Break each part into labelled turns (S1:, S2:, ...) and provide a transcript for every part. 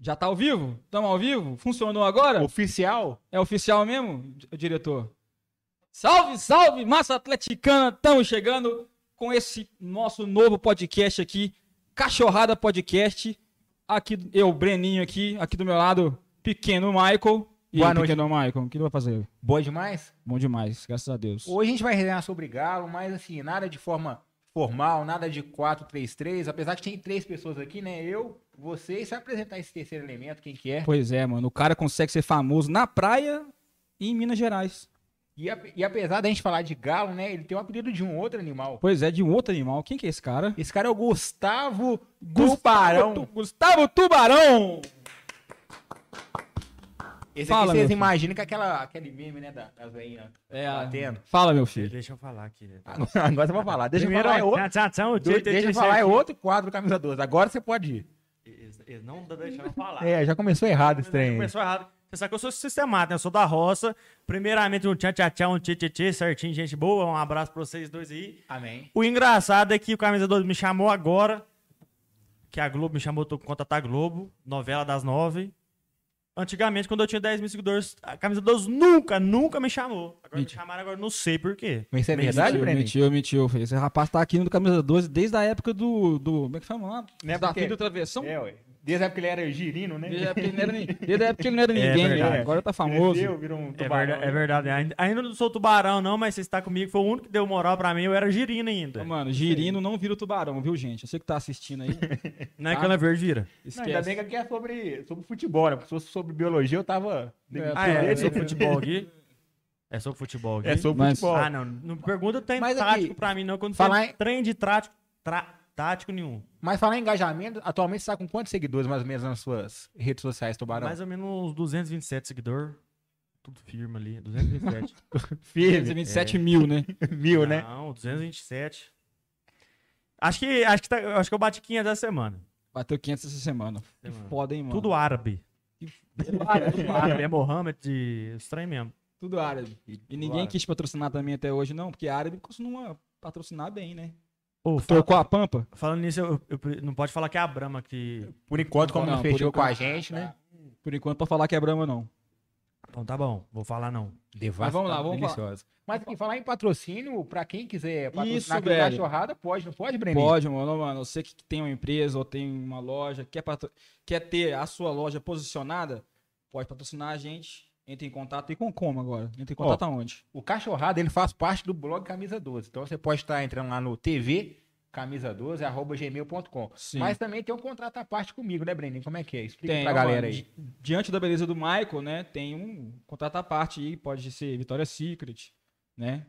S1: Já tá ao vivo? Estamos ao vivo? Funcionou agora?
S2: Oficial?
S1: É oficial mesmo, di- diretor? Salve, salve, massa atleticana! Estamos chegando com esse nosso novo podcast aqui, Cachorrada Podcast. Aqui, eu, Breninho, aqui, aqui do meu lado, pequeno Michael. E
S2: Boa
S1: aí,
S2: noite.
S1: pequeno Michael, o que ele vai fazer?
S2: Boa demais?
S1: Bom demais, graças a Deus.
S2: Hoje a gente vai resenhar sobre Galo, mas assim, nada de forma formal, nada de 4-3-3, apesar que tem três pessoas aqui, né? Eu, você, e você vai apresentar esse terceiro elemento, quem que é.
S1: Pois é, mano, o cara consegue ser famoso na praia e em Minas Gerais.
S2: E, a- e apesar da gente falar de Galo, né? Ele tem o apelido de um outro animal.
S1: Pois é, de um outro animal. Quem que é esse cara?
S2: Esse cara é o Gustavo
S1: Tu-
S2: Tubarão.
S1: Gustavo Tubarão!
S2: Esse
S1: Fala,
S2: aqui
S1: meu
S2: vocês
S1: filho.
S2: imaginam que é aquela, aquele meme, né? Da, das veinhas
S1: É,
S2: batendo.
S1: Fala, meu filho.
S3: Deixa eu falar aqui. né?
S2: Agora, agora você vai falar. Deixa
S3: Primeiro,
S2: eu falar, é outro.
S3: tchau, tchau, tchau,
S2: do-
S3: tchau,
S2: deixa eu
S3: tchau,
S2: falar, é
S3: tchau.
S2: outro quadro do Camisa 12. Agora você pode ir.
S3: Eles- eles Não tá deixando eu falar.
S2: É, já começou errado esse trem.
S3: Começou errado. Você sabe que eu sou sistemático, né? Eu sou da roça. Primeiramente, um tchau, tchau, tchau, um tchê, tchê, tchê, certinho, gente boa. Um abraço pra vocês dois aí.
S2: Amém.
S3: O engraçado é que o Camisa 12 me chamou agora, que a Globo me chamou, tô com Contatar Globo, novela das nove. Antigamente, quando eu tinha 10 mil seguidores, a Camisa 12 nunca, nunca me chamou. Agora me chamaram, agora eu não sei por quê.
S2: Mas isso é verdade,
S1: mentiu,
S2: Breninho?
S1: mentiu, mentiu, filho. Esse rapaz tá aqui no Camisa 12 desde a época do. do como é que chama lá?
S2: Né,
S1: Desafio
S2: porque-
S1: do Travessão.
S2: É, ué. Desde a época que ele era girino, né?
S1: Desde a época Então, ele é não era ni- desde a época ele não era
S3: É
S1: ninguém,
S3: verdade.
S1: cara. agora tá famoso.
S2: Cresceu, virou um
S3: É
S2: tubarão.
S3: verdade, é verdade. Ainda, ainda não sou tubarão, não, mas você está comigo. Foi o único que deu moral pra mim. Eu era girino ainda.
S1: Mano, girino não vira o tubarão, viu, gente? Você que tá assistindo aí,
S3: Não
S2: Ah.
S3: é que ela verde vira.
S2: Não, ainda bem
S1: esquece.
S2: que aqui é sobre, sobre futebol, né? Se fosse sobre biologia, eu tava...
S1: É,
S3: Ah, é,
S1: é,
S3: é sobre futebol aqui. É sobre futebol aqui.
S2: né? É sobre
S1: Mas-
S2: futebol.
S3: Ah, não. Não pergunta tem
S2: Mas aqui,
S3: tático pra mim, não. Quando
S2: falar
S3: tem
S2: em-
S3: trem de tático, tra- tático nenhum.
S2: Mas falar em engajamento, atualmente você tá com quantos seguidores, mais ou menos, nas suas redes sociais, Tubarão?
S3: Mais ou menos uns 227 seguidor. Tudo firme ali. 227.
S2: firme.
S1: 227 mil, né?
S2: Mil, né?
S3: Não, 227. Acho que, acho, que tá- acho que eu bati 500 essa semana.
S1: Bateu 500 essa semana. Que
S3: Semana.
S1: foda, hein, mano?
S3: Tudo árabe.
S1: Tudo árabe.
S3: árabe é Mohammed, de... os trem mesmo.
S1: Tudo árabe. E ninguém
S2: árabe.
S1: quis patrocinar também até hoje, não, porque árabe costuma patrocinar bem, né?
S2: Tá.
S3: Ô, fala-
S1: Trocou a pampa?
S3: Falando nisso, eu- eu pre- não pode falar que é a Brahma que.
S2: Por enquanto, como não,
S1: Não, por
S2: fechou com a
S1: enquanto-
S2: gente, né?
S1: Por enquanto, pra falar que é Brahma, não.
S3: Então tá bom, vou falar não.
S1: Mas vamos lá, vamos lá.
S2: deliciosa. Mas aqui, falar em patrocínio, pra quem quiser
S1: Isso,
S2: patrocinar aqui no
S1: velho.
S2: Cachorrada, pode, não pode, Breninho?
S1: Pode, mano, mano. Você que tem uma empresa ou tem uma loja, quer, patro- quer ter a sua loja posicionada, pode patrocinar a gente. Entre em contato e com como agora? Entre em
S2: Ó.
S1: contato aonde?
S2: O Cachorrada, ele faz parte do blog Camisa 12. Então você pode estar entrando lá no TV camisa 12 arroba gmail.com.
S1: Sim.
S2: Mas também tem um contrato à parte comigo, né, Breninho? Como é que é? Explica
S1: Tem,
S2: pra
S1: ó,
S2: galera
S1: mano,
S2: aí.
S1: di- Diante da beleza do Michael, né? Tem um contrato à parte aí, pode ser Vitória Secret, né?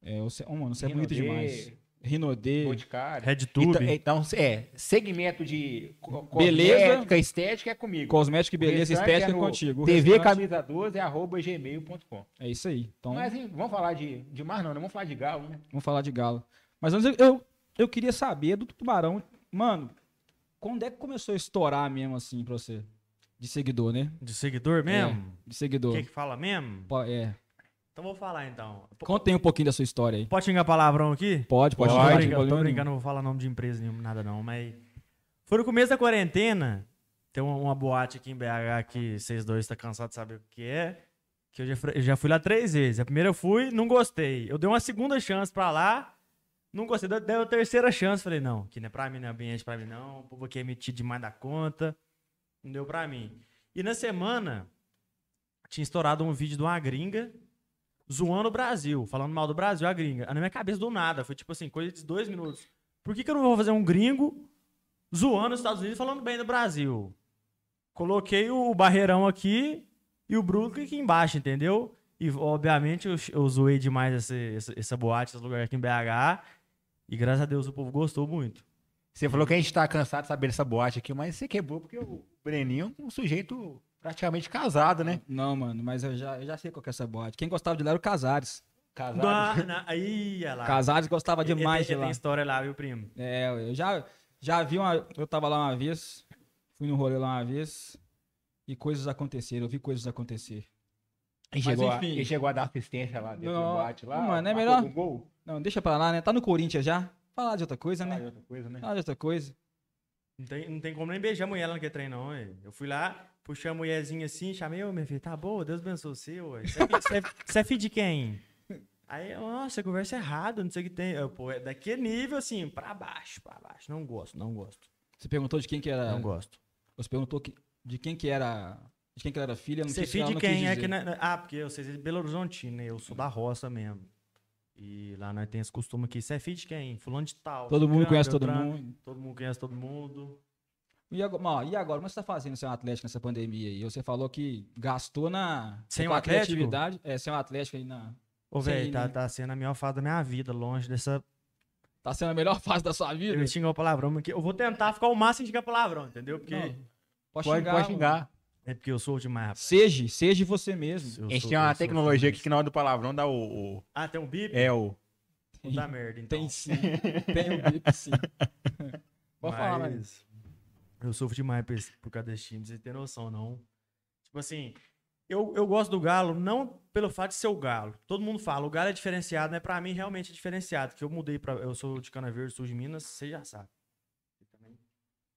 S1: É, você, oh, mano, você é bonito
S2: Rinodê,
S1: demais.
S2: é.
S1: Rinodê.
S2: Boticário.
S3: Red
S2: Então,
S3: Tube.
S2: então, é, segmento de co-
S1: Beleza.
S2: cosmética, estética é comigo.
S1: Cosmético e beleza
S2: O restante
S1: estética
S2: é
S1: é
S2: no
S1: contigo. O
S2: TV
S1: restante-
S2: camisa 12 arroba gmail.com.
S1: É isso aí. Então,
S2: Mas hein, vamos falar de, de mais não, né? Vamos falar de galo, né?
S1: Vamos falar de galo. Mas antes eu- eu, eu queria saber do Tubarão. Mano, quando é que começou a estourar mesmo assim pra você? De seguidor, né?
S3: De seguidor mesmo?
S1: De
S3: O
S1: seguidor.
S3: que que fala mesmo?
S1: Po- É.
S3: Então vou falar então. P-
S1: Conta aí um pouquinho da sua história aí.
S3: Pode xingar palavrão aqui?
S1: Pode, pode.
S2: Pode,
S1: não tem problema
S3: tô brincando, tô
S1: nenhum.
S3: brincando, não vou falar nome de empresa nenhuma, nada não, mas. Foi no começo da quarentena. Tem uma, uma boate aqui em BH que vocês dois estão cansados de saber o que é. Que eu já, fre- eu já fui lá três vezes. A primeira eu fui, não gostei. Eu dei uma segunda chance pra lá, não gostei. Dei dei a terceira chance, falei, não, que não é pra mim, não é ambiente pra mim, não. O povo aqui é metido demais da conta. Não deu pra mim. E na semana, tinha estourado um vídeo de uma gringa zoando o Brasil, falando mal do Brasil, a gringa. Na minha cabeça, do nada. Foi tipo assim, coisa de dois minutos. Por que, que eu não vou fazer um gringo zoando os Estados Unidos e falando bem do Brasil? Coloquei o Barreirão aqui e o Brooklyn aqui embaixo, entendeu? E, obviamente, eu, eu zoei demais essa, essa, essa boate, esse lugar aqui em BH. E, graças a Deus, o povo gostou muito.
S2: Você falou que a gente tá cansado de saber dessa boate aqui, mas você quebrou porque o Breninho é um sujeito praticamente casado, né?
S1: Não, mano, mas eu já, eu já sei qual que é essa boate. Quem gostava de lá era o Casares.
S2: Casado.
S3: Da- na- Aí, olha lá.
S1: Casares gostava
S3: Tá. Ele-
S1: demais de
S3: ele
S1: lá.
S3: Tem história lá, viu, primo?
S1: É, eu já, já vi uma. Eu tava lá uma vez, fui no rolê lá uma vez, e coisas aconteceram, eu vi coisas acontecer.
S2: E chegou, a,
S1: enfim.
S2: e chegou a dar assistência lá dentro
S1: Não,
S2: do boate lá.
S1: mano, é
S2: marcou
S1: melhor-
S2: um gol.
S1: Não, deixa pra lá, né? Tá no Corinthians já? Falar de outra coisa,
S2: Ah,
S1: né?
S2: outra coisa, né?
S1: Falar de outra coisa.
S3: Não tem, não tem como nem beijar a mulher lá naquele trem, não, ué. Eu fui lá, puxei a mulherzinha assim, chamei, ô, minha filha, tá boa, Deus abençoe você, ué. Você é fi- Você é- você é filho de quem? Aí, eu, nossa, conversa errada, não sei o que tem. Eu, pô, é daquele nível, assim, pra baixo, pra baixo. Não gosto, não gosto,
S1: Você perguntou de quem que era.
S3: não gosto.
S1: Você perguntou que- de quem que era. De quem que ela era filha, não
S3: Você
S1: sei se
S3: filho
S1: ela
S3: de
S1: não quis
S3: quem é
S1: dizer.
S3: que... na- na- Ah, porque eu sei, é Belo Horizonte, né? Eu sou da roça mesmo. E lá nós temos esse costume aqui. Você é filho de quem? Fulano de tal.
S1: Todo mundo
S3: Ciclano,
S1: conhece todo
S3: Beltrano.
S1: mundo.
S3: Todo mundo conhece todo mundo.
S1: E agora, mas, e agora, como você tá fazendo sem o Atlético nessa pandemia aí? Você falou que gastou na.
S3: Sem
S1: com
S3: o
S1: a
S3: Atlético?
S1: criatividade, É, sem o Atlético aí na.
S3: Ô,
S1: Sim,
S3: velho, tá,
S1: né?
S3: tá sendo a melhor fase da minha vida, longe dessa.
S1: Tá sendo a melhor fase da sua vida?
S3: Eu xingar o palavrão, mas que eu vou tentar ficar o máximo de xingar palavrão, entendeu? Porque.
S1: Não, pode,
S2: Pode,
S1: xingar.
S2: pode
S1: mano.
S2: xingar.
S3: É porque eu sou demais, rapaz.
S1: Seja, seja você mesmo.
S3: Eu
S2: A gente
S3: sou-
S2: tem
S3: eu
S2: uma
S3: sou
S2: tecnologia aqui
S3: demais.
S2: que na hora do palavrão dá o. o-
S3: Ah, tem um bip?
S2: é o.
S3: Dá merda, então.
S1: Tem sim. Tem o bip, sim. Pode falar, mas...
S3: Mas Eu sofro demais por, esse- por causa desse time, vocês têm noção, não. Tipo assim, eu, eu gosto do Galo não pelo fato de ser o Galo. Todo mundo fala, o Galo é diferenciado, né? Pra mim, realmente é diferenciado. Que eu mudei pra. Eu sou de Cana Verde, sul de Minas, você já sabe. Você também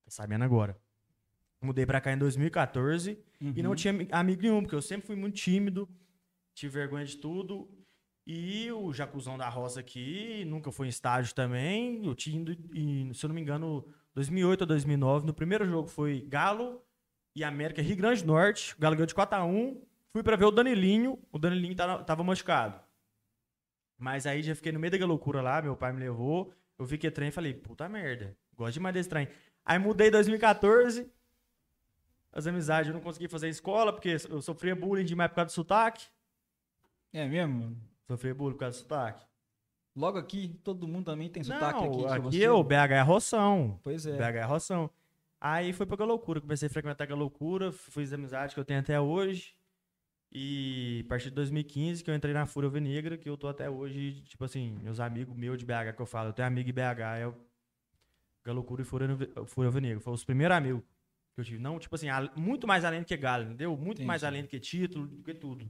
S3: tá sabendo agora. Mudei pra cá em 2014 e
S1: Uhum.
S3: não tinha ami- amigo nenhum, porque eu sempre fui muito tímido, tive vergonha de tudo. E o Jacuzão da Roça aqui, nunca foi em estádio também. Eu tinha ido, em, se eu não me engano, 2008 ou 2009. No primeiro jogo foi Galo e América Rio Grande do Norte. O Galo ganhou de 4x1. Fui pra ver o Danilinho. O Danilinho tava, tava machucado. Mas aí já fiquei no meio da loucura lá. Meu pai me levou. Eu vi que é trem e falei, puta merda. Gosto demais desse trem. Aí mudei em 2014. As amizades eu não consegui fazer em escola, porque eu sofria bullying demais por causa do sotaque.
S1: É mesmo? mano?
S3: Sofria bullying por causa do sotaque.
S1: Logo aqui, todo mundo também tem sotaque aqui.
S3: Não,
S1: que
S3: aqui
S1: você-
S3: é o BH é roção.
S1: Pois é.
S3: BH é roção. Aí foi pra loucura, comecei a frequentar a loucura, fiz amizade que eu tenho até hoje. E a partir de 2015 que eu entrei na Fúria Vinegra, que eu tô até hoje, tipo assim, meus amigos meus de BH que eu falo, eu tenho amigo em BH, é o Galocura e Fúria, Ve- Fúria Vinegra. Foi os primeiros amigos que eu tive. Não, tipo assim, al- muito mais além do que Galo, entendeu? Muito mais
S1: Entendi.
S3: além do que título, do que tudo.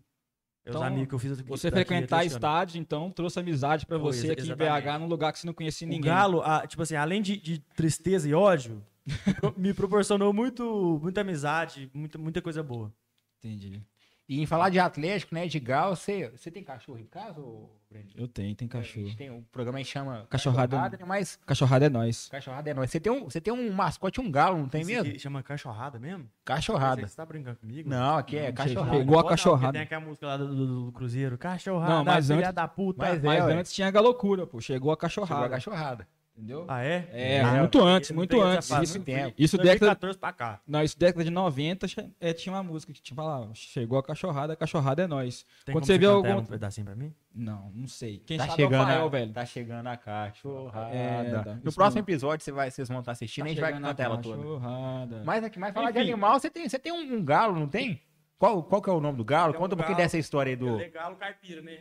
S3: É
S1: Então,
S3: os amigos que eu fiz aqui-
S1: Você
S3: daqui,
S1: frequentar
S3: atleticano.
S1: estádio, então, trouxe amizade pra
S3: Pois,
S1: você aqui
S3: exatamente.
S1: em BH, num lugar que você não conhecia
S3: O
S1: ninguém.
S3: Galo, a- tipo assim, além de, de tristeza e ódio, me pro- me proporcionou muito, muita amizade, muita, muita coisa boa.
S1: Entendi.
S2: E em falar de Atlético, né? De Galo, você, você tem cachorro em casa, ô, Brandinho?
S1: Eu tenho, tem
S2: A gente
S1: cachorro.
S2: tem um programa que chama
S1: Cachorrada.
S2: né, mas
S1: Cachorrada é nós.
S2: cachorrada é nóis. Você tem um, você tem um mascote, um galo, não tem
S3: Esse
S2: mesmo?
S3: aqui chama cachorrada mesmo?
S2: Cachorrada.
S3: Você tá brincando comigo?
S2: Não, aqui é
S1: Não sei.
S2: cachorrada.
S1: Pegou a
S3: Não,
S1: cachorrada.
S3: porque Tem aquela música lá do, do- do Cruzeiro, cachorrada,
S1: Não, mas
S3: filha
S1: antes-
S3: da puta.
S2: mas-
S1: Mas
S2: é, ué.
S1: antes tinha a galocura, pô. Chegou a
S2: Pegou a
S1: cachorrada.
S2: cachorrada.
S1: Entendeu?
S3: Ah, é?
S1: É,
S2: É,
S1: muito antes,
S3: Não
S1: muito
S3: tem essa
S1: antes.
S3: fase,
S1: Isso,
S3: não
S2: tem.
S3: tem.
S1: isso década,
S3: 2014 pra cá.
S1: não, isso década de 90 che- é, tinha uma música que tinha falava, chegou a cachorrada, a cachorrada é nós.
S3: Tem
S1: Quando
S3: como
S1: você vê
S3: cantar
S1: algum-
S3: um pedacinho pra mim?
S1: Não, não sei. Quem
S2: Tá
S1: sabe é o
S2: chegando,
S1: Fael,
S2: a,
S1: velho.
S2: tá chegando a cachorrada.
S1: É, tá.
S2: no
S1: Isso Tá
S2: próximo
S1: mesmo.
S2: episódio você vai, vocês vão estar assistindo, a gente vai cantar ela toda.
S1: Cachorrada.
S2: Mas aqui, mais falar de
S3: Enfim.
S2: animal, você tem, você tem um, um galo, não tem? Qual, qual que é o nome do galo?
S3: Tem um
S2: Conta um pouquinho
S3: galo.
S2: dessa história aí do.
S3: É Legal, o caipira, né?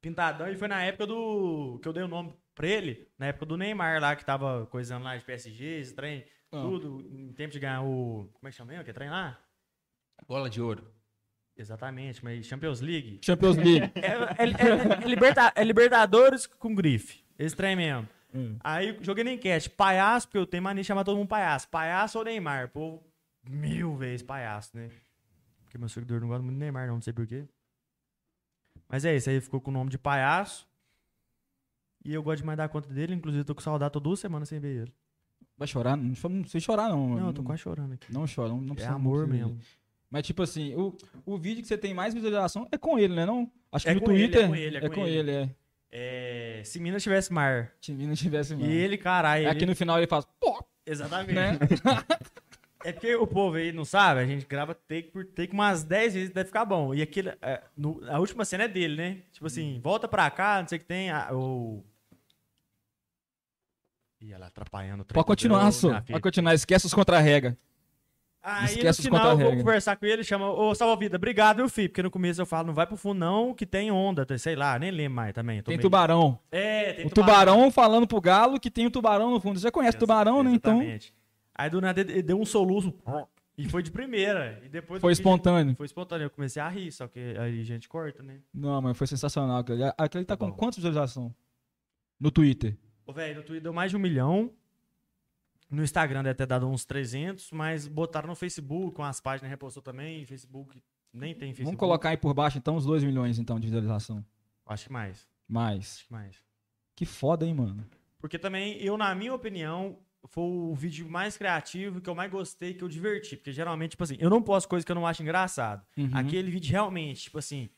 S3: Pintadão, e foi na época do. que eu dei o nome pra ele, na época do Neymar lá, que tava coisando lá de PSG, esse trem,
S1: Ah.
S3: tudo, em tempo de ganhar o. Como é que chama mesmo? Que é trem lá?
S2: Bola de ouro.
S3: Exatamente, mas Champions League.
S1: Champions League.
S3: É, é- é- é liberta- é Libertadores com grife. Esse trem mesmo.
S1: Hum.
S3: Aí joguei na enquete, palhaço, porque eu tenho mania de chamar todo mundo palhaço. Palhaço ou Neymar? Pô, mil vezes palhaço, né? Porque meu seguidor não gosta muito do Neymar, não, não sei porquê. Mas é isso, aí ficou com o nome de palhaço. E eu gosto demais da conta dele, inclusive tô com saudade, tô duas semanas sem ver ele.
S1: Vai chorar? Não, não precisa chorar, não.
S3: Não,
S1: mano.
S3: eu tô quase chorando aqui.
S1: Não chora, não, não
S3: É
S1: precisa.
S3: amor
S1: não precisa.
S3: mesmo.
S1: Mas, tipo assim, o, o vídeo que você tem mais visualização é com ele, né? Não? Acho que
S3: É
S1: no
S3: com ele, é
S1: Twitter.
S3: com ele, é
S1: é
S3: com
S1: com ele, é.
S3: É, se Minas tivesse mar.
S1: Se não tivesse
S3: E ele, caralho.
S1: É Aqui
S3: ele-
S1: no final ele faz. Pô!
S3: Exatamente.
S1: Né?
S3: É porque o povo aí não sabe, a gente grava take por take umas 10 vezes deve ficar bom. E aquele, é, no- a última cena é dele, né?
S1: Uhum.
S3: Tipo assim, volta pra cá, não sei o que tem. A, o... Ih, ela atrapalhando o trem.
S1: Pode continuar,
S3: Ô,
S1: Su.
S3: minha filha.
S1: Pode continuar, esquece os contra-rega.
S3: Aí
S1: Esquece
S3: no
S1: os
S3: final eu vou
S1: contra-regra.
S3: conversar com ele, chama, ô salva-vida, obrigado, meu filho. Porque no começo eu falo, não vai pro fundo não, que tem onda, tem- sei lá, nem lembro mais também. tô
S1: Tem
S3: meio-
S1: tubarão.
S3: É, tem
S1: O tubarão falando pro galo que tem o tubarão no fundo. Você conhece tubarão, né? Então
S3: Exatamente. Aí do nada ele deu um soluço e foi de primeira. E depois
S1: foi
S3: do vídeo-
S1: espontâneo.
S3: Foi espontâneo, eu comecei a rir, só que aí a gente corta, né?
S1: Não, mas foi sensacional. Aquele, aquele tá
S3: Tá
S1: com
S3: bom.
S1: quantas visualizações? No Twitter.
S3: Ô, velho, no Twitter deu mais de um milhão. No Instagram deve ter dado uns 300, mas botaram no Facebook, umas páginas repostou também. e Facebook nem tem Facebook.
S1: Vamos colocar aí por baixo, então, uns 2 milhões então, de visualização.
S3: Acho que mais.
S1: Mais.
S3: Acho que mais.
S1: Que foda, hein, mano?
S3: Porque também, eu, na minha opinião, foi o vídeo mais criativo, que eu mais gostei, que eu diverti. Porque geralmente, tipo assim, eu não posto coisa que eu não acho engraçado.
S1: Uhum.
S3: Aquele vídeo realmente, tipo assim,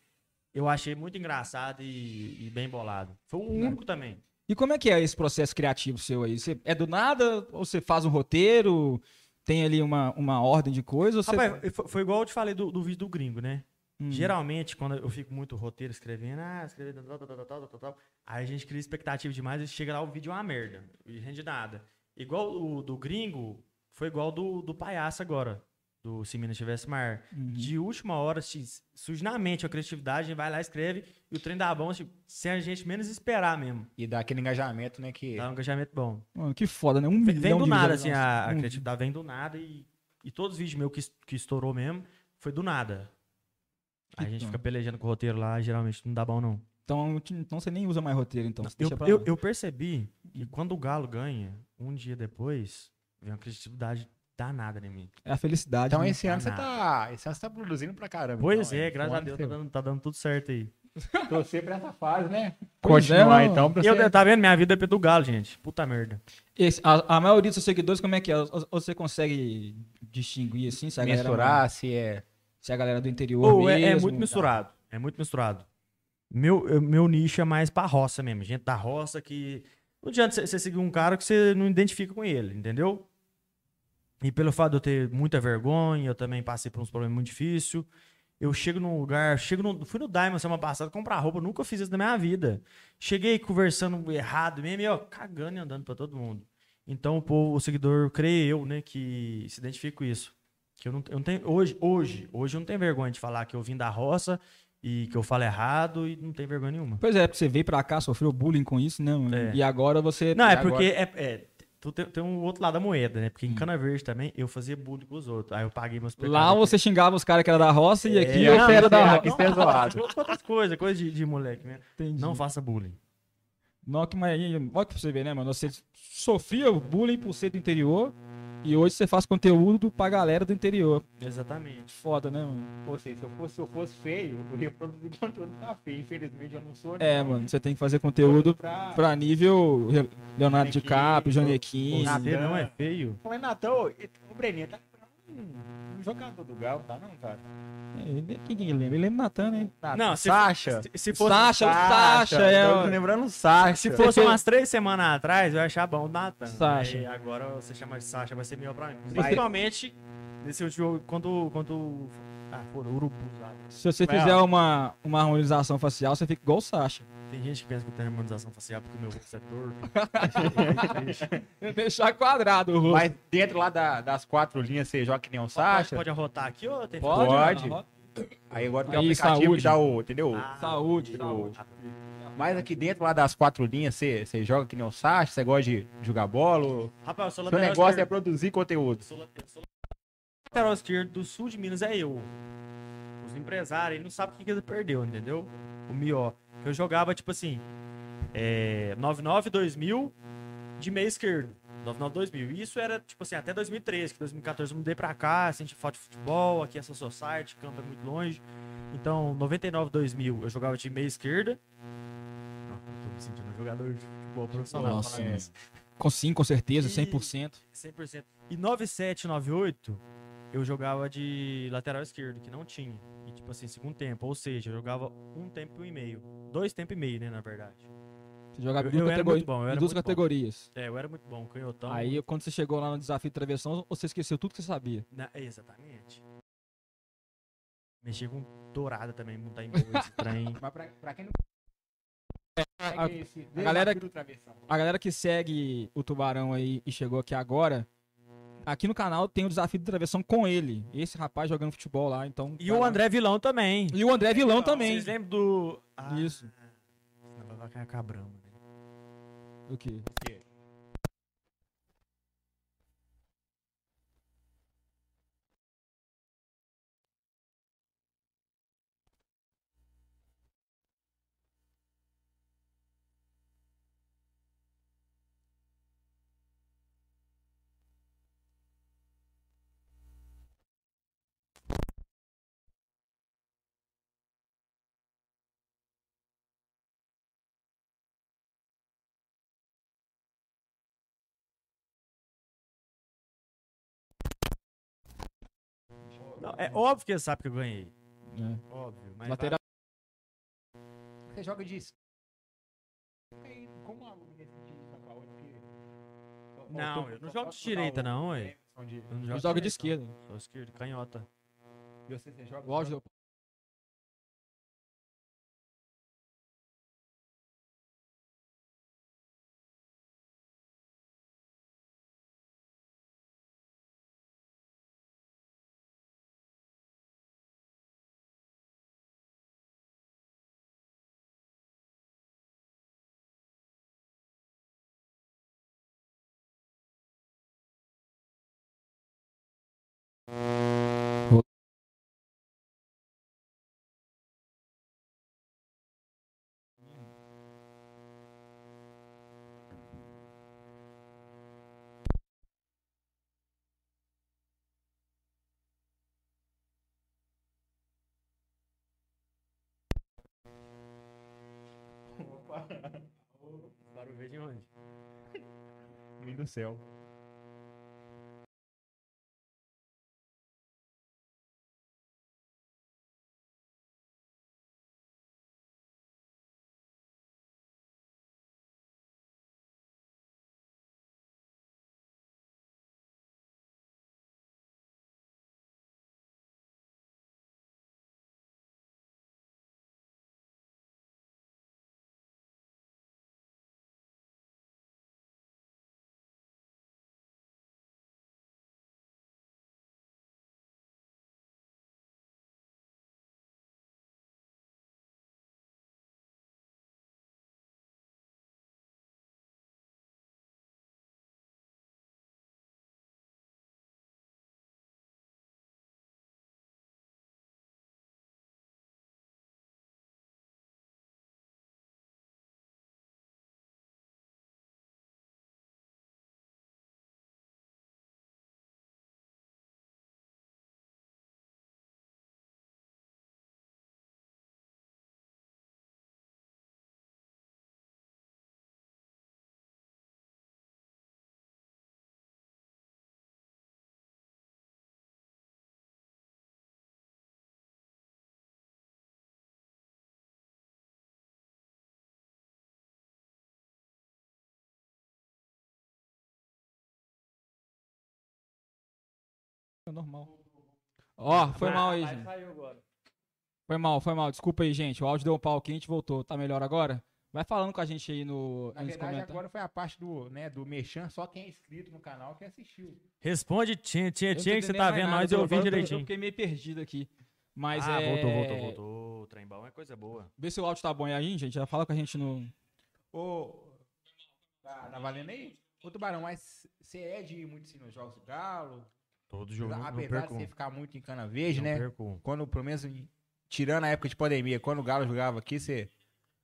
S3: eu achei muito engraçado e, e bem bolado. Foi o único também.
S1: E como é que é esse processo criativo seu aí? Você é do nada ou você faz um roteiro? Tem ali uma, uma ordem de coisas? ou Você...
S3: Rapaz, foi, foi igual eu te falei do, do vídeo do gringo, né?
S1: Hum.
S3: Geralmente, quando eu fico muito roteiro escrevendo, ah, escrevendo tal, tal, tal, tal, tal, tal, aí a gente cria expectativa demais e chega lá o vídeo é uma merda. E rende nada. Igual o do gringo, foi igual do, do palhaço agora. Do Se Minas Tivesse Mar.
S1: Uhum. hum.
S3: De última hora, se surge na mente a criatividade, a gente vai lá, escreve, e o trem dá bom, tipo, sem a gente menos esperar mesmo.
S2: E dá aquele engajamento, né? Que
S3: Dá um engajamento bom.
S1: Mano, que foda, né? Um
S3: Vem,
S1: milhão
S3: vem do
S1: de
S3: nada, assim,
S1: visualizações.
S3: a, a
S1: Um-
S3: criatividade vem do nada e, e todos os vídeos meus que, es- que estourou mesmo foi do nada. Aí a gente
S1: Então.
S3: fica pelejando com o roteiro lá, geralmente não dá bom, não.
S1: Então, t- então você nem usa mais roteiro, então. Você
S3: Eu,
S1: deixa pra
S3: eu,
S1: lá.
S3: eu percebi que quando o Galo ganha, um dia depois, vem uma criatividade danada em mim.
S1: É a felicidade.
S2: Então
S1: né?
S2: esse ano você
S3: nada.
S2: tá. Esse ano você tá produzindo pra caramba.
S3: Pois
S2: então,
S3: é,
S2: hein?
S3: graças
S2: Um
S3: a
S2: ano
S3: Deus,
S2: você-
S3: tá dando, tá dando tudo certo aí.
S2: Torcer pra essa fase, né?
S1: Pois é,
S2: Continuar
S1: mano.
S2: então pra você.
S3: Eu, tá vendo? Minha vida é do Galo, gente. Puta merda.
S1: Esse- a, a maioria dos seus seguidores, como é que é? Ou- ou Você consegue distinguir, assim, se a galera...
S2: Misturar, se é.
S1: Se é a galera do interior
S3: Ou é,
S1: mesmo, então.
S3: é muito misturado. É muito misturado. Meu, eu- meu nicho é mais pra roça mesmo. Gente da roça que. Não adianta você- você seguir um cara que você não identifica com ele, entendeu? E pelo fato de eu ter muita vergonha, eu também passei por uns problemas muito difíceis. Eu chego num lugar, chego no, fui no Diamond semana passada comprar roupa, nunca fiz isso na minha vida. Cheguei conversando errado mesmo, e ó, cagando e andando pra todo mundo. Então o povo, o seguidor, creio eu, né, que se identifica com isso. Que eu não, eu não tenho, hoje, hoje, hoje eu não tenho vergonha de falar que eu vim da roça e que eu falo errado e não tenho vergonha nenhuma.
S1: Pois é, porque você veio pra cá, sofreu bullying com isso, né? mano?
S3: É.
S1: E agora você...
S3: Não, é
S2: agora-
S3: porque é, é, tu tem, tem um outro lado da moeda, né? Porque em Cana Verde também eu fazia bullying com os outros. Aí eu paguei meus
S1: Hum. Lá
S3: aqui.
S1: você xingava os caras que era da roça e aqui
S2: É,
S1: você era da
S2: não,
S1: roça.
S2: aqui você é zoado.
S3: Outras coisas, coisa de, de moleque mesmo.
S1: Entendi.
S3: Não faça bullying.
S1: Não, que mas aí, olha pra você ver, né, mano? Você sofria o bullying por ser do interior e hoje você faz conteúdo pra galera do interior.
S3: Exatamente.
S1: Foda, né, mano?
S2: Ou seja, se eu fosse, se eu fosse feio, eu ia produzir conteúdo pra feio. Infelizmente eu não sou. né?
S1: É, mano, você tem que fazer conteúdo
S2: Pra...
S1: pra nível Re- Leonardo DiCaprio, Janequim.
S2: Nada.
S3: Você não é feio.
S2: Mas Natal, o Breninho tá um jogador do Galo, tá não, cara?
S1: É,
S2: Tá,
S1: Quem que ele lembra? Ele lembra o Natan, né?
S3: Não, se-
S2: Sacha.
S3: Se, se fosse,
S1: Sasha, o Sasha, é.
S2: tô
S1: ó.
S2: lembrando um o Sasha.
S3: se fosse umas três semanas atrás, eu ia achar bom o Nathan.
S1: Sasha.
S3: Aí agora você chama de Sasha, vai ser melhor pra mim.
S2: Vai.
S3: Principalmente nesse último jogo, quando, quando. Ah, foram urubus lá.
S1: Se você
S2: Vai,
S1: fizer
S2: ó.
S1: uma, uma harmonização facial, você fica igual o Sasha.
S3: Tem gente que pensa que eu tenho harmonização facial porque meu rosto é torto.
S1: Deixar quadrado o rosto.
S2: Mas dentro lá da- das quatro linhas você joga que nem um
S3: Pode,
S2: Sasha.
S3: pode arrotar aqui ou tem
S2: Pode.
S1: mano.
S2: Aí agora tem um
S1: Aí,
S2: aplicativo
S1: saúde.
S2: que dá o, entendeu?
S3: Ah,
S1: Saúde.
S2: o-
S1: saúde.
S2: Mas aqui dentro lá das quatro linhas você, você joga que nem um Sasha, você gosta de jogar bola. ou-
S3: Rapaz, eu sou
S2: Seu
S3: lateral
S2: negócio é
S3: esquerdo.
S2: produzir conteúdo.
S3: Sou lateral- sou lateral esquerdo do sul de Minas é eu. Os empresários aí não sabem o que que ele perdeu, entendeu? O Mió. Eu jogava, tipo assim, é, 99, 2000 de meio esquerdo. 99, 2000. E Isso era, tipo assim, até 2013, que 2014 eu mudei pra cá, senti falta de futebol, aqui é só society, campo é muito longe. Então, 99, 2000 eu jogava de meia esquerda. Não, tô me sentindo um jogador de futebol profissional.
S1: Nossa,
S3: falando
S1: mano.
S3: isso.
S1: Com sim, com certeza,
S3: E-
S1: 100%.
S3: 100%. E 97, 98, eu jogava de lateral esquerdo, que não tinha. E, tipo assim, segundo tempo. Ou seja, eu jogava um tempo e meio. Dois tempos e meio, né, na verdade.
S1: Você jogava
S3: Eu-
S1: em duas,
S3: eu era
S1: categori-
S3: muito bom, eu
S1: em
S3: era
S1: duas
S3: muito bom.
S1: categorias.
S3: É, eu era muito bom, canhotão.
S1: Aí, quando você chegou lá no desafio de travessão, você esqueceu tudo que você sabia.
S3: Na- Exatamente. Mexi com dourada também, montar em boa esse trem.
S2: Mas pra, pra quem não
S1: É, A, a-
S2: que esse
S1: a galera-
S2: desafio do travessão.
S1: a galera que segue o Tubarão aí e chegou aqui agora, aqui no canal tem o desafio de travessão com ele. Esse rapaz jogando futebol lá, então...
S3: E
S1: vai
S3: o
S1: lá.
S3: André Vilão também.
S1: E o André Vilão também.
S3: Vocês lembram do... Ah,
S1: Isso.
S3: Não, vai- vai cair a cabrama, né?
S1: O quê?
S3: Não, é óbvio que ele sabe que eu ganhei.
S1: É.
S3: Óbvio. Mas
S1: Lateral.
S2: Você joga de. es- Aí, Como um aluno desse de São Paulo, que- Só
S3: Não,
S2: faltou- só
S3: eu não jogo de
S2: falta
S3: direita,
S2: o-
S3: não, ué.
S2: Emerson né? de-
S3: eu não
S1: Ele
S3: jogo
S1: joga de
S3: direito,
S1: esquerda.
S3: então. não. Sou esquerdo, canhota.
S2: E você, você joga?
S1: O auge do...
S2: Opa.
S3: Barulho veio de onde?
S2: Meu do céu.
S1: É normal. Ó, foi mal aí, gente.
S3: Ah, Saiu agora.
S1: Foi mal, foi mal. Desculpa aí, gente. O áudio deu um pau aqui, a gente voltou. Tá melhor agora? Vai falando com a gente aí no,
S2: Na
S1: nos
S2: verdade,
S1: comentários.
S2: agora foi a parte do, né, do Merchan, só quem é inscrito no canal que assistiu.
S3: Responde, tinha, tinha,
S1: Eu não tô
S3: tinha, que você
S1: entendendo
S3: tá
S1: mais
S3: vendo
S1: nada,
S3: nós e eu
S1: agora
S3: ouvi
S1: tô- Eu
S3: direitinho.
S1: fiquei meio perdido aqui. Mas
S3: ah,
S1: é...
S3: voltou, voltou, voltou. O trem bom é coisa boa.
S1: Vê se o áudio tá bom aí, gente. Já fala com a gente no...
S2: Ô. Tá, tá valendo aí? Ô, Tubarão, mas você é de ir muito assim, nos Jogos do Galo?
S3: Todo jogo não
S2: apesar de
S3: perco. um.
S2: você ficar muito em cana verde,
S3: Não
S2: né?
S3: perco um.
S2: Quando, pelo menos, em- tirando a época de pandemia, quando o Galo jogava aqui, você,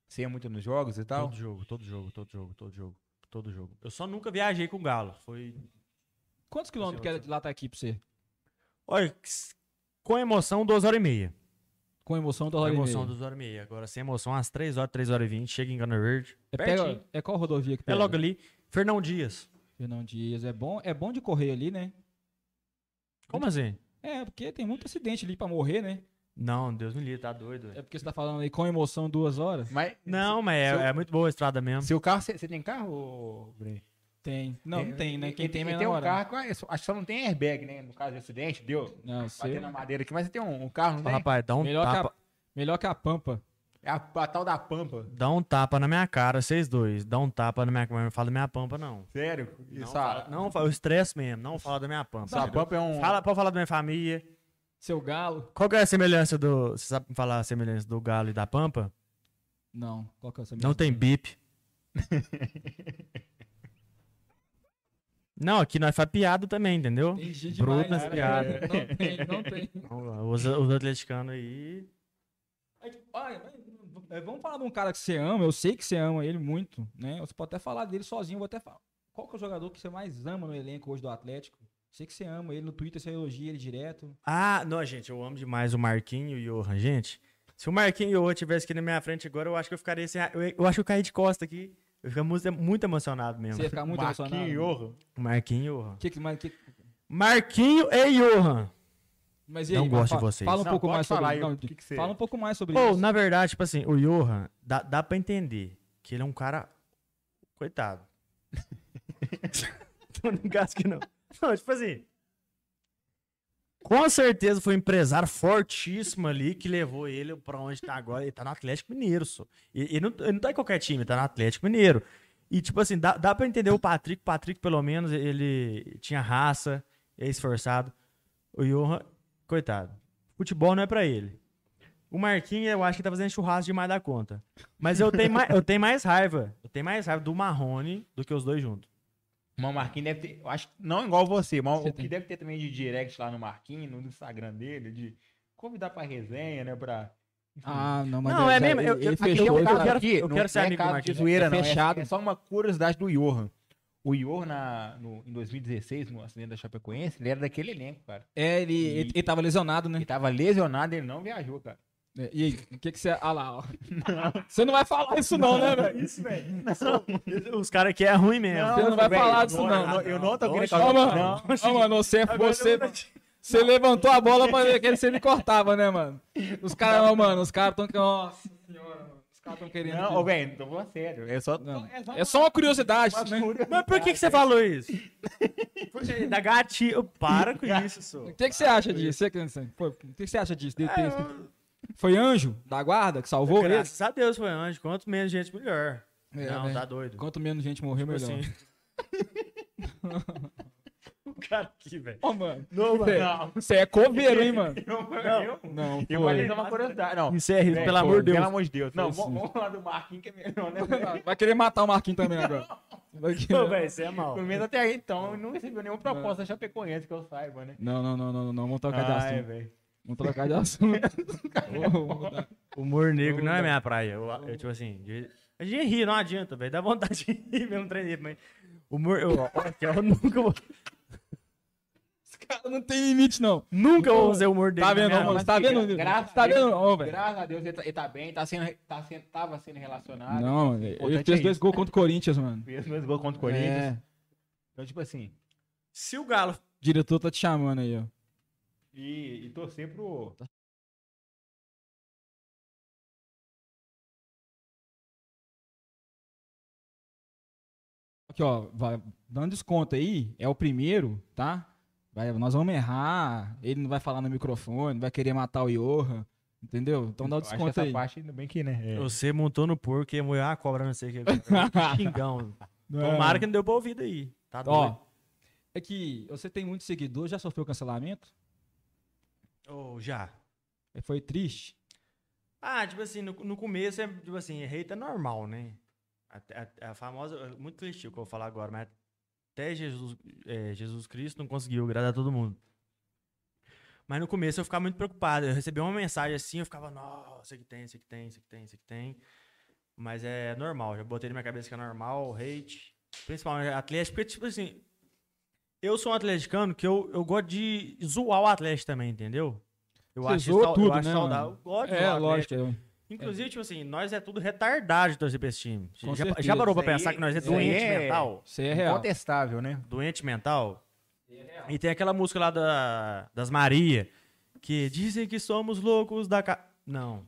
S2: você ia muito nos jogos e tal?
S3: Todo jogo, todo jogo, todo jogo, todo jogo, todo jogo. Eu só nunca viajei com o Galo. Foi.
S1: Quantos quilômetros que é de lá tá aqui pra você?
S3: Olha, que s- com emoção, duas horas e meia.
S1: Com emoção, duas
S3: Com
S1: horas e
S3: emoção,
S1: meia.
S3: duas horas e meia. Agora, sem emoção, às três horas, três horas e vinte, chega em Gana Verde.
S1: É,
S3: pertinho.
S1: pega- é qual rodovia que
S3: É
S1: pega?
S3: logo ali. Fernão Dias.
S1: Fernão Dias. É bom, é bom de correr ali, né?
S3: Como assim?
S1: É, porque tem muito acidente ali pra morrer, né?
S3: Não, Deus me livre, tá doido.
S1: É porque você tá falando aí com emoção duas horas?
S2: Mas,
S3: Não, mas
S2: Seu-
S3: é, é muito boa a estrada mesmo.
S2: seu carro, você, você tem carro, Breno?
S1: Tem. Não, não tem, né? Quem
S2: Ele-
S1: tem é
S2: ele
S1: minha
S2: tem um
S1: namorada.
S2: carro, que- acho que só não tem airbag, né? No caso de acidente, deu.
S1: Não,
S2: Bater
S1: sei.
S2: na madeira aqui, mas você tem um, um carro,
S3: Ô,
S2: não tem?
S3: rapaz, dá um
S1: Melhor que,
S3: tapa.
S1: a, melhor que a Pampa.
S2: É a, a tal da pampa.
S3: Dá um tapa na minha cara, vocês dois. Dá um tapa na minha cara. Não fala da minha pampa, não.
S2: Sério? Isso,
S3: Não,
S2: a,
S3: fala, ah, não fala, eu estresse mesmo. Não fala da minha pampa.
S2: isso a pampa é um...
S3: Fala, pode falar da minha família.
S1: Seu galo?
S3: Qual que é a semelhança do. Você sabe me falar a semelhança do galo e da pampa?
S1: Não. Qual que é essa
S3: Não tem bip. não, aqui nós faz piada também, entendeu?
S1: Entendi
S3: Bruto
S1: demais.
S3: nas
S1: cara.
S3: piadas.
S1: Não tem, não tem.
S3: Os, os atleticanos aí.
S1: É tipo, olha, é, vamos falar de um cara que você ama. Eu sei que você ama ele muito, né? Você pode até falar dele sozinho. eu Vou até falar. Qual que é o jogador que você mais ama no elenco hoje do Atlético? Sei que você ama ele no Twitter, você elogia ele direto.
S3: Ah, não, gente, eu amo demais o Marquinho e o Johan, gente. Se o Marquinho e o Johan tivesse aqui na minha frente agora, eu acho que eu ficaria sem. a- Eu, eu acho que eu caí de costa aqui. Eu fico muito, muito emocionado mesmo.
S1: Você ia ficar tá muito emocionado.
S2: Marquinhos.
S3: Marquinho e Johan.
S1: Que que, mas que,
S3: Marquinho e Johan.
S1: Mas e
S3: Não
S1: aí,
S3: gosto
S1: fala-
S3: de vocês.
S1: Fala um
S2: Não,
S1: pouco
S2: pode
S1: mais sobre
S2: falar,
S1: isso.
S2: eu-
S1: Não,
S2: o que que você-
S1: Fala um pouco mais sobre
S3: Ou,
S1: isso.
S3: na verdade, tipo assim, o Johan, dá, dá pra entender que ele é um cara. Coitado. Tô não gasto que não. Não, tipo assim. Com certeza foi um empresário fortíssimo ali que levou ele pra onde tá agora. Ele tá no Atlético Mineiro, só. Ele, ele não, ele não tá em qualquer time, ele tá no Atlético Mineiro. E, tipo assim, dá, dá pra entender o Patrick. O Patrick, pelo menos, ele tinha raça, é esforçado. O Johan, coitado. Futebol não é pra ele. O Marquinhos, eu acho que tá fazendo churrasco demais da conta. Mas eu tenho mais, eu tenho mais raiva. Eu tenho mais raiva do Marrone do que os dois juntos.
S2: Mas o Marquinhos deve ter. Eu acho que não igual você, mas
S1: Você
S2: o que
S1: tem.
S2: deve ter também de direct lá no Marquinhos, no Instagram dele, de convidar pra resenha, né? Pra. enfim.
S1: Ah, não,
S3: Não, é mesmo, eu- eu-
S1: ele
S3: aqui
S2: Aqui é
S1: fechou.
S2: um
S3: eu
S2: caso
S3: quero-
S2: aqui,
S3: eu
S2: não
S3: quero ser
S2: é
S3: amigo do
S2: caso de
S3: Marquinhos.
S2: zoeira,
S1: É
S2: não.
S1: fechado.
S2: É, é só uma curiosidade do Johan. O Johan, na, no- em 2016, no acidente da Chapecoense, ele era daquele elenco, cara.
S1: É, ele, ele, ele tava lesionado, né?
S2: Ele tava lesionado, ele não viajou, cara.
S1: É, E aí, o que que você... Ah lá, ó. Você não vai falar isso não, né, velho?
S2: Isso, velho.
S3: Os caras aqui é ruim mesmo.
S1: Você não vai falar disso, não.
S2: Eu não tô querendo
S3: Hoje-
S1: Ó,
S2: causar-
S1: mano. Ó, mano, você, você, você levantou a bola pra ver que você me cortava, né, mano? Os caras, ó, mano, os caras tão... Nossa senhora, mano. Os caras tão querendo...
S2: Não, ô, velho, não tô falando sério. É só.
S1: Não.
S2: É só
S1: É só uma curiosidade,
S2: uma
S1: né?
S2: curiosidade.
S3: Mas por que, que você falou isso? da gatinha. Para com isso,
S1: O
S3: senhor.
S1: que, que você acha disso? Você que- você- pô, O que, que você acha disso? De- de- Foi anjo da guarda que salvou ele?
S3: Graças a Deus foi anjo. Quanto menos gente, melhor.
S1: É,
S3: não,
S1: né?
S3: tá doido.
S1: Quanto menos gente morrer, melhor.
S3: assim. o cara aqui, velho.
S1: Ô, mano,
S2: Não,
S1: Você-
S2: não.
S1: você é coveiro, hein, mano?
S2: Eu,
S1: Não,
S2: eu
S1: foi.
S2: falei só uma curiosidade. Não.
S3: Encerra isso, é
S2: Velho,
S3: pelo
S2: pô,
S3: amor de Deus.
S2: Pelo amor de Deus. Não,
S1: Foi
S2: vamos vamos falar do Marquinhos que é melhor, né? velho?
S1: Vai querer matar o Marquinhos também agora. Vai querer-
S3: Pô, velho, você é mal.
S2: Pelo menos até aí, então, eu não recebeu nenhuma proposta da Chapecoense que eu saiba, né?
S1: Não, não, não, não, não, não, vamos trocar de
S2: Ai,
S1: assunto.
S2: velho.
S1: Vamos trocar de assunto.
S3: Humor negro
S1: Não
S3: não é
S1: dá.
S3: minha praia. Eu, eu, tipo assim, de- a gente ri, não adianta, velho. Dá vontade de rir mesmo treinei, mas. Humor. Eu, ó, que eu nunca vou.
S1: Esse cara não tem limite, não.
S3: Nunca vou fazer humor negro.
S1: Tá vendo,
S3: na minha
S1: ô,
S3: vida.
S1: mano? Tá
S2: que
S1: vendo?
S2: gra- graças
S1: Tá
S2: a Deus-
S1: vendo, ô, velho?
S2: Graças a Deus, ele tá, ele tá bem, tá sendo, tá sendo, tava sendo relacionado.
S1: Não, mano, ele
S2: importante
S1: fez
S2: é
S1: dois
S2: isso.
S1: gols contra o Corinthians, mano.
S2: Fez dois gols contra o Corinthians.
S1: É,
S2: Então, tipo assim,
S3: Se o Galo.
S1: o diretor tá te chamando aí, ó.
S2: e, e torcer pro...
S1: Aqui, ó, vai- dando desconto aí, é o primeiro, tá? Vai- nós vamos errar, ele não vai falar no microfone, vai querer matar o Johan, entendeu? Então dá o
S2: Eu acho que
S1: desconto
S2: essa
S1: aí.
S2: parte, ainda bem que, né? é.
S3: Você montou no porco e moeu a cobra, não sei o que. agora. Xingão. Tomara que não deu pra ouvir daí. Tá
S1: é. Ó,
S3: doido.
S1: é que você tem muito seguidor, já sofreu cancelamento? É,
S3: Ô, já.
S1: Foi triste?
S3: Ah, tipo assim, no, no começo é, tipo assim, hate é normal, né? A, a- a famosa, é muito clichê o que eu vou falar agora, mas até Jesus, é, Jesus Cristo não conseguiu agradar todo mundo. Mas no começo eu ficava muito preocupado. Eu recebia uma mensagem assim, eu ficava, nossa, isso aqui tem, isso aqui tem, isso aqui tem, isso aqui tem. Mas é normal, já botei na minha cabeça que é normal, hate. Principalmente Atlético, porque, tipo assim, eu sou um atleticano que eu, eu gosto de zoar o Atlético também, entendeu? Eu
S1: Você
S3: acho,
S1: zoa
S3: sau-
S1: tudo,
S3: eu acho
S1: né,
S3: saudável.
S1: mano?
S3: Eu gosto de
S1: É,
S3: zoar o Atlético.
S2: né?
S1: lógico. é.
S3: Inclusive, tipo assim, nós é tudo retardado de torcer pra esse time.
S1: Com
S3: Já,
S1: certeza.
S3: já parou pra
S2: Isso aí-
S3: pensar que nós é
S2: isso aí
S3: doente
S2: é-
S3: mental?
S1: Isso aí é real.
S2: Contestável, né?
S3: Doente mental?
S2: É
S3: E tem aquela música lá da, das Maria, que dizem que somos loucos da ca... Não.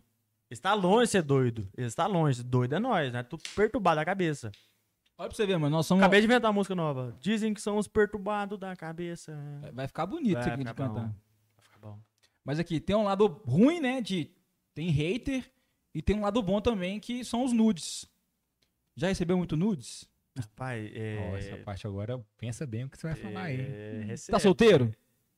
S3: Está longe de ser doido. Está longe. Doido é nós, né? Tu perturbado da cabeça.
S1: Olha pra você ver, mano, nós somos...
S3: Acabei de inventar uma música nova. Dizem que somos perturbados da cabeça.
S1: Vai ficar bonito
S3: Vai
S1: isso aqui de
S3: ficar bom.
S1: cantar.
S3: Fica bom.
S1: Mas aqui, tem um lado ruim, né, de... Tem hater e tem um lado bom também, que são os nudes. Já recebeu muito nudes?
S3: Rapaz, é...
S2: Ó, essa parte agora, pensa bem o que você vai falar aí.
S3: é, recebo.
S1: Tá solteiro?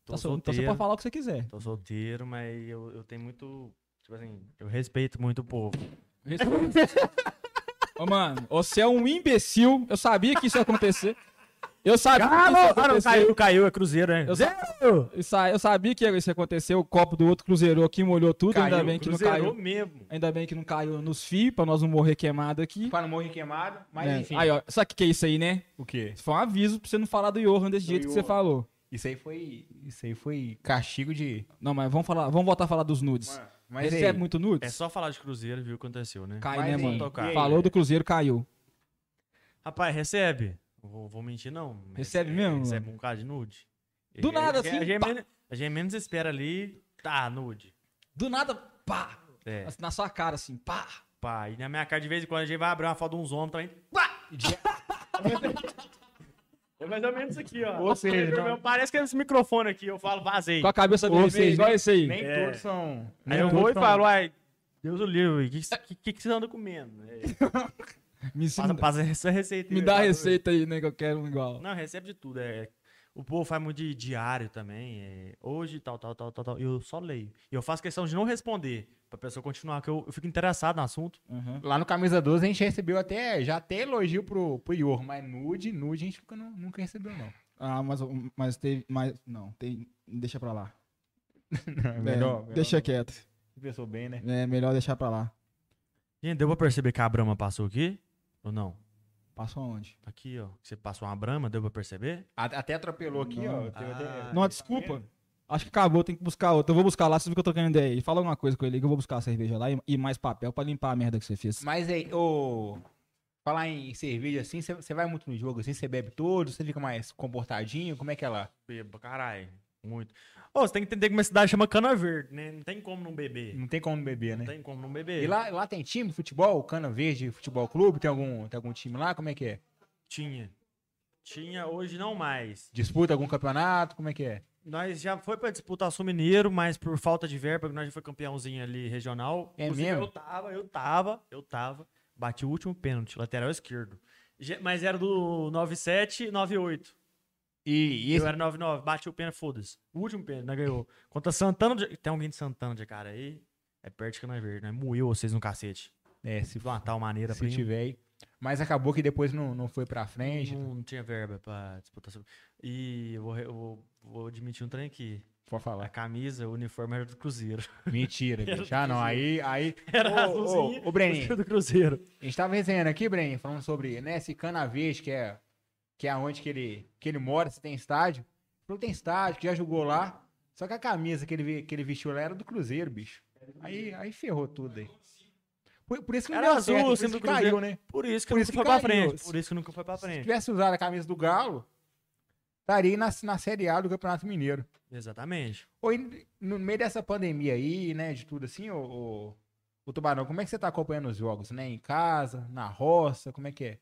S3: Tô
S1: Tá sol- Então você
S3: solteiro.
S1: pode falar o que você quiser.
S3: Tô solteiro, mas eu, eu tenho muito. Tipo assim, eu respeito muito o povo.
S1: Ô, mano, você é um imbecil. Eu sabia que isso ia acontecer. Eu sabia que isso ia
S3: Ah, não,
S1: acontecer.
S3: caiu, caiu, é Cruzeiro, né?
S1: Eu sa- Eu, sa- eu sabia que isso ia acontecer. O copo do outro cruzeirou aqui, molhou tudo. ainda bem que não caiu.
S3: mesmo.
S1: Ainda bem que não caiu nos fios, pra nós não morrer queimado aqui.
S2: É. Pra não morrer queimado, mas
S1: Né?
S2: enfim.
S1: Aí, ó, sabe o que que é isso aí, né?
S2: O quê?
S1: Isso foi um aviso pra você não falar do Johan desse
S2: Do
S1: jeito que você
S2: Johan.
S1: falou.
S2: Isso aí foi. Isso aí foi castigo de.
S1: Não, mas vamos falar, vamos voltar a falar dos nudes.
S2: Mas
S1: Recebe
S2: aí,
S1: muito nudes?
S3: É só falar de Cruzeiro, viu o que aconteceu, né?
S1: Cai,
S2: mas
S1: né,
S2: aí,
S1: mano?
S3: e aí?
S1: Falou do Cruzeiro, caiu.
S3: Rapaz, recebe. Vou, vou mentir, não. é,
S1: Recebe mesmo,
S3: Recebe um bocado de nude.
S1: Do nada, assim,
S3: A gente,
S1: pá.
S3: meio- A gente menos espera ali, tá, nude.
S1: Do nada, pá!
S3: É.
S1: Assim, Na sua cara, assim, pá!
S3: Pá, e na minha cara de vez em quando a gente vai abrir uma foto de uns homens também.
S1: Pá!
S3: É mais ou menos aqui, ó.
S2: Ou seja,
S3: Meu,
S2: não-
S3: Parece que é esse microfone aqui, eu falo, vazei.
S1: Com a cabeça
S2: Ou
S1: vermelha,
S2: seja,
S1: igual
S2: nem-
S1: esse aí.
S2: Nem
S3: É.
S2: todos são.
S3: Aí
S2: nem
S3: eu
S2: todos
S3: vou e
S2: são-
S3: falo, ai, Deus o livre, o que, que, que, que você anda comendo? É,
S1: Me, ensina-
S3: passa, passa essa receita. aí,
S1: me
S3: eu
S1: dá a
S3: falo,
S1: receita aí, né? Que eu quero um igual.
S3: Não, recebe de tudo. É. O povo faz muito de diário também. é, hoje, tal, tal, tal, tal, tal. Eu só leio. E eu faço questão de não responder. Pra pessoa continuar, que eu, eu fico interessado no assunto.
S2: Lá no Camisa 12 a gente recebeu até, já até elogio pro, pro Ior, mas nude, nude a gente nunca, não- nunca recebeu, não.
S1: Ah, mas, mas teve. Mas, não, tem. Deixa pra lá.
S2: É,
S1: deixa quieto.
S2: Pensou bem, né?
S1: É melhor deixar pra lá.
S3: Gente, deu pra perceber que a Brahma passou aqui? Ou não? Tá
S1: Passou aonde?
S3: Aqui, ó. Você passou uma Brahma, deu pra perceber?
S2: A- Até atropelou aqui,
S1: Não.
S2: ó. teve até-
S1: Não, desculpa. Acho que acabou, tem que buscar outra. Eu vou buscar lá, vocês viram que eu tô trocando ideia aí. Fala alguma coisa com ele que eu vou buscar a cerveja lá e, e mais papel pra limpar a merda que você fez.
S2: Mas aí, ô. Falar em cerveja assim, você vai muito no jogo assim, você bebe todo, você fica mais comportadinho, como é que é lá?
S3: Beba, caralho. Muito. Ô, você tem que entender que uma cidade chama Cana Verde, né? Não tem como não beber.
S2: Não tem como não beber,
S3: Não
S2: né?
S3: tem como não beber.
S2: E lá, lá tem time, de futebol, Cana Verde Futebol Clube, tem algum, tem algum time lá, como é que é?
S3: Tinha. Tinha, hoje não mais.
S2: Disputa algum campeonato, como é que é?
S3: Nós já foi pra disputar Sul Mineiro, mas por falta de verba, porque nós já foi campeãozinho ali regional.
S2: É
S3: Inclusive,
S2: mesmo?
S3: Eu tava, eu tava, eu tava. Bati o último pênalti, lateral esquerdo. Je- Mas era do 97 e 98.
S2: E, e
S3: Eu
S2: esse,
S3: era 99, bati o pênalti, foda-se. O último pênalti, nós ganhou. Contra Santana, de- tem alguém de Santana de cara aí? É perto de Cana Verde, né? Moeu vocês no cacete.
S2: é, se,
S3: De uma tal maneira,
S2: se
S3: primo.
S2: tiver aí. Mas acabou que depois não, não foi pra frente.
S3: Não, não tinha verba pra disputar. Sul- E eu vou, re- eu vou, vou admitir um trem aqui.
S2: Pode
S3: A
S2: falar.
S3: camisa, o uniforme era do Cruzeiro.
S2: Mentira,
S3: Era
S2: bicho. Ah, não. Aí. aí...
S3: Era
S2: Ô, ô,
S3: azulzinho.
S2: ô, Breninho.
S3: do Cruzeiro.
S2: A gente tava resenhando aqui, Bren, falando sobre, né, esse Canavês, que é, que é onde que ele, que ele mora, se tem estádio. Ele Falou, tem estádio, que já jogou lá. Só que a camisa que ele, ve- que ele vestiu lá era do Cruzeiro, bicho. Aí, aí ferrou tudo aí. Por, por isso que não
S3: Era
S2: deu
S3: azul,
S2: certo, por
S3: o símbolo
S2: isso que
S3: do Cruzeiro.
S2: caiu, né?
S3: Por isso que
S2: Por
S3: nunca
S2: isso
S3: foi
S2: que
S3: pra
S2: caiu.
S3: frente. Por isso que nunca foi pra
S2: Se
S3: frente.
S2: tivesse usado a camisa do Galo, estaria na, na Série A do Campeonato Mineiro.
S3: Exatamente.
S2: Ou em- no meio dessa pandemia aí, né, de tudo assim, o, o, Tubarão, como é que você tá acompanhando os jogos, né? Em casa, na roça, como é que é?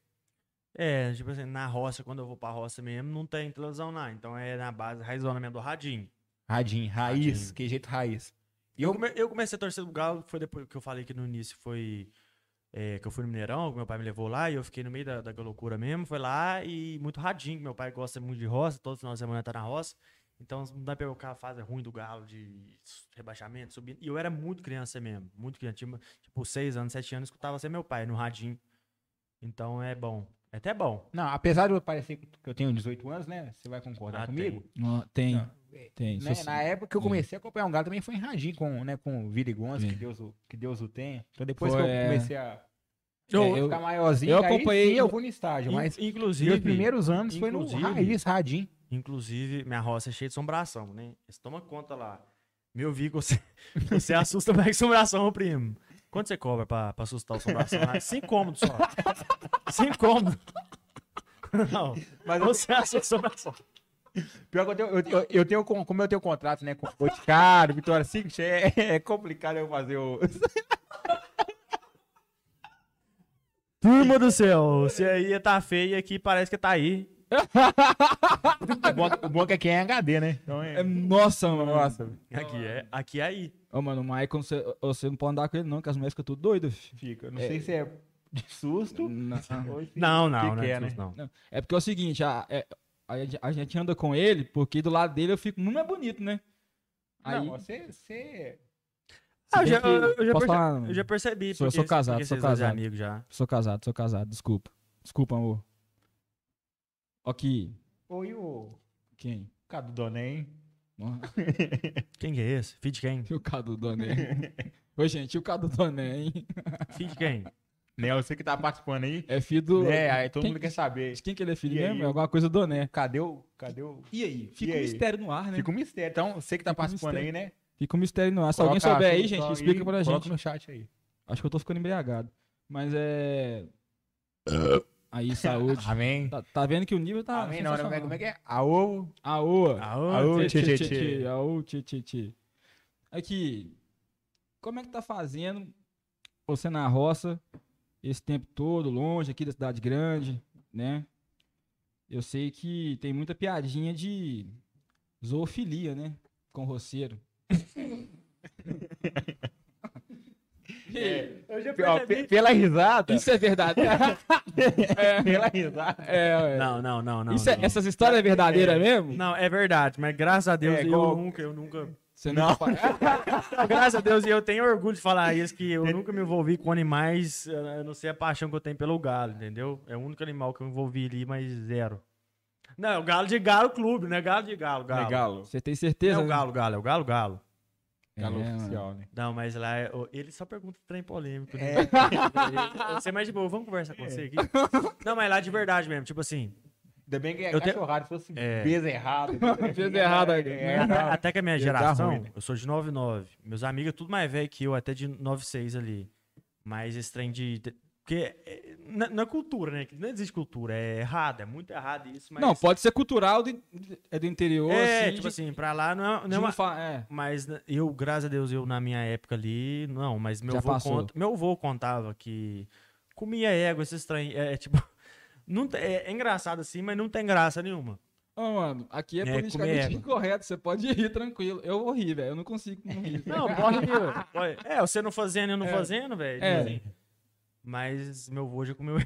S3: É, tipo assim, na roça, quando eu vou pra roça mesmo, não tem televisão lá. Então é na base raizona mesmo do Radinho.
S2: Radinho, raiz,
S3: Radinho.
S2: que jeito raiz. E
S3: Eu,
S2: eu,
S3: come- eu comecei a torcer do Galo, foi depois que eu falei que no início foi. é, que eu fui no Mineirão, que meu pai me levou lá e eu fiquei no meio da, da loucura mesmo. Foi lá e muito radinho, que meu pai gosta muito de roça, todo final de semana tá na roça. Então não dá pra pegar a fase ruim do Galo de s- rebaixamento, subindo. E eu era muito criança mesmo, muito criança. Tinha, tipo, seis anos, sete anos, escutava ser meu pai no radinho. Então é bom. É até bom.
S2: não, apesar de eu parecer que eu tenho 18 anos, né? Você vai concordar
S3: Ah,
S2: comigo?
S1: Não, tem,
S2: Não.
S1: tem.
S2: Né,
S1: isso sim.
S2: Na época que eu
S1: É.
S2: comecei a acompanhar um galo também foi em Radinho com, né, com o Vili Gonz,
S1: É.
S2: que, Deus o, que Deus o tenha. Então depois
S1: Foi,
S2: que eu
S1: é.
S2: comecei a
S1: É,
S2: é,
S1: eu-
S2: ficar maiorzinho,
S1: eu
S2: aí
S1: acompanhei-
S2: sim eu fui no estádio, mas
S3: In- inclusive.
S2: meus primeiros anos foi no
S3: inclusive-
S2: Raiz, Radinho.
S3: Inclusive, minha roça é cheia de assombração, né? Você toma conta lá. Meu Vico, você, você assusta mais que assombração, primo. Quanto você cobra pra, pra assustar o assombração lá? Cinco cômodos só. Cinco cômodos. Não. Mas
S2: Mas eu-
S3: você assusta a assombração.
S2: Pior que eu tenho, eu, eu- eu tenho com- como eu tenho contrato, né, com o Boticário, Vitória Secret, é, é complicado eu fazer o...
S3: Turma do céu, se aí tá feio aqui, parece que tá aí.
S2: O bom, o bom é que quem é HD, né? Então
S1: É,
S2: é...
S1: nossa, mano.
S2: Nossa,
S3: Aqui é, aqui é aí.
S1: Ô, mano, o Michael, você, você não pode andar com ele, não, que as mulheres ficam tudo doidas. filho.
S2: fica. Não sei se é de susto
S1: Não.
S2: ou se-
S3: Não, não,
S2: que
S3: não,
S2: que
S3: é
S2: é, né?
S3: susto, não.
S1: Não, É porque é o seguinte, a, é- a gente, a gente anda com ele porque do lado dele eu fico muito mais bonito, né? Aí,
S2: Não, você... você...
S3: Ah, eu
S1: bem
S3: já,
S1: que-
S3: eu, eu já
S1: posso
S3: perce-
S1: falar, mano?
S3: eu já percebi.
S1: Sou- eu sou
S3: porque-
S1: casado,
S3: porque
S1: sou
S3: vocês dois é
S1: casado.
S3: amigo já.
S1: sou casado, sou casado, desculpa. Desculpa, amor. Ok,
S2: Ou e o
S1: quem?
S2: Cadu Donem?
S1: Ó,
S3: Quem que é esse? Filho de quem?
S1: E o Cadu Doné. Oi, gente, e o Cadu Doné, hein?
S3: Filho de quem?
S2: Né, você que tá participando aí.
S1: É filho do.
S2: É, aí todo
S1: quem,
S2: mundo quer saber.
S1: de Quem que ele é filho
S2: E aí,
S1: mesmo? É
S2: o-
S1: alguma coisa do Doné.
S2: Cadê o... Cadê o...
S1: E aí? Fica
S2: E
S1: um
S2: aí?
S1: mistério no ar, né?
S2: Fica um mistério. Então, você que tá
S1: Fica um
S2: participando
S1: mistério.
S2: aí, né?
S1: Fica um mistério no ar. Se alguém
S2: Coloca a
S1: souber aí,
S2: solução
S1: gente, explica pra gente.
S2: Coloca no chat aí.
S1: Acho que eu tô ficando embriagado. Mas é. Aí, saúde.
S2: Amém.
S1: tá, tá vendo que o nível tá.
S2: Amém, não, né? Como é,
S1: sensacional.
S2: como é que é? Aô.
S1: Aô.
S3: Aô,
S2: Aô,
S1: Tchê, tchê,
S2: tchê, tchê.
S1: tchê, Aô, tchê, tchê, tchê. Aqui, como é que tá fazendo você na roça esse tempo todo, longe aqui da cidade grande, né? Eu sei que tem muita piadinha de zoofilia, né? Com roceiro. E-
S3: Eu já
S2: Ó, pe- pela risada.
S1: Isso é verdade.
S2: Pela risada.
S1: É, é.
S3: Não, não, não, não.
S1: Isso é-
S3: não.
S1: Essas histórias é verdadeira mesmo?
S3: Não, é verdade, mas graças a Deus
S2: É,
S3: eu
S2: igual- Tá.
S3: nunca, eu nunca.
S1: Você não.
S3: Graças a Deus, e eu tenho orgulho de falar isso, que eu nunca me envolvi com animais, a não ser a paixão que eu tenho pelo galo, entendeu? É o único animal que eu envolvi ali, mas zero. Não, é o galo de galo clube, não é galo de galo, galo.
S2: Legal.
S1: Você tem
S3: Não
S1: certeza?
S3: é o
S1: né?
S3: galo, galo, é o galo, galo.
S2: Galo
S1: É, mano.
S2: oficial, né?
S3: Não, mas lá, é- o- ele só pergunta trem polêmico. né?
S2: É.
S3: Você é mais de boa, vamos conversar com você aqui? Não, mas lá de verdade mesmo, tipo assim,
S2: Ainda bem que é
S3: Eu te-
S2: cachorrado, se fosse
S3: É.
S2: beza errada.
S1: Fez errado aqui.
S2: É,
S3: Até,
S1: Tá.
S2: não.
S3: até que a minha
S2: Ia dar
S3: geração,
S2: ruim, né?
S3: eu sou de 99. Meus amigos, é tudo mais velho que eu, até de 96 ali. Mas esse trem de. de- Porque é, na, na cultura, né? que Não existe cultura, é errado, é muito errado isso, mas.
S1: Não, pode ser cultural, de- é do interior,
S3: É,
S1: assim,
S3: tipo
S1: de-
S3: assim, pra lá não é,
S1: de
S3: não é uma-
S1: não fa- é.
S3: Mas né, eu, graças a Deus, eu na minha época ali, não, mas meu
S1: Já
S3: avô,
S1: passou.
S3: conta- meu avô contava que comia égua, esses trem. É, é tipo. Não, tem- é, é engraçado assim, mas não tem graça nenhuma.
S1: Ô, mano, aqui é,
S3: É,
S1: politicamente
S3: comer
S1: incorreto, você pode rir tranquilo. Eu vou rir, velho, eu não consigo não rir.
S3: Não, morre. morre. É, você não fazendo e eu não
S1: É.
S3: fazendo, velho.
S1: É.
S3: tipo assim. Mas meu vô já comeu.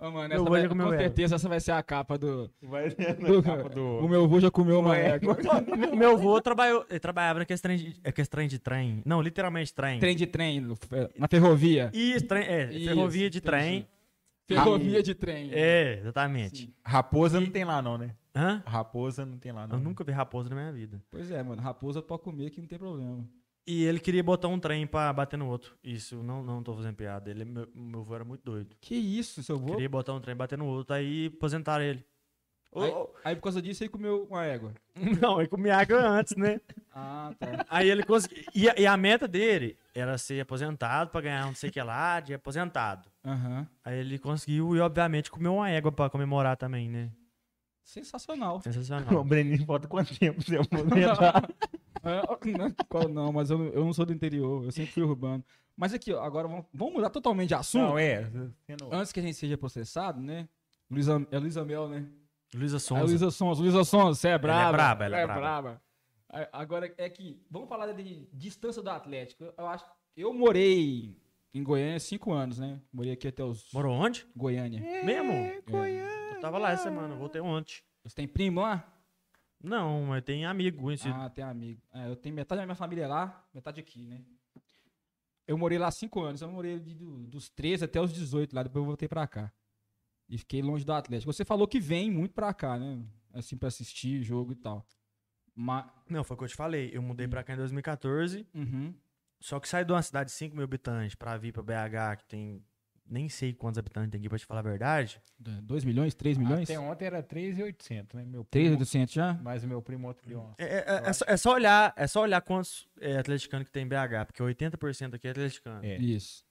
S1: Ô, mano,
S3: Meu
S1: essa
S3: vô
S1: vai,
S3: já
S1: com
S3: comeu ela.
S1: certeza essa vai ser a capa do...
S2: Vai ser
S3: É,
S1: do-
S2: na capa
S1: O
S2: do...
S1: meu avô já comeu uma é,
S2: Ué.
S1: égua.
S3: meu, meu vô trabalhou, ele trabalhava naquele trem de, aquele trem de trem. Não, literalmente trem.
S1: Trem de trem, no- é, na ferrovia.
S3: Isso, trem, é,
S1: Isso,
S3: ferrovia de trem.
S1: Ferrovia de trem.
S3: É, exatamente.
S1: Sim.
S2: Raposa não tem lá, não, né?
S3: Hã?
S2: Raposa não tem lá, não.
S3: Eu nunca vi raposa na minha vida.
S1: Pois é, mano, raposa pode comer que não tem problema.
S3: E ele queria botar um trem pra bater no outro. Isso, não, não tô fazendo piada. Ele, meu, meu vô era muito doido.
S1: Que isso, seu avô?
S3: Queria botar um trem pra bater no outro, aí aposentaram ele. Ô,
S1: Aí,
S3: ô,
S1: aí por causa disso ele comeu uma égua.
S3: Não, é ele comia água antes, né?
S1: Ah, tá.
S3: Aí ele conseguiu. E, a- e a meta dele era ser aposentado pra ganhar não sei o que lá de aposentado.
S1: Aham.
S3: Aí ele conseguiu e, obviamente, comeu uma égua pra comemorar também, né?
S1: Sensacional.
S2: O
S3: Sensacional.
S2: Breninho falta quanto tempo você aposentar?
S1: É, não, qual- não, mas eu, não- eu não sou do interior, eu sempre fui urbano. Mas aqui, ó, agora vamos, vamos mudar totalmente de assunto.
S2: Não, é. você não-
S1: Antes que a gente seja processado, né? Luísa, é Luísa Mel, né?
S3: Luísa
S1: É
S3: Sonza.
S1: Luísa Sons, Luísa Sons, você é braba.
S3: braba, ela é braba.
S1: A- Agora é que, vamos falar de distância do Atlético. Eu acho, eu morei em Goiânia cinco anos, né? Morei aqui até os...
S3: Morou onde?
S1: Goiânia.
S2: É.
S1: É.
S3: Mesmo?
S2: Goiânia.
S3: Eu tava lá essa semana, voltei ontem.
S1: Você tem primo lá?
S3: Não, mas tem amigo conhecido.
S1: Ah, tem amigo. É, eu tenho metade da minha família lá, metade aqui, né? Eu morei lá cinco anos. Eu morei de- do- dos 13 até os 18 lá, depois eu voltei pra cá. E fiquei longe do Atlético. Você falou que vem muito pra cá, né? Assim, pra assistir jogo e tal. Mas.
S3: Não, foi o que eu te falei. Eu mudei pra cá em 2014,
S1: Uhum.
S3: só que saí de uma cidade de 5 mil habitantes pra vir pra BH, que tem. Nem sei quantos habitantes tem aqui, pra te falar a verdade.
S1: 2 milhões? 3 milhões?
S3: um-
S2: Até ontem era 3,800, né? Meu primo,
S1: 3,800 já?
S2: mas o meu primo ontem deu uma...
S3: É, é- é- é só, é só olhar, é só olhar quantos é, atleticanos que tem em BH, porque 80% aqui é atleticano.
S2: É.
S1: Isso.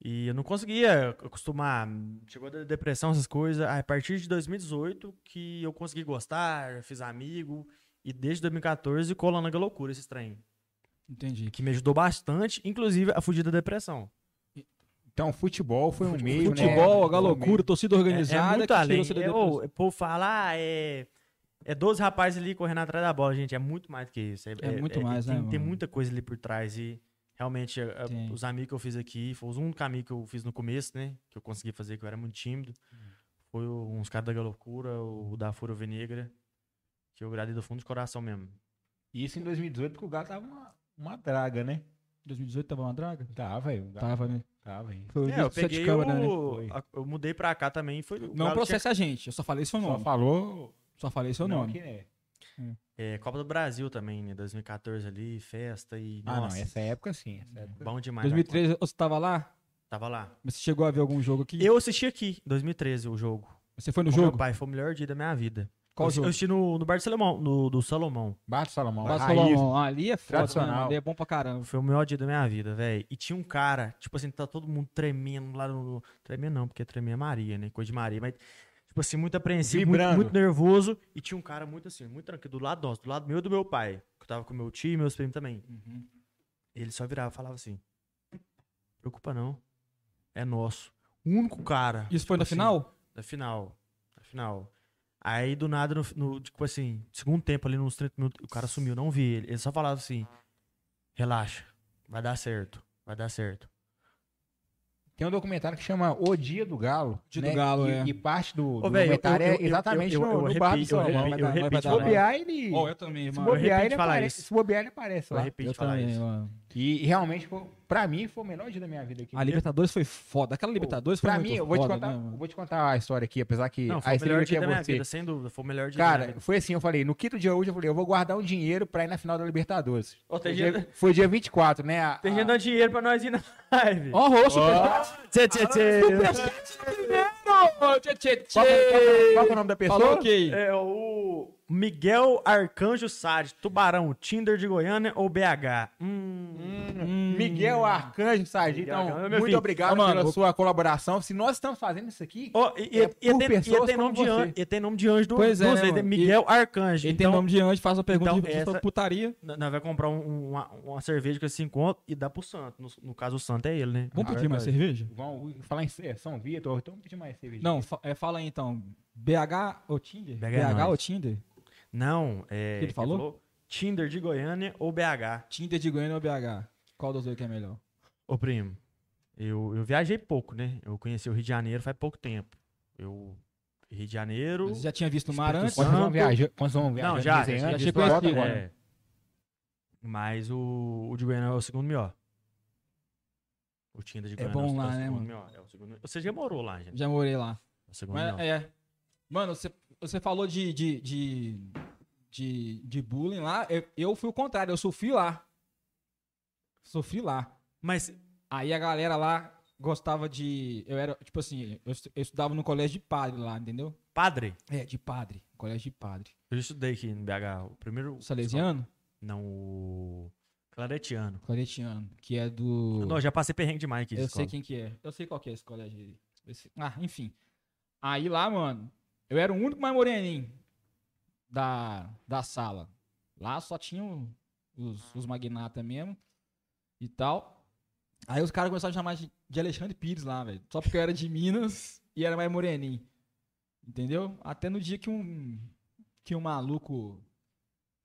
S3: E eu não conseguia acostumar. Chegou a depressão, essas coisas. Aí, A partir de 2018 que eu consegui gostar, eu fiz amigo. E desde 2014 colando a loucura esse trem.
S1: Entendi.
S3: Que me ajudou bastante, inclusive a fugir da depressão.
S2: Então, futebol foi um meio, né?
S1: Futebol, a
S2: Foi um
S1: loucura, torcida
S3: É, é
S1: organizada.
S3: muito
S1: que tirou
S3: além.
S1: você da
S3: É,
S1: depressão.
S3: ô, o povo fala, ah, é, é 12 rapazes ali correndo atrás da bola, gente. É muito mais do que isso. É,
S1: É muito mais,
S3: tem,
S1: né,
S3: Tem
S1: mano?
S3: muita coisa ali por trás. E realmente, é, é,
S1: Tem.
S3: os amigos que eu fiz aqui, foi os únicos amigos que eu fiz no começo, né? Que eu consegui fazer, que eu era muito tímido.
S1: Hum.
S3: Foi o- uns caras da Galocura, o da Fura Venegra, que eu gradei do fundo do coração mesmo.
S2: Isso em 2018, porque o Galo tava uma, uma draga, né?
S1: 2018 tava uma draga?
S2: Tava, o Galo
S1: Tava, né?
S2: tava aí.
S1: Foi o
S3: É, eu
S1: jeito que você
S3: peguei
S1: descamba, né?
S3: o-
S2: Foi.
S3: a- eu mudei pra cá também. Foi,
S1: Não
S3: o Galo tinha-
S1: processa a gente, eu só falei seu
S2: Só
S1: nome.
S2: falou...
S1: Só falei seu
S2: não,
S1: nome.
S2: que é.
S3: É, Copa do Brasil também, né? 2014 ali, festa e.
S2: Ah,
S3: nossa,
S2: não, essa época sim. Essa época...
S3: Bom demais.
S1: 2013 você tava lá?
S3: Tava lá.
S1: Mas Você chegou a ver algum jogo aqui?
S3: Eu assisti aqui, 2013, o jogo.
S1: Você foi no
S3: Com Meu
S1: jogo?
S3: pai foi o melhor dia da minha vida.
S1: Qual
S3: eu,
S1: jogo?
S3: assisti no, no Bar do Salomão, no, do Salomão.
S2: Bate Salomão.
S1: Vasco
S2: raiz.
S1: Salomão. Ah, ali é foda, né?
S2: Tradicional.
S1: Ali é bom pra caramba.
S3: Foi o melhor dia da minha vida, velho. E tinha um cara, tipo assim, tá todo mundo tremendo lá no. no- Tremendo não, porque tremer é Maria, né? Coisa de Maria. Mas, tipo assim, muito apreensivo, muito,
S2: Vibrando.
S3: muito nervoso. E tinha um cara muito assim, muito tranquilo, do lado nosso, do lado meu e do meu pai. Que eu tava com meu tio e meus primos também.
S1: Uhum.
S3: Ele só virava e falava assim: preocupa não. É nosso. O único cara.
S1: Isso foi
S3: tipo
S1: na
S3: assim,
S1: final?
S3: Da final. Da final. Aí do nada, no, no- tipo assim, segundo tempo ali, nos 30 minutos, o cara sumiu, não vi ele. Ele só falava assim: relaxa, vai dar certo, vai dar certo.
S2: Tem um documentário que chama O Dia do Galo. né?
S1: Dia do Galo,
S2: e,
S1: é.
S2: E parte do, do
S3: Ô, velho, eu-
S2: documentário
S3: eu- eu-
S2: é exatamente
S3: eu- eu- eu
S2: no, no
S3: arrepi-
S2: bar do
S3: eu
S2: Salomão.
S3: arrepi-
S2: Vai
S3: eu
S2: dar- vai
S3: arrepi-
S2: dar-
S1: de
S2: Se
S1: falar.
S2: bobear, ele...
S1: Ó, eu também,
S2: Se
S1: mano.
S2: bobear, ele
S3: de falar
S2: aparece.
S3: isso.
S2: Se bobear, ele aparece
S3: Eu
S2: lá.
S3: arrepio
S1: Eu
S3: de falar
S1: também,
S3: isso.
S1: mano.
S2: E realmente, foi- pra mim, foi o melhor dia da minha vida aqui.
S1: A Libertadores foi foda. Aquela Libertadores foi
S2: Pra
S1: muito
S2: mim, eu vou,
S1: foda,
S2: te contar,
S1: né, mano?
S2: eu vou te contar a história aqui, apesar que
S3: Não,
S2: a
S3: foi o
S2: estrela
S3: melhor
S2: que
S3: dia
S2: é
S3: da minha
S2: você.
S3: vida, sem dúvida. Foi o melhor dia da minha
S2: Cara,
S3: vida.
S2: foi assim, eu falei, no quinto dia hoje, eu falei, eu vou guardar um dinheiro pra ir na final da Libertadores.
S3: Ó, tem
S2: foi,
S3: gente-
S2: dia, foi dia 24, né? A,
S3: Tem
S2: a-
S3: gente dando dinheiro pra nós ir na live.
S1: Ó, roxo,
S3: Tchê, tchê, tchê.
S2: Qual que é- qual que é o nome da pessoa?
S1: Falou ok.
S3: É o Miguel Arcanjo Salles, Tubarão, Tinder de Goiânia ou BH? Hum.
S2: Miguel Arcanjo Sargento.
S3: Miguel
S2: Então,
S3: Arcanjo, meu
S2: muito
S3: filho.
S2: obrigado
S1: Ô, mano,
S2: pela
S1: vou-
S2: sua colaboração. Se nós estamos fazendo isso aqui,
S3: Ó, e,
S2: É
S3: e- e
S2: por
S3: tem, e
S2: pessoas
S3: tem
S2: como
S3: nome de
S2: você.
S3: anjo, e tem nome de anjo do,
S1: Pois é,
S3: duas
S1: né,
S3: vezes, é
S1: mano?
S3: Miguel Arcanjo.
S1: Ele tem nome de anjo, faz uma pergunta
S3: então
S1: de- de
S3: essa-
S1: sobre putaria.
S3: N- Nós vai comprar um- uma, uma cerveja com esse encontro e dá pro santo. No, no caso, o santo é ele, né?
S1: Vamos pedir mais
S2: verdade.
S1: cerveja?
S2: vão falar em é, São Vitor, então vamos pedir mais cerveja.
S1: Não, fa- é, fala aí então. BH ou Tinder?
S3: BH
S1: BH,
S3: nós.
S1: ou Tinder?
S3: Não, é...
S1: Ele falou?
S3: Tinder de Goiânia ou BH.
S1: Tinder de Goiânia ou BH? Qual dos dois que é melhor?
S3: Ô, primo, eu, eu viajei pouco, né? Eu conheci o Rio de Janeiro faz pouco tempo. Eu... Rio de Janeiro...
S1: Você já tinha visto o mar
S3: Espírito
S1: antes?
S2: Quantos
S3: Santo.
S2: vão viajar? Quantos vão viajar?
S3: Não, já, já,
S2: Dizem
S3: já
S2: antes,
S3: achei
S1: chegou né?
S2: volta
S1: esse-
S2: agora.
S3: É. Mas o, o de Goiânia é o segundo melhor. O Tinder de
S1: É bom
S3: Goiânia o,
S1: lá,
S3: é o
S1: né,
S3: segundo
S1: mano?
S3: melhor. É o segundo... Você já morou lá, gente.
S1: Já morei lá.
S3: É o segundo
S1: Mas,
S3: melhor.
S1: é. Mano, você, você falou de, de, de, de, de bullying lá. Eu, eu fui o contrário, eu sofri lá. Sofri lá.
S3: Mas
S1: Aí a galera lá gostava de. Eu era, tipo assim, eu, estu- eu estudava no colégio de padre lá, entendeu?
S3: padre...
S1: É, de padre. Colégio de padre.
S3: Eu estudei aqui em BH. O primeiro.
S1: O Salesiano?
S3: Não, o. Claretiano.
S1: Claretiano, que é do.
S3: Não, eu já passei perrengue demais aqui. de
S1: Eu
S3: escola.
S1: sei quem que é. Eu sei qual que é esse colégio aí. Esse- Ah, enfim. Aí lá, mano, eu era o único mais moreninho da, da sala. Lá só tinham os, os magnata mesmo e tal. Aí os caras começaram a chamar de, de Alexandre Pires lá, velho. Só porque eu era de Minas e era mais moreninho. Entendeu? Até no dia que um, que um maluco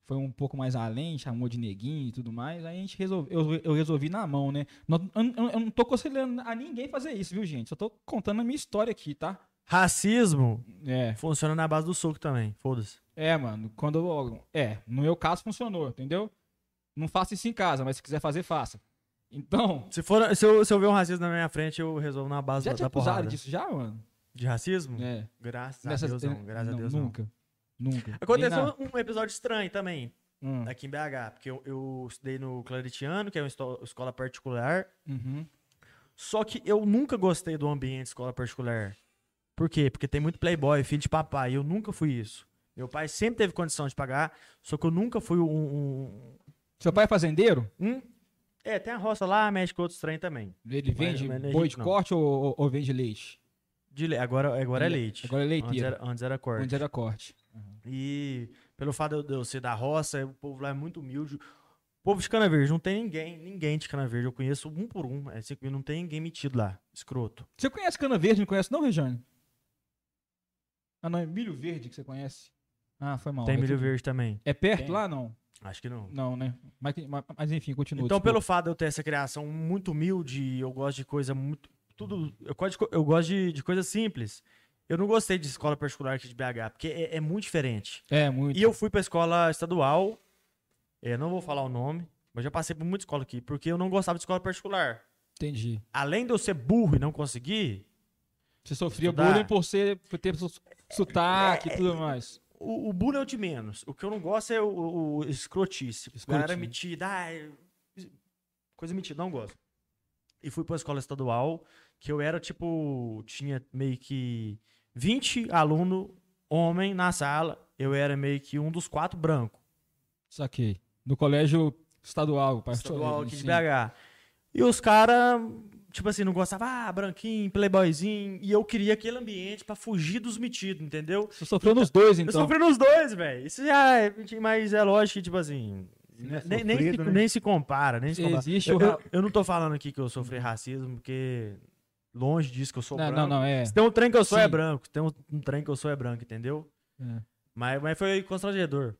S1: foi um pouco mais além, chamou de neguinho e tudo mais, aí a gente resolve, eu, eu resolvi na mão, né? Nós- Eu, eu- eu não tô aconselhando a ninguém fazer isso, viu, gente? Só tô contando a minha história aqui, tá?
S3: Racismo
S1: É.
S3: funciona na base do soco também. Foda-se.
S1: É, mano, quando eu, É, no meu caso funcionou, entendeu? Não faça isso em casa, mas se quiser fazer, faça. Então.
S3: Se, for, se, eu, se eu ver um racismo na minha frente, eu resolvo na base
S1: Já
S3: da,
S1: te
S3: da
S1: acusaram
S3: porrada.
S1: disso já, mano?
S3: De racismo?
S1: É.
S3: Graças
S1: Nessas-
S3: a Deus não. Graças a Deus não.
S1: Nunca. Nunca. Nem
S3: Aconteceu um episódio estranho também,
S1: na- Hum,
S3: aqui em BH. Porque eu, eu estudei no Claretiano, que é uma esto- escola particular.
S1: uhum.
S3: Só que eu nunca gostei do ambiente de escola particular. Por quê? Porque tem muito playboy, filho de papai. Eu nunca fui isso. Meu pai sempre teve condição de pagar, só que eu nunca fui um. um-
S1: Seu pai é fazendeiro?
S3: um- É, tem a roça lá, mexe com outros trem também.
S1: Ele vende
S3: mas não é
S1: boi
S3: rico,
S1: de
S3: não.
S1: corte ou, ou- ou vende leite?
S3: De le- Agora, agora é leite.
S1: Agora é
S3: Antes
S1: leiteiro.
S3: era, antes era corte.
S1: Antes era corte.
S3: E pelo fato de eu ser da roça, o povo lá é muito humilde. O povo de Cana Verde, não tem ninguém, ninguém de Cana Verde. Eu conheço um por um. É assim, não tem ninguém metido lá. Escroto.
S1: Você conhece cana verde, não conhece não, Rejane? Ah, não, é milho verde que você conhece. Ah, foi mal.
S3: tem
S1: É
S3: milho
S1: tudo-
S3: verde também.
S1: É perto
S2: Tem.
S1: lá, não?
S3: Acho que não.
S1: Não, né? Mas, que- ma- mas enfim, continua.
S3: Então,
S1: desculpa.
S3: pelo fato de eu ter essa criação muito humilde, eu gosto de coisa muito. Tudo. Eu gosto de, co- eu gosto de, de coisa simples. Eu não gostei de escola particular aqui de BH, porque é, é muito diferente.
S1: É, muito.
S3: E eu fui pra escola estadual, é, não vou falar o nome, mas já passei por muita escola aqui, porque eu não gostava de escola particular.
S1: Entendi.
S3: Além de eu ser burro e não conseguir,
S1: Você sofria
S3: Estudar.
S1: bullying por, ser, por ter su- sotaque e tudo mais.
S3: o, o bullying é o de menos. O que eu não gosto é o, o, o escrotice.
S1: Escrotinho.
S3: Galera metida, ah, é- coisa metida, não gosto. E fui pra escola estadual, que eu era tipo, tinha meio que 20 alunos homem na sala. Eu era meio que um dos quatro brancos.
S1: Saquei. No colégio estadual, pastor.
S3: estadual aqui de
S1: Sim.
S3: BH. E os caras, tipo assim, não gostavam, ah, branquinho, playboyzinho. E eu queria aquele ambiente pra fugir dos metidos, entendeu?
S1: Você sofreu nos dois,
S3: Eu
S1: então.
S3: sofri nos dois, velho. Isso já é. Mas é lógico que, tipo assim.
S2: não é
S3: nem, nem
S2: sofrido,
S3: se,
S2: né?
S3: nem se compara, nem se compara.
S1: Existe
S3: eu,
S1: o-
S3: eu, eu não tô falando aqui que eu sofri racismo, porque longe disso que eu sou
S1: Não,
S3: branco.
S1: não, não, é.
S3: Se tem um trem que eu sou é
S1: Sim.
S3: branco, tem um, um trem que eu sou é branco, entendeu?
S1: É.
S3: Mas, mas foi constrangedor.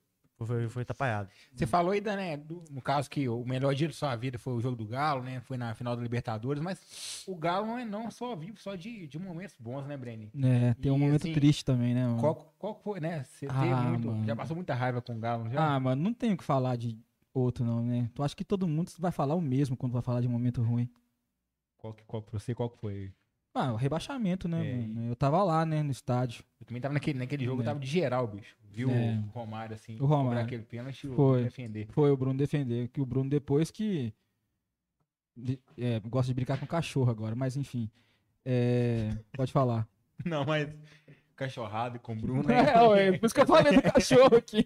S3: Foi, foi tapaiado.
S2: Você falou ainda, né, do- no caso que o melhor dia da sua vida foi o jogo do Galo, né? Foi na final da Libertadores, mas o Galo não é não só vivo só de, de momentos bons, né, Breni?
S1: É, tem um
S2: E,
S1: momento
S2: assim,
S1: triste também, né, mano?
S2: Qual, qual que foi, né? Você teve
S1: Ah,
S2: muito,
S1: mano.
S2: já passou muita raiva com o Galo, não já?
S1: Ah, mano, não tenho o que falar de outro, não, né? Tu acha que todo mundo vai falar o mesmo quando vai falar de um momento ruim.
S2: Qual que, qual, pra você, qual que foi?
S1: Ah, o rebaixamento, né,
S2: É,
S1: mano? Eu tava lá, né, no estádio.
S2: Eu também tava naquele, naquele jogo, eu
S1: É.
S2: tava de geral, bicho. Viu
S1: É.
S2: o Romário, assim,
S1: O Romário.
S2: cobrar aquele pênalti, o
S1: Foi.
S2: defender.
S1: Foi o Bruno defender. Que o Bruno depois que. de- É, gosta de brincar com cachorro agora, mas enfim. É, pode falar.
S2: Não, mas cachorrado com o Bruno, né?
S1: é, ué, por isso que eu falei do cachorro aqui.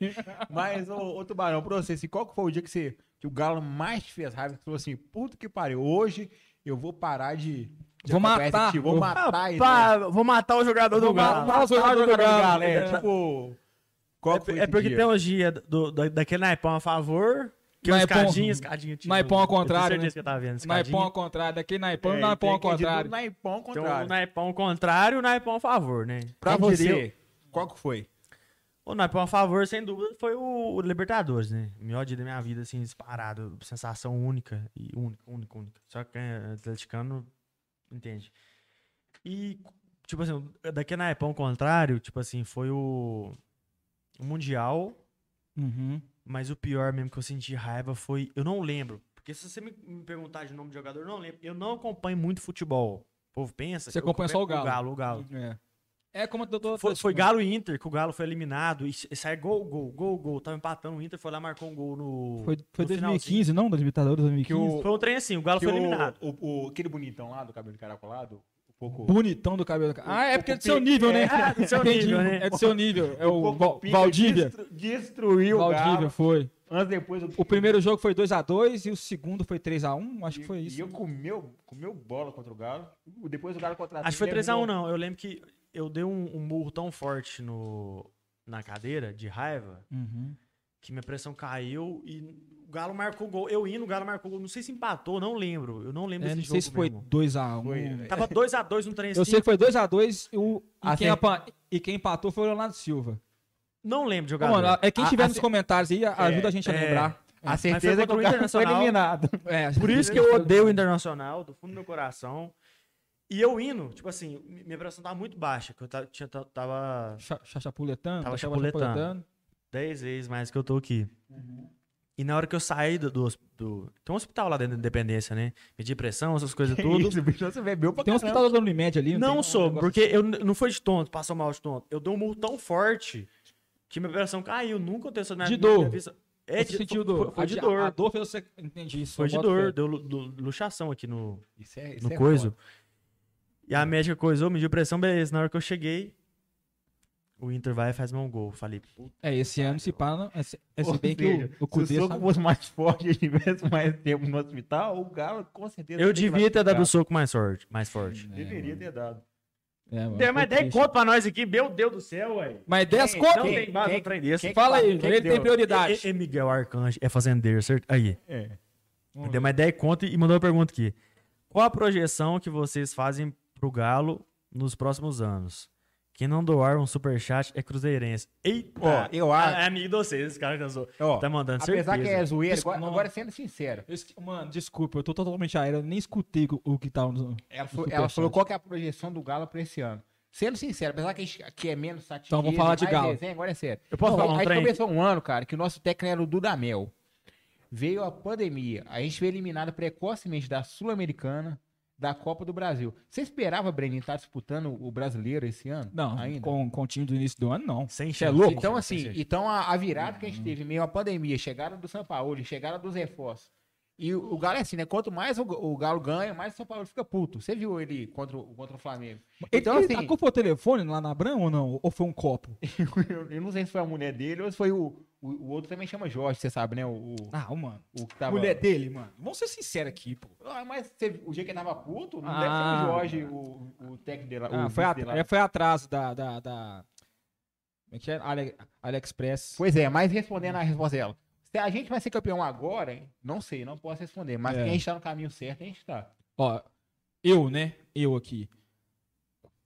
S2: Mas, ô, ô Tubarão, pra você, assim, qual que foi o dia que, você, que o Galo mais te fez raiva? Que você falou assim, puta que pariu, hoje eu vou parar de... de
S1: Vou
S2: acompanhar esse
S1: matar.
S2: time, Vou
S1: Eu-
S2: matar ele.
S3: Pá, vou matar o jogador do
S1: Vou
S3: Galo.
S1: matar o jogador do Galo,
S2: é,
S1: é.
S2: tipo... Qual que foi
S3: É, é
S2: esse
S3: porque
S2: dia?
S1: um
S3: tem uns dias do, do- daquele naipão a favor. Que
S1: Naipão-
S3: naipão, escadinha, escadinha. Tipo,
S1: naipão ao contrário,
S3: Eu
S1: né?
S3: tenho certeza que eu tava vendo. Escadinha.
S1: Naipão ao contrário, daqui naipão,
S2: É,
S1: naipão
S2: tem
S1: ao
S2: aquele dia do
S1: contrário.
S2: Naipão ao
S3: Então,
S2: contrário.
S3: o naipão ao contrário e o naipão a favor, né?
S2: Pra
S3: Quem
S2: você,
S3: diria-
S2: qual que foi?
S3: O naipão a favor, sem dúvida, foi o, o Libertadores, né? O melhor dia da minha vida, assim, disparado. Sensação única. E única, única, única. Só que é atleticano, entende. E, tipo assim, daquele naipão ao contrário, tipo assim, foi o, o Mundial.
S1: Uhum.
S3: Mas o pior mesmo que eu senti raiva foi. Eu não lembro. Porque se você me- me perguntar de nome de jogador, eu não lembro. Eu não acompanho muito futebol. O povo pensa.
S1: Você
S3: que eu
S1: acompanha só o
S3: acompanho
S1: Galo.
S3: O Galo, o Galo.
S1: É. é como eu tô.
S3: Foi, foi Galo e Inter, que o Galo foi eliminado. E sai é gol, gol, gol, gol. Tava empatando o Inter, foi lá, marcou um gol no.
S1: Foi, foi
S3: no
S1: 2015, não? 2014, 2015.
S2: o-
S3: finalzinho. Foi um trem assim, o Galo
S2: Que
S3: foi
S2: o-
S3: eliminado.
S2: o- o- aquele bonitão lá do cabelo encaracolado, um pouco...
S1: Bonitão do cabelo. Ah, é porque é do seu
S2: Pe-
S1: nível, né?
S3: é, é do seu
S1: Entendi.
S3: nível, né?
S1: É do seu nível. É
S2: um
S1: o
S2: pouco
S1: Val-
S2: pica,
S1: Valdívia.
S2: destru- Destruiu o
S1: Valdívia,
S2: Galo.
S1: foi.
S2: Anos depois...
S1: O primeiro jogo foi 2x2 e o segundo foi 3x1, acho que foi
S2: E- E
S1: isso.
S2: eu
S3: né?
S2: comeu, comeu bola contra o Galo. Depois o Galo contratou.
S3: Acho que foi
S1: é
S2: ele
S3: 3x1,
S2: arrumou-
S3: não. Eu lembro que eu dei um, um murro tão forte no, na cadeira, de raiva.
S1: Uhum.
S3: que minha pressão caiu e o Galo marcou o gol. Eu indo, o Galo marcou o gol. Não sei se empatou, não lembro. Eu não lembro
S1: É,
S3: desse
S1: não
S3: jogo
S1: sei se foi
S3: mesmo.
S1: 2x1.
S2: Foi,
S3: Tava 2x2 no trem
S1: né? Eu
S3: assim.
S1: sei que foi 2x2 e, o- e,
S3: Até-
S1: quem apa- e quem empatou foi o Leonardo Silva.
S3: Não lembro de jogador.
S1: Mano, é quem
S3: A-
S1: tiver
S3: a-
S1: nos comentários aí, ajuda a gente a
S3: é.
S1: lembrar.
S2: A
S3: Mas foi
S2: certeza é que
S3: contra
S2: o
S3: o
S2: Galo foi
S3: Internacional.
S2: eliminado.
S1: É,
S3: Por isso que eu odeio o Internacional, do fundo do meu coração. E eu indo, tipo assim, mi- minha pressão tava muito baixa, que eu ta- tinha, ta- tava
S1: Cha- cha- Chapuletano.
S3: Tava
S1: tava
S3: chapuletando. 10 vezes mais que eu tô aqui.
S1: Uhum.
S3: E na hora que eu saí do, do, hosp- do- Tem um hospital lá dentro da Independência, né? Medir pressão, essas coisas tudo.
S2: Isso, bicho, então você bebeu pra
S1: Tem um
S2: caramba.
S1: hospital da Unimed ali.
S3: Não,
S1: tem um
S3: sou,
S1: negócio
S3: porque eu n- não foi de tonto, passou mal de tonto. Eu dei um murro tão forte que minha pressão caiu. Nunca aconteceu na
S1: De
S3: minha- minha
S1: dor.
S3: vida.
S1: assim.
S3: É,
S1: Você
S3: de,
S1: sentiu
S3: foi-
S1: dor.
S3: Foi, de
S1: A-
S3: dor.
S1: A dor fez você... Entendi isso.
S3: foi de
S1: eu boto
S3: dor.
S1: fé.
S3: Deu lu- lu- luxação aqui no,
S2: Isso é, isso
S3: no
S2: é
S3: coiso. É.
S2: foda.
S3: E a médica coisou, mediu pressão, beleza. Na hora que eu cheguei, o Inter vai e faz meu gol. Falei, puta.
S1: É, esse ano se pá... não- é Se é se
S2: Ou
S1: bem que
S2: seja,
S1: o- tá o Cudê...
S2: se o soco
S1: sabe-
S2: fosse mais forte e tivesse mais tempo no hospital, o Galo com certeza.
S3: Eu
S2: teria que
S3: devia ter dado
S2: classificar.
S3: o soco mais forte. Mais forte.
S2: Deveria ter dado.
S1: É, mano,
S3: Tem
S1: foi
S3: mais 10
S1: triste.
S3: conto pra nós aqui, meu Deus do céu, ué.
S1: Mas 10
S2: Quem-
S1: conto?
S3: Não
S2: Quem-
S3: tem mais
S2: quem-
S3: um trem desse.
S2: quem-
S1: Fala aí,
S2: quem que
S1: ele tem
S2: deu?
S1: prioridade.
S3: É, é Miguel Arcanjo, é fazendeiro, certo? Aí.
S2: É.
S3: Ele Deu mais 10 conto e mandou uma pergunta aqui. Qual a projeção que vocês fazem pro Galo nos próximos anos? Quem não doar um superchat é cruzeirense. Eita!
S2: Ó, eu acho-
S3: Ah, É amigo de vocês, esse cara que tá,
S2: Ó,
S3: tá mandando certeza.
S2: Apesar que é zoeira,
S1: Isso,
S2: agora,
S1: não.
S2: agora sendo sincero,
S1: Eu esque- Mano, desculpa, eu tô totalmente aéreo, eu nem escutei o, o que tava no.
S2: ela,
S1: no
S2: fo- ela
S1: superchat.
S2: falou qual que é a projeção do Galo pra esse ano. Sendo sincero, apesar que, a gente, que é menos satisfeito.
S1: Então vamos falar de Galo.
S2: agora é sério.
S3: Eu posso falar um
S2: a gente
S3: trem?
S2: começou um ano, cara, que o nosso técnico era o Dudamel. Veio a pandemia, a gente foi eliminado precocemente da Sul-Americana, da Copa do Brasil. Você esperava, Breninho, estar disputando o brasileiro esse ano?
S1: Não,
S2: ainda.
S1: com, com o time do início do ano, não.
S3: Sem
S1: Você é
S3: chance.
S1: louco?
S2: Então,
S3: Sem
S2: assim,
S3: chance.
S2: então a, a virada que a gente teve em meio à pandemia, chegada do São Paulo, chegada dos reforços, E o o Galo é assim, né? Quanto mais o, o Galo ganha, mais o São Paulo fica puto. Você viu ele contra, o- contra o Flamengo. Então,
S1: ele,
S2: assim,
S1: ele tacou o telefone lá na Abrão ou não? Ou foi um copo?
S2: eu, eu não sei se foi a mulher dele ou se foi o. O, o outro também chama Jorge, você sabe, né? O, o,
S1: Ah, mano.
S2: o que tava.
S1: Mulher dele, mano. Vamos ser sinceros aqui, pô.
S2: Ah, mas você- o dia que ele tava puto, não
S1: Ah.
S2: deve ser o Jorge, o, o técnico dele lá.
S1: Ah,
S2: o
S1: foi,
S2: vice
S1: at-
S2: dele lá.
S1: é, foi atrás da, da, da- Como é que é? Ale- AliExpress.
S2: Pois é, mas respondendo a resposta dela. Se a gente vai ser campeão agora, hein? não sei, não posso responder. Mas
S1: É.
S2: que a gente tá no caminho certo, a gente tá.
S1: Ó, eu, né? Eu aqui.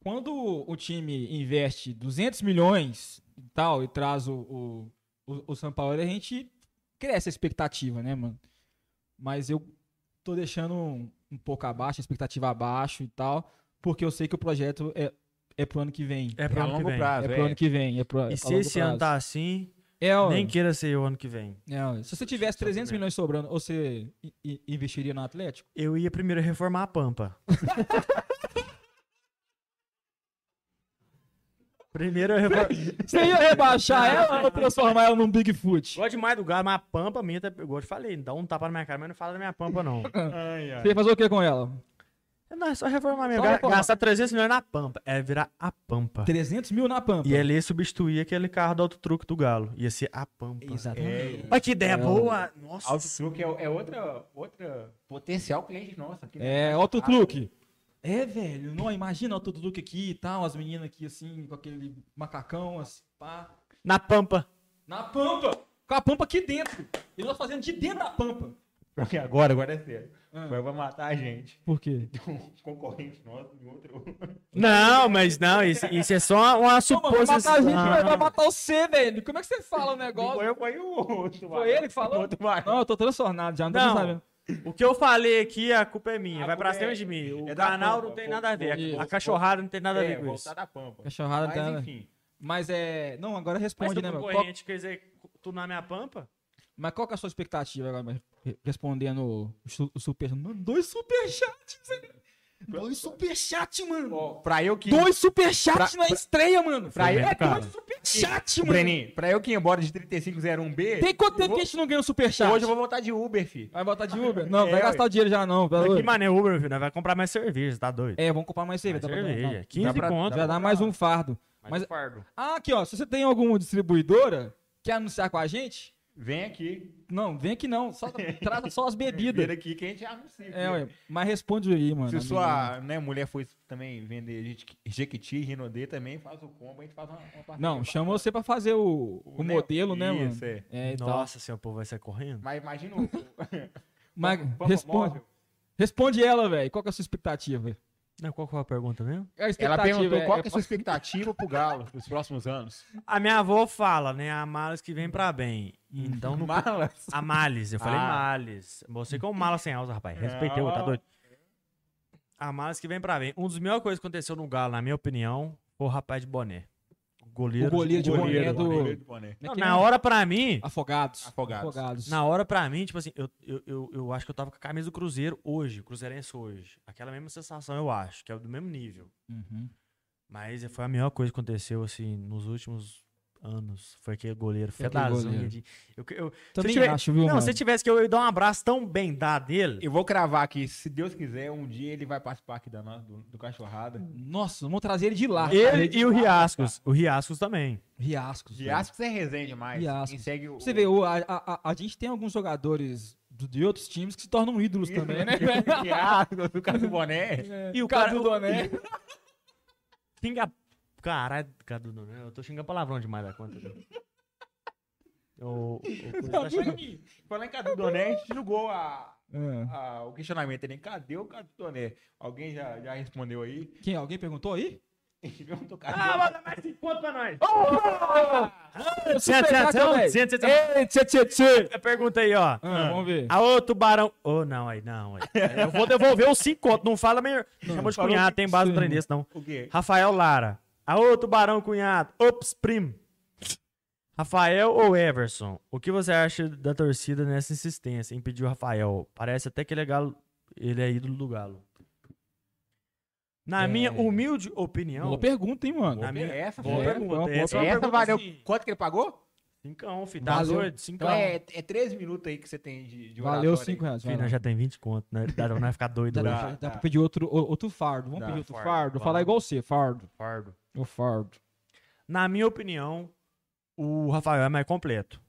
S1: Quando o time investe 200 milhões e tal e traz o, o, o, o São Paulo, a gente cresce a expectativa, né, mano? Mas eu tô deixando um, um pouco abaixo, a expectativa abaixo e tal, porque eu sei que o projeto é, é pro ano que vem.
S3: É pra
S2: a
S3: ano que
S2: longo
S3: vem.
S2: prazo,
S1: É pro
S2: é.
S1: ano que vem. É pro, é
S3: E
S1: pra
S3: se
S1: longo
S3: esse ano
S1: prazo.
S3: tá assim,
S1: É, ó,
S3: nem queira ser o ano que vem.
S1: é, ó, se você tivesse 300
S3: primeiro.
S1: milhões sobrando, você i- i- investiria no Atlético?
S3: Eu ia primeiro reformar a Pampa. primeiro eu reformar.
S1: Você ia rebaixar ela ou transformar ela num Bigfoot?
S3: Gosto demais do Galo, mas a Pampa minha, tá- igual eu te falei, dá um tapa na minha cara, mas não fala da minha Pampa, não.
S1: Você ia fazer o que com ela?
S3: Não, é só reformar mesmo.
S1: Só
S3: Ga-
S1: reformar.
S3: Gastar 300 milhões na Pampa. É virar a Pampa.
S1: 300 mil na Pampa.
S3: E ele ia substituir aquele carro do autotruque do Galo. Ia ser a Pampa.
S1: Exatamente.
S3: Olha que ideia boa!
S2: Alto
S3: Nossa,
S2: Truque é, é outra, outra potencial cliente nossa. aqui, né?
S1: É, outro truque. É, velho, não, imagina outro truque aqui e tal, as meninas aqui assim, com aquele macacão, assim, pá.
S3: na Pampa.
S1: Na Pampa! Com a Pampa aqui dentro. E nós fazendo de dentro da Pampa.
S2: Porque agora, agora é sério.
S1: Ah.
S2: Vai vai matar a gente.
S1: Por quê?
S2: Um concorrente nosso de outro.
S3: Não, mas não, isso, isso é só
S1: vai matar
S3: uma
S1: a gente, vai- vai
S3: suposição.
S1: matar você, velho. Como é que você fala o negócio?
S2: Foi, foi o outro.
S1: Foi ele que falou?
S2: Outro Marcos.
S1: Não, eu tô transtornado já, não tô
S3: Não.
S1: nem sabendo.
S3: O que eu falei aqui, a culpa é minha.
S2: A
S3: vai pra
S2: culpa
S3: cima
S2: é-
S3: de mim. O
S2: é da
S3: canal
S2: Pampa.
S3: não tem nada a ver.
S1: Isso.
S3: A cachorrada não tem nada a tá-
S2: É,
S3: ver com isso.
S2: voltar da pampa.
S1: Cachorrada tá-
S2: Mas
S1: dela.
S2: enfim.
S1: Mas é. Não, agora
S3: Mas
S1: responde,
S3: se o
S1: né, meu? Qual-
S3: concorrente quiser tunar é minha Pampa,
S1: Mas qual que é a sua expectativa agora? mas re- Respondendo o, su- o superchat. Mano, dois superchats, velho. Dois superchats, mano.
S2: Ó, pra eu que.
S1: Dois superchats
S2: Pra-
S1: na estreia, mano.
S2: Pra ele,
S1: é
S2: cara.
S1: dois superchats, mano.
S2: Breninho, pra eu que ir embora de 3501B.
S1: Tem quanto
S2: eu
S1: tempo
S2: vou-
S1: que a gente não ganha um superchat?
S2: Hoje eu vou voltar de Uber, fi.
S1: Vai botar de Uber? Não,
S2: É,
S1: vai
S2: ué.
S1: gastar o dinheiro já não. pelo
S3: que
S1: amor.
S3: mané Uber, meu filho. Nós vai comprar mais cerveja, tá doido?
S1: É, vamos comprar mais
S3: Mais
S1: cerveja. dá pra dar-
S3: cerveja.
S1: dá-
S3: 15
S2: pra-
S3: conto.
S1: Já dá mais um fardo. Mas,
S3: Mais um fardo.
S1: ah, aqui, ó. Se você tem alguma distribuidora, quer anunciar com a gente?
S2: Vem aqui.
S1: Não, vem aqui não. Só, traz só as
S2: Vem
S1: bebidas.
S2: aqui que a gente anuncia.
S1: É,
S2: filho.
S1: ué, mas responde aí, mano.
S2: Se
S1: amigo.
S2: sua né, mulher for também vender Jequi- Jequiti, Rinodê também, faz o combo, a gente faz uma, uma parceria
S1: Não,
S2: bacana.
S1: chamou você pra fazer o, o,
S2: né,
S1: modelo, né, mano?
S2: Isso, é.
S1: É, e tal.
S3: Nossa senhora, o povo vai sair correndo.
S2: Mas imagina o...
S1: Mas
S2: Pampa
S1: responde,
S2: Móvel.
S1: responde ela, velho. Qual que é a sua expectativa?
S3: Não, qual que é a pergunta mesmo?
S1: A
S2: Ela perguntou
S1: é-
S2: qual que é
S1: é-
S2: a sua expectativa pro Galo nos próximos anos.
S3: A minha avó fala, né? A malas que vem pra bem. Então não.
S2: Malas.
S3: A males, eu falei
S2: Ah.
S3: males. Você que é um mala sem alça, rapaz. Respeiteu, tá doido? A males que vem pra bem. Um dos melhores coisas que aconteceu no Galo, na minha opinião, foi o rapaz de boné. O goleiro.
S1: O goleiro de boné
S2: Goleiro,
S1: do-
S2: goleiro de boné.
S1: é
S3: Não,
S1: que
S3: na
S1: nem-
S3: hora pra mim.
S1: Afogados.
S2: Afogados.
S3: Na hora pra mim, tipo assim, eu, eu, eu, eu acho que eu tava com a camisa do Cruzeiro hoje, Cruzeirense hoje. Aquela mesma sensação, eu acho, que é do mesmo nível.
S1: Uhum.
S3: Mas é, foi a melhor coisa que aconteceu, assim, nos últimos anos. Foi aquele goleiro
S1: Foi aquele
S3: fedazão.
S1: goleiro.
S3: de- Eu, eu,
S1: Também
S3: tiver-
S1: acho, viu,
S3: Não,
S1: mano?
S3: se tivesse que eu, eu dar um abraço tão bem dado dele.
S2: Eu vou cravar aqui, se Deus quiser, um dia ele vai participar aqui da nossa, do, do Cachorrada.
S1: Nossa, vamos trazer ele de lá.
S3: Ele e o Riascos. O Riascos também.
S1: Riascos.
S2: De
S1: velho.
S2: Ascos é resenha demais.
S1: Riascos.
S2: Quem segue o...
S1: Você vê, o- a, a, a- a gente tem alguns jogadores do- de outros times que se tornam ídolos também, né? É. velho?
S2: De Ascos, o cara do boné.
S3: E o
S1: Cadu
S3: cara.
S1: Doné.
S3: Xinga. Caralho, Cadu, não, né? eu tô xingando palavrão demais da conta. dele. O, o coisa tá xingando.
S2: Falando em Cadu Doné, a gente julgou a,
S1: É.
S2: a- o questionamento ali. Cadê o Cadu Doné? Alguém já, já respondeu aí?
S1: Quem? Alguém perguntou aí?
S2: Perguntou, cadê
S3: Ah,
S2: o-
S3: manda mais 5 pontos pra nós. Pergunta
S1: Ei, tchê, tchê, tchê.
S3: aí, ó.
S1: Ah, Vamos ver.
S3: Aô, tubarão. Ô, não, aí, não, aí. Eu vou devolver os 5 contos. Não fala melhor. Chamou de
S2: falou
S3: cunhado,
S2: que-
S3: tem base
S1: Sim.
S3: no trem desse, não.
S2: O quê?
S3: Rafael Lara. Aô, tubarão, cunhado. Ops, primo. Rafael ou Everson? O que você acha da torcida nessa insistência? Impediu o Rafael. Parece até que ele é, galo... ele é ídolo do Galo. Na
S1: É.
S3: minha humilde opinião.
S1: Boa pergunta, hein, mano?
S3: Na minha...
S2: Essa,
S3: Boa
S2: foi-
S1: boa
S3: pergunta. Essa é uma
S2: essa
S3: pergunta,
S2: valeu.
S3: assim,
S2: Quanto que ele pagou?
S3: Cincão, filho. Tá
S1: Valeu.
S3: doido? Cincão.
S2: Então é, é três minutos aí que você tem de, de
S1: Valeu
S2: oratória
S1: 5
S2: aí.
S1: reais. vai
S3: Filho,
S1: lá.
S3: nós já tem 20 conto, né? Dá, vai ficar
S1: Dá,
S3: doido hoje.
S1: dá, dá pra pedir outro, o- outro fardo. Vamos
S2: Dá.
S1: pedir outro fardo.
S3: Fardo, fardo.
S1: Falar igual você, fardo.
S3: Fardo.
S1: O fardo.
S3: Na minha opinião, o Rafael é mais completo.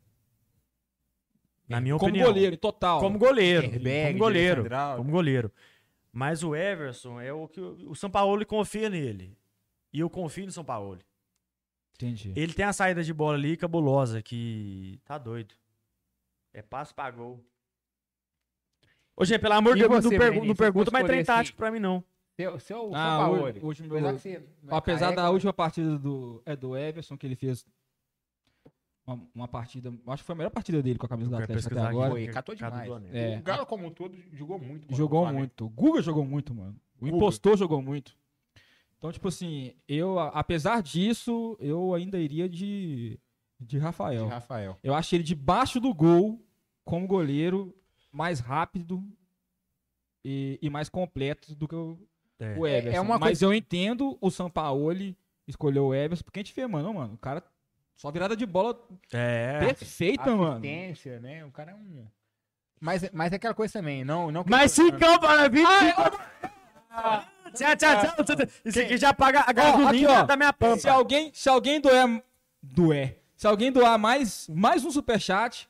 S3: Na minha
S1: Como
S3: opinião.
S1: goleiro, em total.
S3: Como goleiro.
S2: Herberg,
S3: como goleiro.
S2: Alexandre Alves.
S3: Como goleiro. Mas o Everson é o que o o São Paulo confia nele. E eu confio no São Paulo.
S1: Entendi.
S3: Ele tem a saída de bola ali cabulosa que tá doido. É passo pra gol. Ô, gente, pelo amor de
S2: E
S3: Deus,
S2: você,
S3: não, pergu-
S2: Vinícius,
S3: não pergunta
S2: fosse
S3: mais trem
S2: escolher
S3: tático pra mim, não.
S2: Seu, seu
S1: Ah,
S2: São
S1: hoje-
S2: Paulo.
S1: hoje meu-
S2: Apesar, que você não é
S1: Apesar
S2: careca,
S1: da última partida do, é, do Everson, que ele fez uma, uma partida. Acho que foi a melhor partida dele com a camisa do Atlético até agora.
S2: Foi, catou demais.
S1: É.
S2: O Galo, como um todo, jogou muito. contra o
S1: Jogou
S2: Flamengo.
S1: muito. O Guga jogou muito, mano. O
S2: Guga.
S1: impostor jogou muito. Então, tipo assim, eu, a- apesar disso, eu ainda iria de, de Rafael.
S2: De Rafael.
S1: Eu achei ele debaixo do gol, como goleiro, mais rápido e, e mais completo do que o,
S3: É.
S1: o Everson.
S2: É uma
S1: Mas eu entendo o Sampaoli escolheu o Everson, porque a gente vê, mano, não, mano, o cara só virada de bola
S3: É.
S1: perfeita, Então, mano.
S2: assistência, né? O cara é um. Mas, mas é aquela coisa também, não. não
S3: Mas cincão para 20. Tchau, tchau, tchau, tchau. Isso aqui já paga a gasolina
S1: aqui, ó.
S3: da minha pampa.
S1: Se alguém, se alguém doer, doer. Se alguém doar mais, mais um superchat,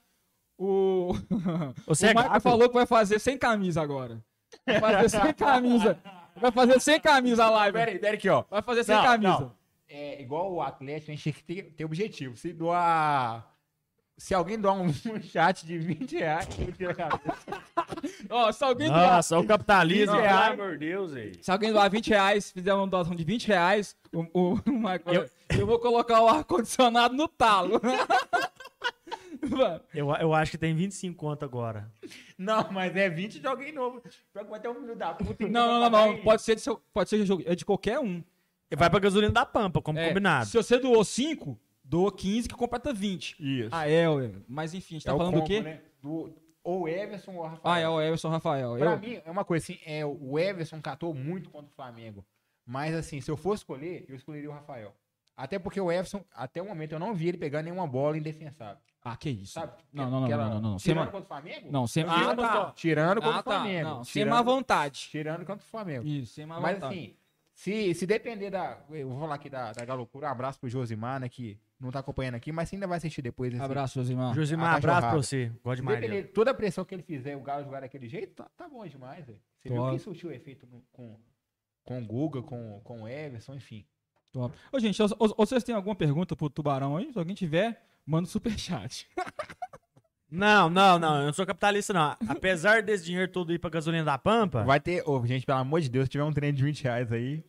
S1: o,
S3: Você
S1: o
S3: é
S1: Michael
S3: gago?
S1: falou que vai fazer sem camisa agora. Vai fazer sem camisa. Vai fazer sem camisa a live.
S2: Pera aí, pera aqui, ó.
S1: Vai fazer sem
S2: Não,
S1: camisa.
S2: não. É igual o Atlético, a gente tem que ter, ter objetivo. Se doar. Se alguém doar um, um chat de 20 reais, eu tiro a cabeça.
S1: Ó, se alguém doar,
S3: Nossa, o capitalismo.
S2: Não,
S3: pelo
S2: ai,
S3: amor de Deus, aí.
S1: se alguém doar 20 reais, fizer uma doação de 20 reais, o, o, o Michael, eu... vou colocar o ar-condicionado no talo. Mano,
S3: Eu, eu acho que tem 25 conto agora.
S2: Não, mas é 20 de alguém novo. Pior que vai ter um filho da puta.
S1: não, não, não, não. Pode ser, de, seu- pode ser de jogo- é de qualquer um.
S3: Vai pra gasolina da pampa, como
S1: É,
S3: combinado.
S1: Se você doou 5, doa 15 que completa 20.
S2: Isso.
S1: Ah, é, ué. Mas enfim, a gente tá falando do quê?
S2: né? Do, ou Everson ou Rafael.
S1: Ah, é o Everson Rafael.
S2: Pra
S1: Eu-
S2: mim, é uma coisa assim, é, o Everson catou muito contra o Flamengo. Mas assim, se eu fosse escolher, eu escolheria o Rafael. Até porque o Everson, até o momento, eu não vi ele pegar nenhuma bola indefensável.
S1: Ah, que isso.
S2: Sabe?
S1: Não, não, não,
S2: Aquela-
S1: não, não, não.
S2: Tirando
S1: Sem ma-
S2: contra o Flamengo?
S1: Não, sem... Ah,
S2: Tirando
S1: tá.
S2: contra- Tirando contra
S1: Ah, tá.
S2: o Flamengo.
S1: Não, sem
S2: tirando,
S1: má vontade.
S2: Tirando contra o Flamengo.
S1: Isso, sem má
S2: Mas
S1: vontade.
S2: assim, se, se depender da. Eu vou falar aqui da, da Galocura. Um abraço pro Josimar, né? Que não tá acompanhando aqui, mas ainda vai assistir depois. esse-
S1: Abraço, Josimar.
S3: Josimar,
S2: Ah, tá
S3: abraço pra
S2: jorrado.
S3: você. Gosto
S2: Se
S3: demais
S2: depender
S3: dele.
S2: de toda a pressão que ele fizer, o Galo jogar daquele jeito, tá, tá bom demais, velho. Você viu
S1: Tô.
S2: que surtiu efeito no- com, com o Guga, com, com o Everson, enfim.
S1: Top. Ô, gente, ô, ô, vocês têm alguma pergunta pro Tubarão aí? Se alguém tiver, manda um superchat.
S3: Não, não, não. Eu não sou capitalista, não. Apesar desse dinheiro todo ir pra gasolina da pampa,
S2: Vai ter, ô, gente, pelo amor de Deus, se tiver um trem de 20 reais aí.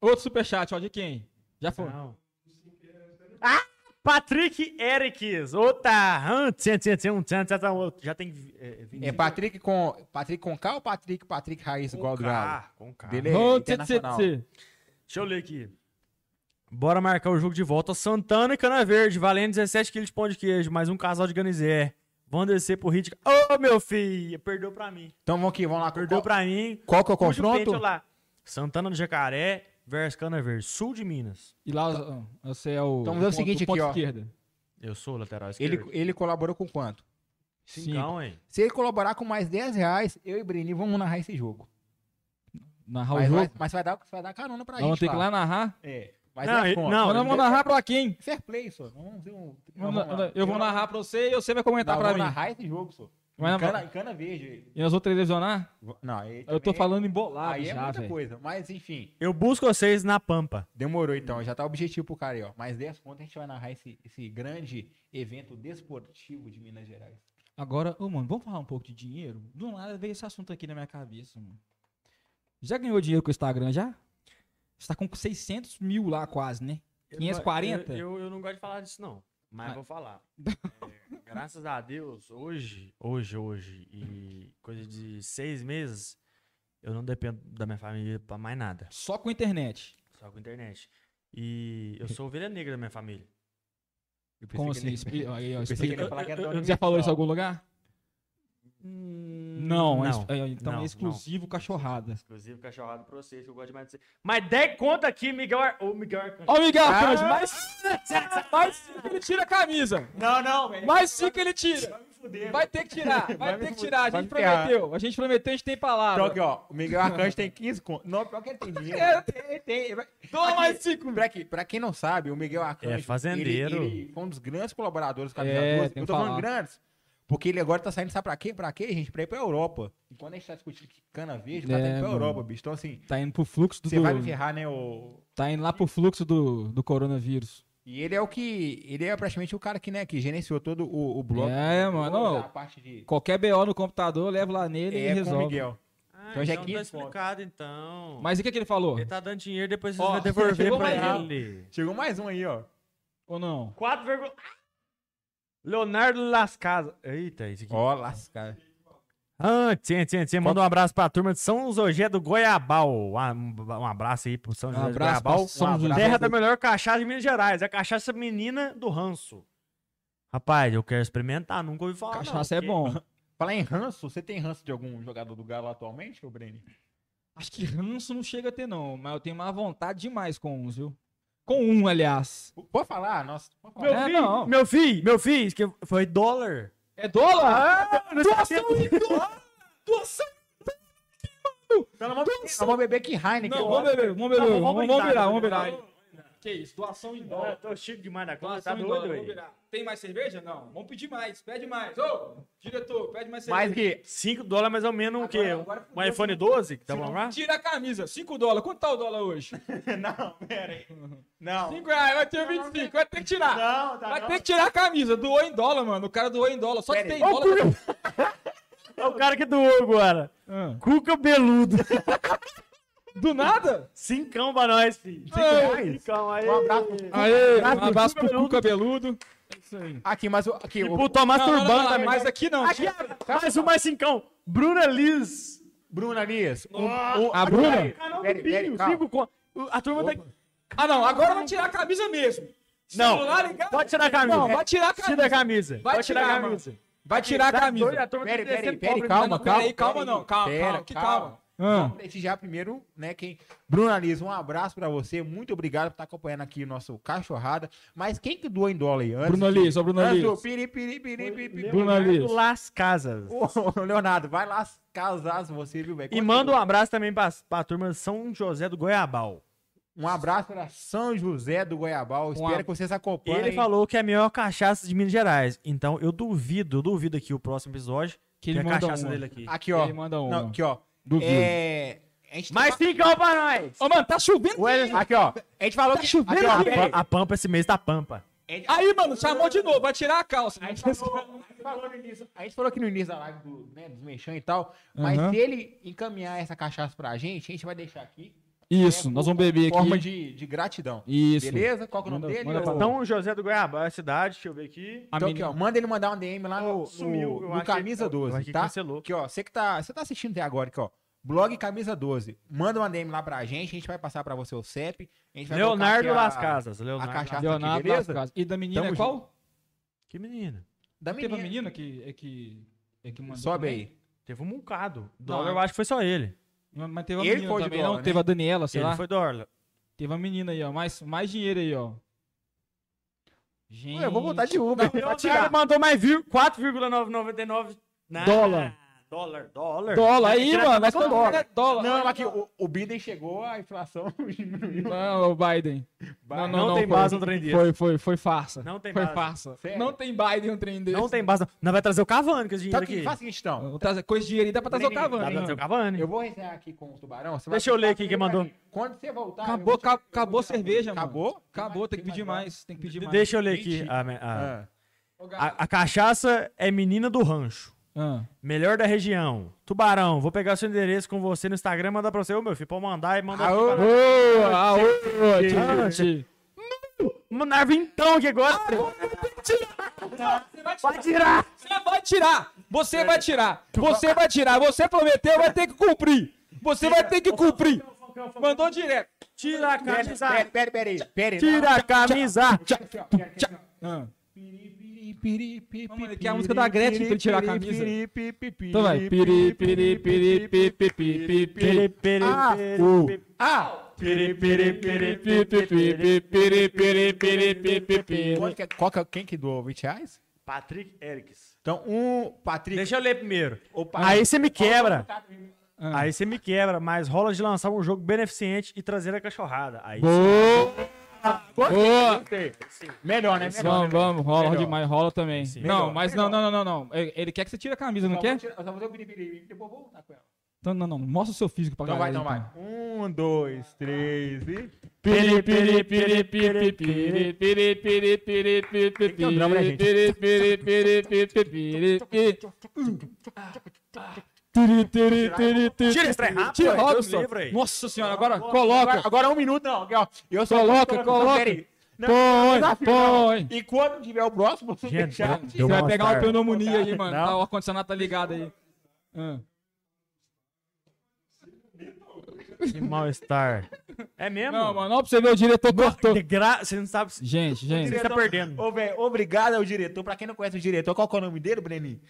S1: Outro superchat, ó, de quem? Já foi.
S3: Não. Ah! Patrick Erics. Outra. Hum, tchan, tchan, tchan, tchan, tchan, tchan. Já tem. É,
S2: É Patrick com, Patrick com K ou Patrick, Patrick Raiz igual do Galo?
S3: Com K.
S2: Dele é
S1: Ô, tê, tê,
S2: internacional.
S1: tê.
S3: Deixa eu ler aqui. Bora marcar o jogo de volta. Santana e Cana Verde, valendo 17 quilos de pão de queijo, mais um casal de ganizé. Vão descer pro Hit. Ô, meu filho! Perdeu pra mim.
S2: Então vamos aqui, vamos lá.
S3: Perdeu
S2: Qual,
S3: pra mim.
S2: qual que é o
S3: Cujo pente,
S2: confronto?
S3: olha lá. Santana do Jacaré versus Cana Verde, sul de Minas.
S1: E lá, ó, você é o.
S2: Então, vamos ver Tá. o seguinte
S1: ponto
S2: aqui, ó.
S1: esquerda.
S3: Eu sou lateral esquerdo.
S2: Ele, ele colaborou com quanto?
S3: Cincão, hein?
S2: Se ele colaborar com mais 10 reais, eu e Brini vamos narrar esse jogo.
S1: Narrar
S2: Mas
S1: o
S2: vai,
S1: jogo.
S2: mas vai dar, vai dar carona pra
S1: Nós vamos
S2: gente.
S1: ter que ir lá narrar.
S2: É, mas
S3: Não,
S2: é
S3: ele-
S2: contra.
S3: não,
S1: Nós
S3: ele-
S1: vamos narrar pra quem?
S2: Fair play, só. Vamos ver um.
S1: Vamos
S2: vamos
S1: na-
S2: lá.
S1: eu vou narrar pra você e você vai comentar
S2: Não,
S1: pra
S2: vou
S1: mim.
S2: tá narrar esse jogo, só.
S1: Vai
S2: Em
S1: na-
S2: cana, em cana verde.
S1: E nós vamos televisionar?
S2: Não, aí
S1: Eu tô
S2: também-
S1: falando embolado
S2: Aí é
S1: já,
S2: muita
S1: velho.
S2: coisa. Mas enfim,
S3: Eu busco vocês na Pampa.
S2: demorou então. Já tá o objetivo pro cara aí, ó. Mais 10 contas a gente vai narrar esse, esse grande evento desportivo de Minas Gerais.
S1: Agora, ô, mano, vamos falar um pouco de dinheiro? Do nada veio esse assunto aqui na minha cabeça, mano. Já ganhou dinheiro com o Instagram, já? Você tá com 600 mil lá quase, né? 540?
S3: Eu, eu, eu não gosto de falar disso, não. Mas
S1: Ah.
S3: vou falar. É, graças a Deus, hoje, hoje, hoje, e coisa de seis meses, eu não dependo da minha família pra mais nada.
S1: Só com a internet.
S3: Só com internet. E eu sou ovelha negra da minha família.
S2: Eu pensei
S1: Como
S2: que
S1: assim?
S2: ele-
S1: Expli- aí, ó,
S2: pensei que
S1: explica.
S2: ele ia falar que era
S3: Eu- eu-
S2: dono
S1: Você já falou
S2: universal.
S1: isso em algum lugar? Não, é
S3: Não,
S1: ex- é, então
S3: não,
S1: é exclusivo cachorrada.
S3: Inclusive, cachorrado pra vocês, que eu gosto demais de vocês. Mas 10 conta aqui, Miguel Ar... Ô, Miguel Arcanjo.
S1: Ó, o Miguel Arcanjo,
S3: Ah!
S1: mais, mais cinco ele tira a camisa.
S3: Não, não, velho.
S1: Mais cinco ele tira.
S3: me fuder.
S1: Vai ter que tirar, vai,
S2: Vai
S1: ter
S2: me
S1: que tirar. A
S2: vai
S1: gente
S2: me ferrar.
S1: prometeu, a gente prometeu, a gente tem
S2: Então
S1: palavra.
S2: aqui, ó, o Miguel Arcanjo tem 15 conto. Não, pior que ele tem dinheiro.
S1: É, tem, tem. Vai- Toma mais cinco.
S2: Pra, que- pra quem não sabe, o Miguel Arcanjo...
S3: É fazendeiro.
S2: Ele, ele foi um dos grandes colaboradores do Camisa
S1: É,
S2: 12.
S1: tem
S2: Eu
S1: que
S2: tô
S1: falar.
S2: falando grandes, porque ele agora tá saindo, sabe pra quê? Pra quê, gente? Pra ir pra Europa. E quando a gente tá discutindo que cana verde,
S1: É,
S2: tá indo pra
S1: mano.
S2: Europa, bicho. Então, assim,
S1: Tá indo pro fluxo do.
S2: você vai me ferrar, né, o...
S1: Tá indo lá pro fluxo do, do coronavírus.
S2: E ele é o que... Ele é praticamente o cara que, né, que gerenciou todo o, o bloco.
S1: É, mano,
S2: A parte de...
S1: Qualquer BO no computador, eu levo lá nele e
S2: É com o
S1: resolve.
S2: Miguel.
S3: Ah,
S2: Então já é
S3: então tá
S2: 15 conto.
S3: explicado, então.
S1: Mas e o que, que ele falou?
S3: Ele tá dando dinheiro, depois vocês
S2: Ó,
S3: vão devolver
S1: chegou
S3: pra
S1: mais
S3: ele.
S2: Chegou mais um aí, ó.
S1: Ou não?
S3: 4, Leonardo Las Casas. Eita, isso aqui.
S2: Ó, lascar.
S3: Ah, tchê, tchê, tchê. Manda um abraço pra turma de São José do Goiabal. Ah, Um um abraço aí pro São José do
S1: abraço pra
S3: Goiabal.
S1: São
S3: Um
S1: José
S3: abraço.
S1: do-
S3: Terra da melhor cachaça de Minas Gerais. É a cachaça menina do ranço. Rapaz, eu quero experimentar, nunca ouvi falar. não,
S1: Cachaça é
S3: porque-
S1: bom.
S2: Falar em ranço, você tem ranço de algum jogador do Galo atualmente, ô Breni?
S1: Acho que ranço não chega a ter, não. Mas eu tenho má vontade demais com uns, viu? Com um, aliás.
S2: Pode falar, nossa. Pode falar.
S3: Meu
S1: É,
S3: filho,
S1: não.
S3: meu filho, meu filho, isso que foi dólar.
S1: É dólar?
S3: Ah,
S1: doação em dólar! Doação!
S2: Então não vamos beber, não vamos beber que Heineken.
S1: Não,
S2: eu
S1: vamos
S2: acho.
S1: beber, vamos beber.
S3: Não,
S1: vamos,
S3: Tá vamos
S1: vamos
S3: brindar,
S1: virar, vamos
S3: vamos
S1: virar.
S3: brindar.
S1: Que isso, doação em
S3: Eu
S1: dólar.
S3: tô chique demais da conta, tá
S1: Doação em um dólar,
S3: doido,
S1: vamos
S3: velho?
S1: virar. Tem mais cerveja? Não. Vamos pedir mais, pede mais. Ô, diretor, pede mais cerveja.
S2: Mais que
S3: 5 dólares mais ou menos o quê?
S2: agora
S3: Um iPhone 12? Que tá bom lá?
S1: Tira a camisa, 5 dólares. Quanto tá o dólar hoje?
S2: não, pera aí. Não.
S1: 5 reais, vai ter 25, vai ter que tirar.
S2: Não, tá
S1: vai
S2: não.
S1: ter que tirar a camisa. Doou em dólar, mano. O cara doou em dólar. Só que
S2: Pera
S1: tem
S2: aí.
S1: dólar.
S3: É o cara que doou agora.
S1: Ah.
S3: Cuca Beludo.
S1: Do nada?
S3: Cincão pra nós, filho.
S2: reais?
S3: Cincão aí.
S2: Um abraço pro-
S1: Aê,
S3: Abraço
S1: um
S3: pro
S1: abraço
S3: Cuca
S1: pro Cu Cabeludo. É isso aí.
S2: Aqui, mas o- aqui,
S3: E
S2: o
S3: pro Tomás
S1: Não, não, não,
S3: Turbano
S1: não,
S3: também.
S1: Mas aqui é não.
S3: Aqui, mais um, mais cincão. Bruna Liz.
S2: Bruna Lias. o- o-
S1: a Bruna?
S2: Peraí,
S3: Canal do
S2: peraí, peraí,
S3: Binho,
S2: calma.
S3: cinco con- A turma tá aqui.
S1: Ah, não. Agora vai tirar a camisa mesmo.
S3: Não,
S1: Celular ligado.
S3: pode tirar a camisa.
S1: Não, vai tirar a
S3: Tira
S1: camisa.
S3: a camisa.
S1: Vai
S3: Pode
S1: tirar,
S3: a
S1: mano.
S3: camisa.
S1: Vai tirar Tá a camisa.
S2: Peraí, peraí,
S3: Peraí,
S2: peraí,
S1: Não,
S2: calma,
S1: não, peraí,
S2: calma.
S1: calma
S2: peraí.
S1: não, calma,
S2: Pera,
S1: calma, que calma.
S2: Vamos
S1: Ah.
S2: prestigiar primeiro, né, quem... Bruna Lias, um abraço pra você. Muito obrigado por estar acompanhando aqui o nosso Cachorrada. Mas quem que doa em dólar aí? Antes
S1: Bruna
S2: de-
S1: Lias, ó, Bruna
S2: antes
S1: Lias.
S2: do piri, piri, piri, piri, piri.
S1: Bruna Liz.
S3: Las Casas.
S2: Ô, Leonardo, vai lá casar você, viu, velho?
S3: E manda um abraço também pra, pra turma de São José do Goiabal.
S2: Um abraço para São José do Goiabal. Espero
S1: ab-
S2: que vocês acompanhem.
S3: Ele falou que é a melhor cachaça de Minas Gerais. Então eu duvido, eu duvido aqui o próximo episódio
S1: Que ele um.
S3: tem a
S1: manda
S3: cachaça
S1: uma.
S3: dele um. aqui.
S2: Aqui, ó.
S1: Ele manda uma.
S2: Não, aqui, ó.
S1: Duvido.
S2: É... A gente
S3: Mais
S2: Mas...
S3: cincão pra nós!
S1: Ô, mano, tá chovendo.
S2: Aqui, ó. A gente falou
S1: Tá
S2: que...
S1: chovendo
S2: aqui, ó,
S1: aqui,
S2: pera
S3: A,
S2: aí.
S3: pa- a pampa esse mês da pampa.
S2: A gente-
S1: Aí, mano, chamou de novo. Vai tirar a calça.
S2: a gente falou- a gente falou no início- A gente falou aqui no início da live do, né, dos mexão e tal, mas
S1: Aham.
S2: se ele encaminhar essa cachaça pra gente, a gente vai deixar aqui.
S1: Isso,
S2: né,
S1: nós
S2: por-
S1: vamos beber
S2: Forma
S1: aqui.
S2: de, de gratidão.
S1: Isso.
S2: Beleza? Qual que é o nome
S1: Manda-
S2: dele?
S1: manda
S2: ô?
S1: pra nós.
S3: São José do Goiabal é a cidade, deixa eu ver aqui.
S1: A
S2: Então, aqui,
S1: menina-
S2: ó, manda ele mandar um DM lá no,
S3: Sumiu,
S2: no-
S3: eu
S2: no
S3: achei-
S2: Camisa
S3: eu- eu
S2: 12,
S3: achei que
S2: tá?
S3: cancelou.
S2: Aqui, ó, você que tá, você tá assistindo até agora, aqui, ó, blog Camisa 12, manda uma DM lá pra gente, a gente vai passar pra você o CEP, a gente vai
S3: Leonardo
S2: colocar
S3: Las
S2: aqui a-
S3: Casas. Leonardo.
S2: a cachaça.
S1: Leonardo
S2: beleza?
S1: das Casas. E da menina
S2: Tamo
S1: é qual?
S3: Que menina.
S2: Da
S1: Teve
S2: menina.
S1: uma menina que, é que, é que mandou.
S2: Sobe
S1: também?
S2: aí.
S3: Teve um bocado.
S1: Não,
S3: Dólar,
S1: é-
S3: eu acho que foi só ele.
S1: Não, Mas teve uma
S2: Ele
S1: menina
S2: foi de
S1: também,
S2: bola,
S1: não?
S2: né?
S1: Teve a Daniela, sei
S3: ele
S1: lá.
S3: foi dólar.
S1: Teve uma menina aí, ó. Mais, mais dinheiro aí, ó. Gente.
S2: Ué, eu vou botar de Uber. pra tirar.
S3: Leonardo mandou mais vir- 4,999 na-
S1: Dólar.
S3: Dólar, dólar.
S1: Dólar
S3: Vai
S1: aí,
S3: tirar
S1: mano.
S3: tudo
S1: Mas
S3: com
S1: todo mundo é dólar.
S2: Não, mas aqui, o, o Biden chegou, a inflação diminuiu.
S1: Não, o Biden.
S2: Vai.
S3: não tem
S1: foi-
S3: base no trem desse.
S1: Foi, foi, foi farsa.
S3: Não tem
S1: foi
S3: base.
S1: farsa.
S2: Sério?
S1: Não tem Biden um trem desse.
S3: Não tem base. não. Nós vai trazer o Cavani com esse
S2: Então,
S3: dinheiro
S2: aqui,
S3: Tá aqui.
S2: faz o seguinte, então.
S1: Vou trazer- Com esse dinheiro aí dá pra trazer o
S2: Neném,
S3: Dá pra
S1: Cavani.
S3: trazer
S1: né?
S3: o Cavani.
S2: Eu vou resenhar aqui com o Tubarão. você vai
S3: Deixa eu ler aqui quem
S2: pra
S3: mandou.
S2: mim. Quando você voltar... eu
S1: Acabou,
S2: vou te-
S1: ca- acabou a
S2: eu vou te-
S1: cerveja, mano.
S2: Acabou?
S1: Acabou, tem que pedir mais. Tem que pedir mais.
S3: Deixa eu ler aqui.
S2: Mentira.
S3: a me- a-
S2: Ah.
S3: a, a cachaça é menina do rancho.
S1: Ah.
S3: Melhor da região. Tubarão, vou pegar seu endereço com você no Instagram, mandar pra você. Ô, meu filho, pode mandar e mandar
S2: Aô,
S3: aqui pra nós.
S1: Boa! aô,
S3: Ah,
S1: tio.
S3: Mandar vintão aqui então, agora.
S1: Você vai tirar.
S3: Vai tirar.
S1: Você vai tirar! Você vai tirar! Você vai tirar! Você prometeu, vai ter que cumprir! Você vai ter que cumprir! Mandou direto!
S3: Tira a
S2: Pera,
S3: camisa.
S2: pera, pera aí, assim, pera aí.
S3: Tira a camisa.
S2: Não, tchau, tchau, tchau, tchau.
S1: Ah.
S2: Piripiri,
S1: mano, que é a música da Gretchen pra ele tirar a camisa. Então vai. Piri, piri, piri, pi, pi, pi, pi, pi.
S2: Ah, o- ah, qual que é- qual que é- quem que doou 20 reais?
S3: Patrick Eriks.
S2: Então, um, Patrick.
S3: Deixa eu ler primeiro.
S2: o Patrick-
S3: Aí você me quebra.
S1: Ah.
S3: Aí você me quebra, mas rola de lançar um jogo beneficente e trazer a cachorrada. Aí
S1: Boa! Boa!
S2: Melhor, né? Melhor, né?
S1: Vamos, vamos, rola
S2: Melhor.
S1: demais, rola também. Não,
S2: Melhor,
S1: mas não, não, não, não, não. Ele ele quer que é? você tire a camisa, não
S2: Só
S1: quer?
S2: vou tirar- só vou dar o piripiri, depois eu vou voltar com ela.
S1: Então, não, não, mostra o seu físico pra
S2: Então vai,
S1: galera.
S2: então vai. Um, dois, três e.
S1: Piri, piri, piri, piri, piri, piri, piri, piri, piri,
S2: que ter um drama, né, gente?
S1: piri, piri, piri, piri, piri, piri. Tiri, tiri, tiri, tiri,
S3: Tira esse trem
S1: tiri.
S3: rápido,
S1: Tira
S3: ué,
S1: rápido,
S3: Deus
S1: só.
S3: livre aí.
S1: Nossa senhora, agora
S2: Agora,
S1: coloca.
S2: agora é um minuto, não. Gal. Eu só
S1: Coloca,
S2: não,
S1: coloca.
S2: peraí. Não,
S1: Põe,
S2: não, não.
S1: põe.
S2: E quando tiver o próximo, você
S3: Gente,
S2: já-
S1: Você
S3: deu-
S1: vai pegar uma
S3: All-Star.
S1: pneumonia aí, mano.
S2: Não.
S1: Tá, o ar-condicionado tá ligado aí. Ah.
S3: Que mal-estar. É mesmo?
S1: Não, mano, ó pra você ver, o diretor cortou.
S3: De gra... Você não sabe. se-
S1: Gente, gente,
S3: tá perdendo.
S2: então, Ô, velho, obrigado ao diretor. Pra quem não conhece o diretor, qual que é o nome dele, Breninho?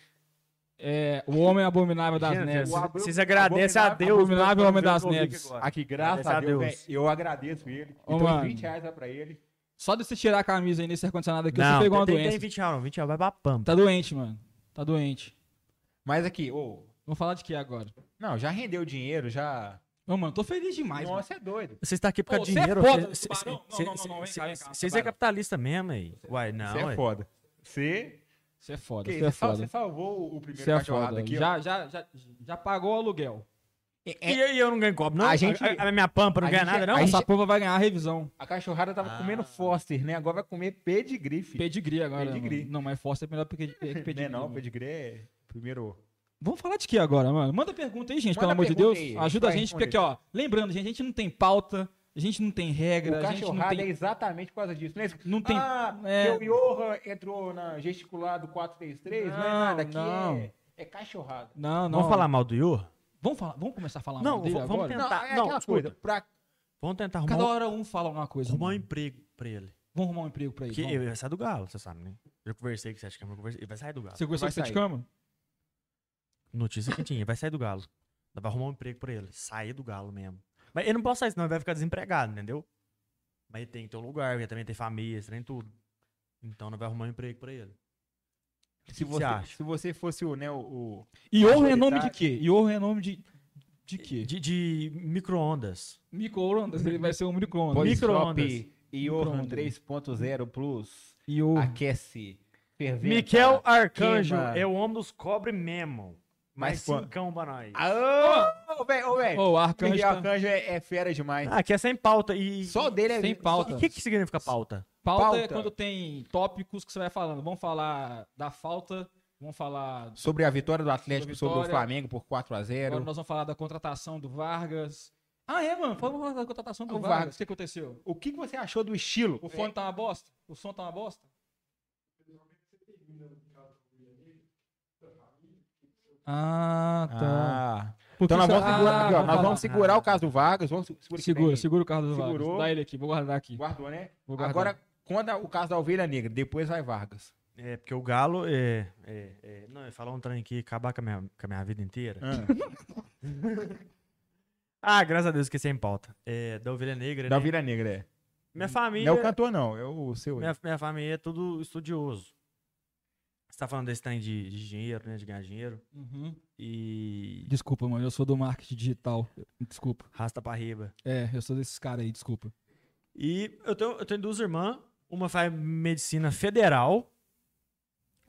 S1: é, o homem abominável das
S3: Gente,
S1: neves.
S2: é
S3: vocês- Vocês agradecem a Deus.
S1: Abominável
S3: pelo-
S1: Homem
S3: pelo
S1: das
S3: convite
S1: Neves.
S3: agora.
S2: Aqui, graças
S3: Graças
S2: a
S3: a
S2: Deus,
S3: Deus.
S2: velho, eu agradeço ele.
S1: Ô,
S2: Então,
S1: mano.
S2: 20 reais lá pra ele.
S1: Só de você tirar a camisa aí nesse ar-condicionado aqui,
S3: Não,
S1: você pegou uma
S3: tem,
S1: doença.
S3: tem 20 reais, não. 20 reais vai pra pampa.
S1: Tá doente, mano. Tá doente.
S2: Mas aqui, ô.
S1: Vamos falar de que agora?
S2: Não, já rendeu o dinheiro, já.
S1: Ô, mano, tô feliz demais, mano.
S2: Nossa, é doido.
S3: Você está aqui por causa
S1: Ô,
S3: de
S1: você é
S3: dinheiro.
S1: foda,
S3: você-
S1: Tubarão.
S3: você-
S1: Não, não,
S3: você-
S1: não, não, vem
S3: você-
S1: cá, vem cá,
S3: Vocês é
S1: Tubarão.
S3: capitalista mesmo aí. Uai, não.
S2: Você é
S3: ué.
S2: foda. Você.
S1: Você é foda,
S2: Que,
S1: você é
S2: você, sal-
S1: foda.
S2: você salvou o primeiro
S1: Você é
S2: cachorrado
S1: foda.
S2: aqui. ó.
S1: Já, já, já, já pagou o aluguel.
S2: É- é-
S3: E aí eu não ganho cobre, não?
S2: A gente-
S3: a, é- a minha pampa não
S2: a
S3: ganha
S2: gente-
S3: nada,
S2: a
S3: não?
S2: gente-
S1: Essa porra vai ganhar a revisão.
S2: A cachorrada tava
S3: Ah.
S2: comendo Foster, né? Agora vai comer pedigree, filho.
S1: Pedigree agora.
S2: Pedigree.
S1: mano. Não, mas Foster é melhor porque- é que
S2: Né,
S1: pedigree.
S2: não,
S1: mano.
S2: pedigree é primeiro.
S1: Vamos falar de que agora, mano? Manda pergunta aí, gente,
S2: Manda
S1: pelo amor de
S2: pergunta
S1: Deus.
S2: aí, a gente
S1: Ajuda a
S2: vai
S1: gente, porque aqui, ó. Lembrando, gente, a gente não tem pauta, a gente não tem
S2: o
S1: regra, a gente não
S2: cachorrado é
S1: tem.
S2: exatamente por causa disso. Né?
S1: Não tem-
S2: Ah,
S1: é.
S2: que o Johan entrou na gesticular do 433, não, é
S1: Não,
S2: nada. Aqui
S1: não.
S2: É, é cachorrada.
S1: Não, não.
S3: Vamos falar mal do Ior?
S1: Vamos, falar- vamos começar a falar
S3: Não,
S1: mal dele
S3: vamos
S1: agora?
S3: tentar.
S2: Não,
S3: Tá,
S2: é
S3: não,
S2: aquela
S3: escuta.
S2: coisa. Pra...
S3: Vamos tentar arrumar,
S1: Cada
S3: um,
S1: hora um fala alguma coisa.
S3: arrumar um
S1: mano.
S3: emprego pra ele.
S1: Vamos arrumar um emprego pra ele.
S3: Porque
S1: vamos.
S3: ele vai sair do galo, você sabe, né? Eu conversei com o Sete Câmara, eu conversei. Ele vai sair do galo.
S1: Você gostou
S2: Vai
S1: de sete
S2: sair.
S1: câmara?
S3: Notícia que tinha, ele vai sair do galo. Dá pra arrumar um emprego pra ele. Sair do galo mesmo. Mas ele não pode sair, senão ele vai ficar desempregado, entendeu? Mas ele tem que ter um lugar, ele também tem família, ele tem tudo. Então não vai arrumar um emprego pra ele.
S2: Se você,
S3: que você acha?
S2: se você fosse o, né, o, o-
S1: Iorro é
S2: Majoritário.
S1: nome de quê? Iorro é nome de. De quê?
S3: De, de micro-ondas.
S1: Micro-ondas, ele vai ser um micro-ondas.
S3: Micro-
S2: Polishop
S3: Micro-ondas.
S2: Johan
S1: Micro-ondas.
S2: 3.0 Plus
S1: Iorro.
S2: aquece, ferventa.
S3: Miquel Arcanjo
S2: queima.
S3: é o homem dos cobre mesmo. Mais
S2: Mas quando-
S3: cincão pra nós.
S2: Ah, Aô, ô, velho, ô, velho.
S1: Ô, o Arcanjo.
S2: Miguel
S1: tá-
S2: Arcanjo é, é fera demais.
S3: Ah, aqui é sem pauta e...
S2: Só dele é.
S1: Sem pauta.
S3: E o que, que significa pauta?
S1: Pauta, é
S2: pauta.
S1: quando tem tópicos que você vai falando. Vamos falar da falta, vamos falar.
S2: Sobre a vitória do Atlético
S1: Sobre a
S2: sobre, o Flamengo por 4 a
S1: Agora
S2: 0
S1: nós vamos falar da contratação do Vargas. Ah, é, mano? Vamos falar da contratação do
S2: O
S1: Vargas.
S2: Vargas. É.
S1: O que aconteceu?
S2: O que que você achou do estilo?
S1: O fone tá uma bosta? O som tá uma bosta? Ah,
S2: Ah.
S1: Porque
S2: Então nós
S1: você-
S2: vamos segurar,
S1: Ah,
S2: aqui, ó, nós
S1: falar.
S2: vamos segurar o caso do Vargas. Vamos se- segura, aqui,
S1: Segura,
S2: vem.
S1: segura o carro do Vargas.
S2: Segurou.
S1: Dá ele aqui, vou guardar aqui.
S2: Guardou, né?
S1: Vou guardar.
S2: Agora, quando a- o caso da ovelha negra, depois vai Vargas.
S3: É, porque o galo é... é- é- não, eu ia falar um trem aqui, acabar com a minha, com a minha vida inteira. Ah, graças a Deus que sem pauta. É, da Ovelha Negra,
S2: da
S3: né?
S2: ovelha negra, é.
S3: Minha
S2: Não é
S3: família...
S2: o cantor, não. É o seu.
S3: minha, minha família é tudo estudioso. Você tá falando desse trem de, de dinheiro, né? De ganhar dinheiro.
S1: Uhum.
S3: E...
S1: Desculpa, mano, eu sou do marketing digital. Desculpa.
S3: Rasta pra riba.
S1: É, eu sou desses caras aí, desculpa.
S3: E eu tenho, eu tenho duas irmãs. Uma faz medicina federal.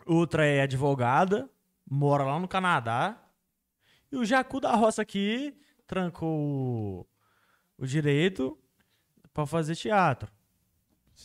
S3: Outra é advogada. Mora lá no Canadá. E o Jacu da Roça aqui trancou o, o direito pra fazer teatro.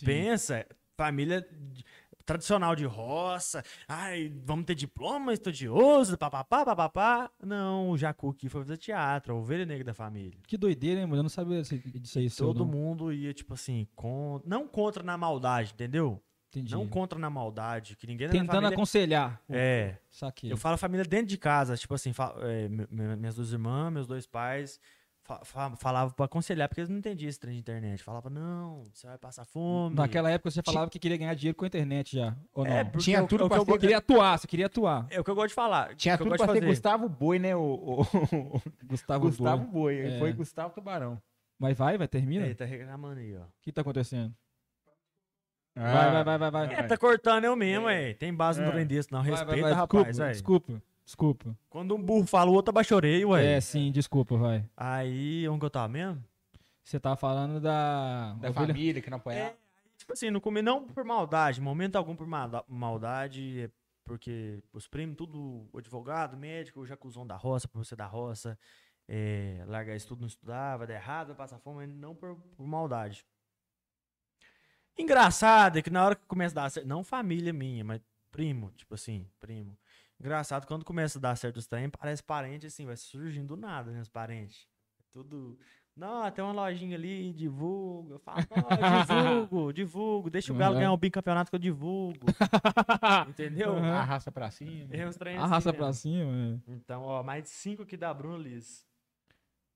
S3: Pensa, família de- tradicional de roça. Ai, vamos ter diploma, estudioso, papapá, papapá. Não, o Jacu aqui foi fazer teatro, a ovelha negra da família.
S1: Que doideira, hein, mano? Eu não sabia desse- disso aí. seu,
S3: Todo
S1: não.
S3: mundo ia, tipo assim, con... não contra na maldade, entendeu?
S1: Entendi.
S3: Não contra na maldade, que ninguém na minha
S1: Tentando
S3: família...
S1: aconselhar.
S3: É,
S1: Saquei.
S3: eu falo família dentro de casa, tipo assim, fa- é, me- me- minhas duas irmãs, meus dois pais, fa- fa- falava pra aconselhar, porque eles não entendiam esse trem de internet. Falava, não, você vai passar fome.
S1: Naquela época você falava que queria ganhar dinheiro com a internet já, ou não?
S3: É, porque
S2: Tinha
S3: o-
S2: tudo
S3: o que
S2: pra
S3: eu
S1: Você
S2: ser-
S3: go-
S1: queria atuar, você queria atuar.
S3: É o que eu gosto de falar.
S2: Tinha
S3: o que eu
S2: tudo
S3: gosto
S2: pra
S3: de
S2: ser
S3: fazer.
S2: Gustavo Boi, né? O, o-
S1: Gustavo,
S2: Gustavo
S1: Gustavo.
S2: Boi. aí
S1: É.
S2: Foi Gustavo Tubarão.
S1: Mas vai, vai, termina.
S3: Aí, tá reclamando aí, ó.
S1: O que tá acontecendo?
S2: Ah,
S1: vai, vai, vai, vai, vai.
S3: É, tá cortando eu mesmo, aí. Tem base no
S2: É.
S3: trem desse, não.
S1: Vai,
S3: Respeita,
S1: vai, vai,
S3: rapaz,
S1: desculpa,
S3: aí.
S1: desculpa, desculpa.
S3: Quando um burro fala, o outro abaixorei, ué.
S1: É, sim, desculpa, vai.
S3: Aí, onde que eu tava mesmo?
S1: Você tava falando da.
S2: Da
S1: ovelha-
S2: família que não apoiava.
S3: Tipo assim, não comi não por maldade, em momento algum por malda- maldade, é porque os primos, tudo advogado, médico, já cuzão da roça, por você da roça, é, largar estudo, não estudar, vai dar errado, vai passar fome, mas não por, por maldade. Engraçado é que na hora que começa a dar certo, não família minha, mas primo, tipo assim, primo. Engraçado, quando começa a dar certo os trem, parece parente assim, vai surgindo do nada, né, os parentes. Tudo... Não, tem uma lojinha ali, divulga. Fala, ó, divulgo, divulgo. Deixa o Galo
S1: Uhum.
S3: ganhar o bicampeonato que eu divulgo. Entendeu?
S1: Uhum.
S2: Arrasta pra cima.
S3: É uns trem assim
S1: Arrasta
S3: mesmo.
S1: pra cima. né?
S3: Então, ó, mais de cinco aqui da Bruno Liz.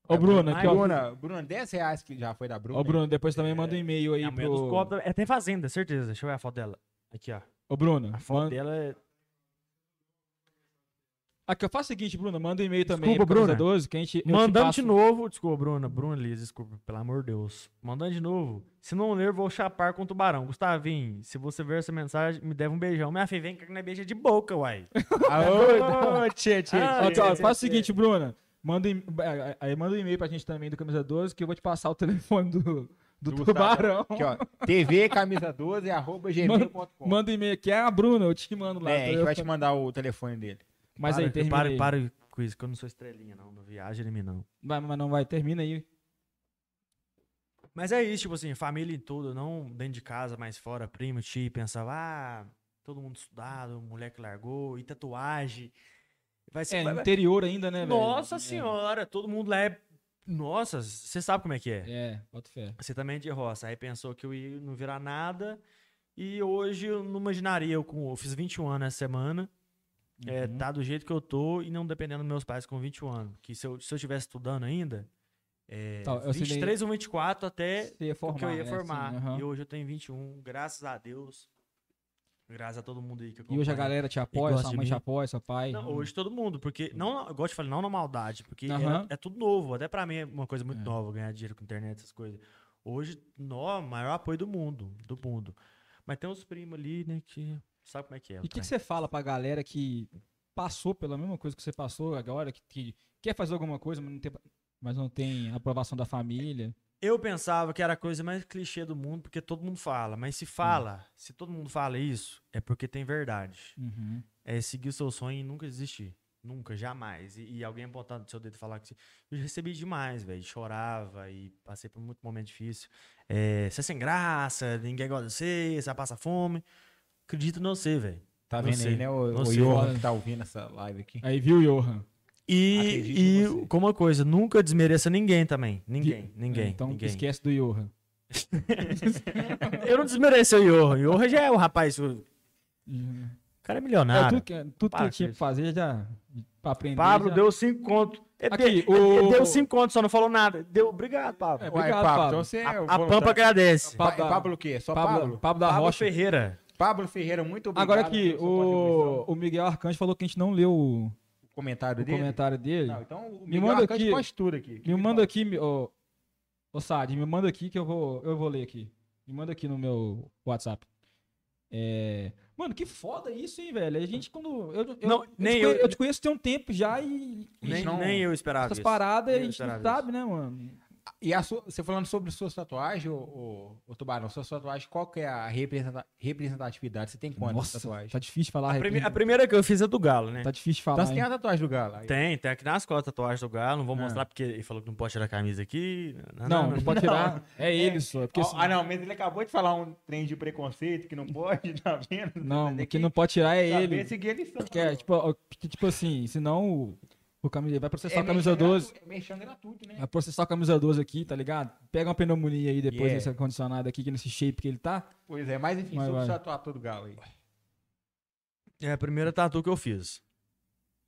S1: Ô, Bruno,
S3: mas-
S1: aqui, ó.
S2: Bruna, Bruna, 10 reais que já foi da Bruna.
S1: Ô, Bruno, depois também manda um e-mail aí
S3: A mulher dos
S1: pro.
S3: copos. É, tem fazenda, certeza. Deixa eu ver a foto dela. Aqui, ó.
S1: Ô, Bruno,
S3: A foto
S1: manda-
S3: dela é.
S1: Aqui, eu faço o seguinte, Bruno, manda um e-mail também.
S3: Desculpa,
S1: pro Camisa
S3: Bruna.
S1: 12, que a gente, eu te
S3: Mandando
S1: passo-
S3: de novo. Desculpa, Bruna. Bruna Liz, desculpa, pelo amor de Deus. Mandando de novo. Se não ler, vou chapar com o tubarão. Gustavinho, se você ver essa mensagem, me deve um beijão. Minha filha, vem que não é beija de boca, uai.
S2: Aô, tchê, tchê.
S3: Ah,
S1: Ó,
S2: tchê.
S1: tá, ó, faz o seguinte, Bruna. Manda, em- é, aí manda um e-mail pra gente também do Camisa 12, que eu vou te passar o telefone do, do
S2: Do
S1: Tubarão.
S2: Aqui, ó. TV camisa 12 arroba gmail.com.
S1: Manda um e-mail aqui. É a Bruna, eu te mando lá.
S2: É, a gente
S1: Eu-
S2: vai te mandar o telefone dele.
S1: Mas aí, termina
S3: para,
S1: aí.
S3: para com isso, que eu não sou estrelinha, não. Não viaja em mim, não.
S1: Vai, mas não vai, termina aí.
S3: Mas é isso, tipo assim, família em tudo, não dentro de casa, mas fora, primo, tio, pensava, ah, todo mundo estudado, mulher que largou, e tatuagem. Vai ser.
S1: É,
S3: vai- vai-
S1: interior ainda, né, velho?
S3: Nossa
S1: É.
S3: senhora, todo mundo lá é. Nossa, você sabe como é que é.
S1: É, bota fé.
S3: Você também é de roça. Aí pensou que eu ia não virar nada. E hoje eu não imaginaria, eu, com, eu fiz 21 anos essa semana. É,
S1: Uhum.
S3: tá do jeito que eu tô e não dependendo dos meus pais com 21 anos. Que se eu estivesse se eu tivesse estudando ainda, é,
S1: Tá, eu assinei-
S3: 23 ou 24 até
S1: Você ia formar.
S3: porque é eu ia
S1: né,
S3: formar.
S1: assim, aham.
S3: E hoje eu tenho 21, graças a Deus. Graças a todo mundo aí que
S1: E hoje a
S3: acompanha.
S1: galera te apoia,
S3: gosta
S1: sua
S3: de
S1: mãe te
S3: mim.
S1: apoia, seu pai.
S3: Não, hoje todo mundo, porque. Não, eu gosto de falar, não na maldade, porque
S1: Aham.
S3: era- é tudo novo. Até pra mim é uma coisa muito
S1: É.
S3: nova ganhar dinheiro com internet, essas coisas. Hoje, nó, maior apoio do mundo. Do mundo. Mas tem uns primos ali, né, que. Sabe como é que é?
S1: E o que, que você fala pra galera que passou pela mesma coisa que você passou agora, que, que quer fazer alguma coisa, mas não, tem, mas não tem aprovação da família?
S3: Eu pensava que era a coisa mais clichê do mundo, porque todo mundo fala. Mas
S1: Hum.
S3: se fala, se todo mundo fala isso, é porque tem verdade.
S1: Uhum.
S3: É seguir o seu sonho e nunca desistir. Nunca, jamais. E, e alguém apontar no seu dedo e falar que. você- Eu recebi demais, velho. Chorava e passei por muito momento difícil. É, você é sem graça, ninguém gosta de você, você passa fome. Acredito no você, velho.
S2: Tá
S3: Não
S2: vendo
S3: sei.
S2: aí, né? O,
S3: Não
S2: o
S3: sei.
S2: Johan que tá ouvindo essa live aqui.
S1: Aí viu, Johan?
S3: E,
S2: Acredito em você.
S3: e como uma coisa, nunca desmereça ninguém também. Ninguém, ninguém.
S1: Então
S3: ninguém.
S1: esquece do Johan.
S3: Eu não desmereço o Iorra. O Iorra já é o rapaz. O cara
S1: É,
S3: é milionário.
S1: tudo que, tudo que
S3: para
S1: eu
S3: com
S1: tinha que
S3: isso.
S1: fazer já pra aprender.
S3: Pablo
S1: já...
S3: deu cinco contos. Ele
S1: Aqui,
S3: deu- ele
S1: o-
S3: é, deu cinco contos, só não falou nada. Deu, obrigado, Pablo.
S1: É,
S2: Uai,
S1: obrigado, Pablo.
S2: Então você é
S3: a,
S2: o
S3: a
S2: voluntário.
S3: Pampa agradece.
S1: Pa-
S2: Pa- é Pablo o quê? Só Pablo?
S1: Pablo,
S2: Pablo,
S1: Pablo da
S3: Pablo
S1: Rocha.
S3: Ferreira.
S2: Ferreira, muito obrigado.
S1: Agora aqui,
S2: pela sua
S1: o,
S2: contribuição.
S1: o Miguel Arcanjo falou que a gente não leu o,
S2: O comentário
S1: o
S2: dele.
S1: comentário dele.
S2: Não, então o
S1: Me
S2: Miguel
S1: manda
S2: Arcanjo
S1: aqui.
S2: faz tudo aqui.
S1: Me manda aqui, me- ô, ô Sad, me manda aqui que eu vou, eu vou ler aqui. Me manda aqui no meu WhatsApp. É, Mano, que foda isso, hein, velho? A gente quando. Eu, eu-
S3: Não,
S1: eu te
S3: nem
S1: conhe-
S3: eu-
S1: te conheço tem um tempo já e. e
S3: Nem,
S2: não-
S3: nem eu esperava
S1: essas
S3: isso.
S1: paradas a
S3: nem eu
S1: gente não
S3: esperava
S1: sabe, né, mano?
S2: E a sua- você falando sobre suas tatuagens, ô, ô, ô Tubarão, suas tatuagens, qual que é a representa- representatividade? Você tem quantas
S1: Nossa,
S2: tatuagens?
S1: tá difícil falar.
S3: A, prime-
S1: arrepende-
S3: a primeira que eu fiz é do Galo, né?
S1: Tá difícil
S2: Então
S1: falar.
S2: você tem
S1: hein?
S2: a tatuagem do Galo. aí.
S3: Tem, tem aqui nas costas a tatuagem do Galo. Não vou
S2: Ah.
S3: mostrar porque ele falou que não pode tirar a camisa aqui.
S1: Não, não pode tirar. É ele só. Porque,
S2: Ó,
S1: assim,
S2: ah, não, mas ele acabou de falar um trem de preconceito que não pode, tá vendo? Tá
S1: não,
S2: Tem
S1: o que não pode
S3: Tá,
S1: tirar é
S2: saber
S1: ele.
S2: seguir a lição.
S1: Porque, é, tipo, ó, porque, tipo assim, senão o, o camisa vai processar o camisa
S2: merchan
S1: 12.
S2: gratu- É merchan gratuito, né?
S1: Vai processar o camisa 12 aqui, tá ligado? Pega uma pneumonia aí depois
S2: Yeah.
S1: nesse ar-condicionado aqui, que nesse shape que ele tá.
S2: Pois é, mas enfim,
S1: Vai,
S2: sobre
S1: vai.
S2: sua tatuagem do Galo aí.
S3: É a primeira tatu que eu fiz.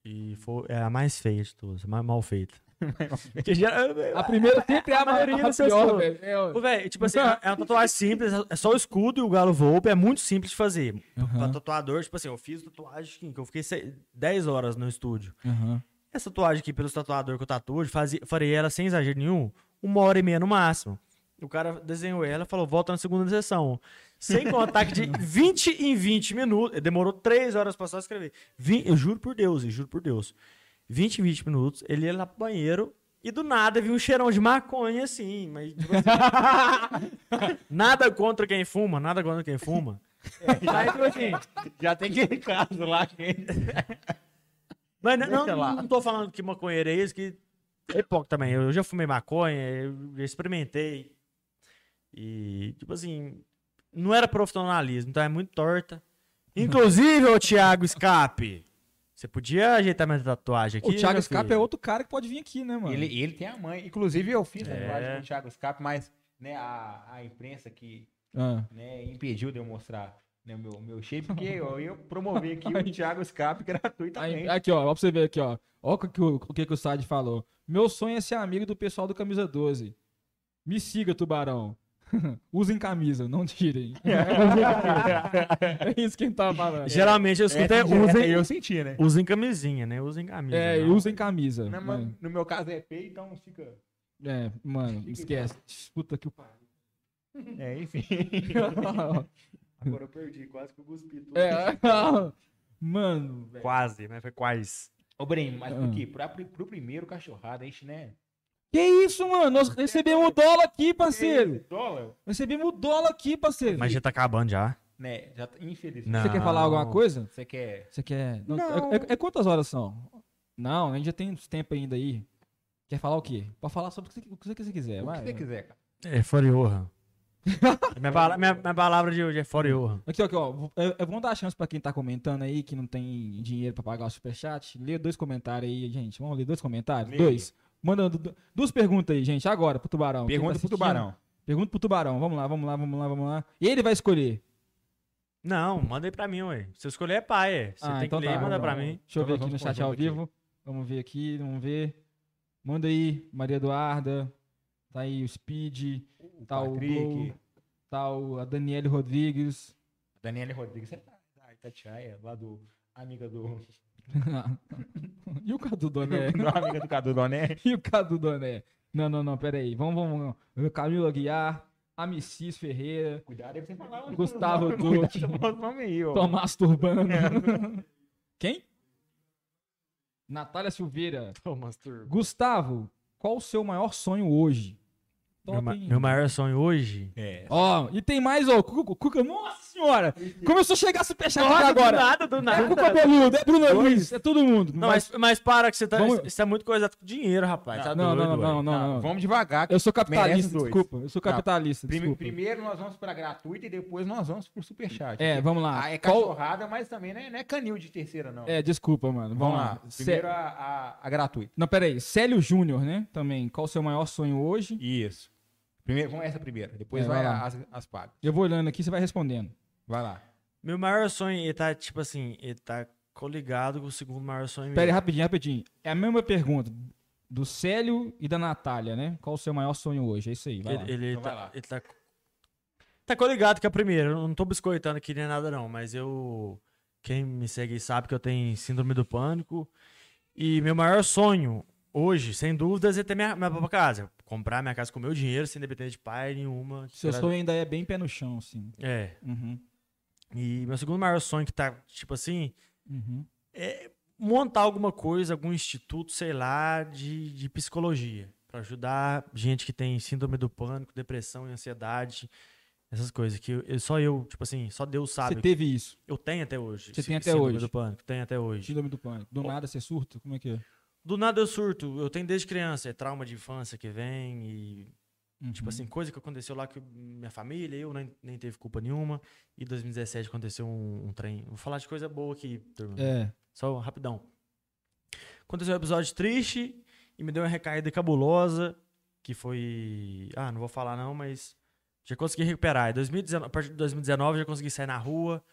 S3: E foi, é a mais feia de todas, a mais mal feita. Que gera-
S1: A primeira sempre é a,
S3: A maioria
S1: maior
S3: das pessoas.
S1: velho. É, ó.
S3: Ô, velho, tipo assim, é é uma tatuagem simples, é só o escudo e o galo volpe, é muito simples de fazer. Pra tatuador, tipo assim, eu fiz tatuagem que eu fiquei se- 10 horas no estúdio.
S1: Aham.
S3: Essa tatuagem aqui, pelos tatuador que eu tatuo, fazia, farei ela sem exagero nenhum, uma hora e meia no máximo. O cara desenhou ela e falou, volta na segunda sessão. Sem contar que de 20 em 20 minutos, eh, demorou 3 horas pra só escrever. Vin- eu juro por Deus, eu juro por Deus. 20 em 20 minutos, ele ia lá pro banheiro e do nada viu um cheirão de maconha assim, mas tipo assim, nada contra quem fuma, nada contra quem fuma. Mas, tipo assim,
S2: Já tem aquele caso lá, gente.
S3: Mas não,
S2: Deixa lá.
S3: não, não tô falando que maconheiro é isso, que é pouco também. Eu já fumei maconha, eu já experimentei. E, tipo assim, não era profissionalismo, então é muito torta. Inclusive, ô Thiago Escape, você podia ajeitar minha tatuagem aqui?
S1: O Thiago
S3: meu
S1: Scarpa
S3: filho?
S1: é outro cara que pode vir aqui, né, mano?
S2: Ele, ele tem a mãe. Inclusive, eu fiz a
S3: É.
S2: tatuagem com o Thiago Scape, mas né, a, a imprensa que
S1: Ah.
S2: né, impediu de eu mostrar né, meu, meu shape, porque eu ia promover aqui o Thiago Scape
S1: Aí,
S2: gratuitamente.
S1: aqui, ó, ó, pra você ver aqui, ó. Ó o que, o, o que que o Sad falou. Meu sonho é ser amigo do pessoal do Camisa 12. Me siga, tubarão. Usem camisa, não tirem. é isso que ele tá falando.
S3: Geralmente eu escuto é,
S2: Essa direta
S3: usem,
S2: eu senti, né?
S3: usem camisinha, né? Usem camisa.
S1: É,
S3: não.
S1: usem camisa.
S2: Não, mas
S1: mano.
S2: no meu caso é P, então fica.
S1: É, mano, esquece. Puta que o pariu.
S2: É, enfim. Agora eu perdi, quase que eu cuspi tudo.
S1: É, mano, velho.
S3: Quase, né? Foi quase.
S2: Ô, Breno, mas
S1: Ah.
S2: por quê? Pra, pro primeiro cachorrada, a gente, né?
S1: Que isso, mano? Nós recebemos o dólar aqui, parceiro.
S2: Dólar,
S1: Recebemos o dólar aqui, parceiro.
S3: Mas já tá acabando já.
S2: né? Já tá, infelizmente.
S3: Não.
S1: Você quer falar alguma coisa?
S2: Você quer.
S1: Você quer. Não,
S3: Não.
S1: É, é- é quantas horas são? Não, a gente já tem uns tempo ainda aí. Quer falar o quê? Pode falar sobre o que você, o que você quiser.
S2: o
S1: vai.
S2: que você quiser, cara.
S3: É foriorra. minha, pala- minha- minha palavra de hoje é foriorra.
S1: Aqui, ó, aqui, ó. v- é- é- Vamos dar a chance pra quem tá comentando aí, que não tem dinheiro pra pagar o superchat. Lê dois comentários aí, gente. Vamos ler dois comentários?
S2: Lê.
S1: Dois. Manda du- du- duas perguntas aí, gente, agora, pro Tubarão. Quem
S2: Pergunta
S1: tá
S2: pro
S1: assistindo,
S2: tubarão.
S1: Pergunta pro Tubarão. Vamos lá, vamos lá, vamos lá, vamos lá. E ele vai escolher.
S3: Não, manda aí pra mim, ué. Se eu escolher é pai, é. Você
S1: Ah,
S3: tem
S1: então
S3: que ler
S1: tá,
S3: e manda
S1: vamos
S3: pra
S1: lá.
S3: mim.
S1: Deixa eu
S2: Então
S1: ver
S2: nós
S1: aqui no
S2: vamos
S1: chat
S3: um
S2: conjunto
S1: ao
S2: aqui.
S1: vivo. Vamos ver aqui, vamos ver. Manda aí, Maria Eduarda. Tá aí o Speed.
S2: O
S1: Tá o
S2: Patrick,
S1: Gol, tá o, a Daniele Rodrigues.
S2: Daniele Rodrigues. Você tá. da Itatiaia, lá do. Amiga do.
S1: e o Cadu Doné?
S2: do amiga do Cadu Doné.
S1: e o Cadu Doné? Não, não, não, peraí. Vamos, vamos, vamos. Camilo Aguiar, Amicis Ferreira,
S2: Cuidado aí pra você falar. o-
S1: Gustavo
S2: o-
S1: Dutra.
S2: Cuidado, com o nome aí, ó.
S1: Tomás Turbano.
S2: É.
S1: Quem? Natália Silveira. Gustavo, qual o seu maior sonho hoje? Então,
S3: Meu, ma-
S1: tem-
S3: meu maior sonho hoje.
S2: É.
S1: Ó, e tem mais, ó. Cuca, Cuca- nossa senhora! Começou a chegar superchat aqui
S3: do
S1: agora.
S3: nada, do
S1: É
S3: nada.
S1: Cuca Peludo, é Bruno Luiz, é todo mundo.
S3: Não, mas, mas para que você tá.
S1: Vamos-
S3: Você tá muito coisado com dinheiro, rapaz. Tá
S1: não,
S3: doido,
S1: não, não,
S3: ué.
S1: não, não, não.
S2: Vamos devagar. que
S1: Eu sou
S2: merece os
S1: capitalista,
S2: dois.
S1: desculpa. Eu sou capitalista,
S2: Prime-
S1: desculpa.
S2: Primeiro nós vamos pra gratuita e depois nós vamos pro superchat.
S1: É, vamos lá.
S2: Ah, é
S1: Qual...
S2: cachorrada, mas também não é, não é canil de terceira, não.
S1: É, desculpa, mano.
S2: Vamos lá.
S1: Cé-
S2: Primeiro a, a, a gratuita.
S1: Não, peraí. Célio Júnior, né? Também. Qual o seu maior sonho hoje?
S2: Isso. Primeiro, vamos essa primeira. Depois
S1: É,
S2: vai,
S1: vai lá.
S2: a- as, as pagas.
S1: Eu vou olhando aqui, você vai respondendo.
S2: Vai lá.
S3: Meu maior sonho, ele tá, tipo assim, ele tá coligado com o segundo maior sonho
S1: Peraí,
S3: meu.
S1: rapidinho, rapidinho. É a mesma pergunta do Célio e da Natália, né? Qual o seu maior sonho hoje? É isso aí, vai lá.
S3: Ele, ele
S2: Então vai
S3: tá,
S2: lá.
S3: ele tá. Tá coligado com a primeira. Eu não tô biscoitando aqui nem nada, não, mas eu. Quem me segue sabe que eu tenho síndrome do pânico. E meu maior sonho hoje, sem dúvidas, é ter minha, minha própria casa. Comprar minha casa com meu dinheiro, sem depender de pai nenhuma.
S1: Seu
S3: Gra-
S1: sonho ainda é bem pé no chão, assim.
S3: É.
S1: Uhum,
S3: E meu segundo maior sonho que tá, tipo assim,
S1: uhum.
S3: montar alguma coisa, algum instituto, sei lá, de, de psicologia. Pra ajudar gente que tem síndrome do pânico, depressão e ansiedade, essas coisas que eu- eu- só eu, tipo assim, só Deus
S1: Você
S3: sabe.
S1: teve isso.
S3: Eu tenho até hoje.
S1: Você
S3: sí-
S1: tem até
S3: síndrome
S1: hoje.
S3: do pânico, tenho até hoje.
S1: Síndrome do pânico. Do nada você surta? Como é que é?
S3: Do nada eu surto, eu tenho desde criança, é trauma de infância que vem e Tipo
S1: Uhum.
S3: assim, coisa que aconteceu lá que minha família, eu nem, nem teve culpa nenhuma. E 2017 aconteceu um, um trem. Vou falar de coisa boa aqui, turma.
S1: É.
S3: Só rapidão. Aconteceu um episódio triste e me deu uma recaída cabulosa, que foi. Ah, não vou falar não, mas já consegui recuperar. Em 2019, a partir de 2019 já consegui sair na rua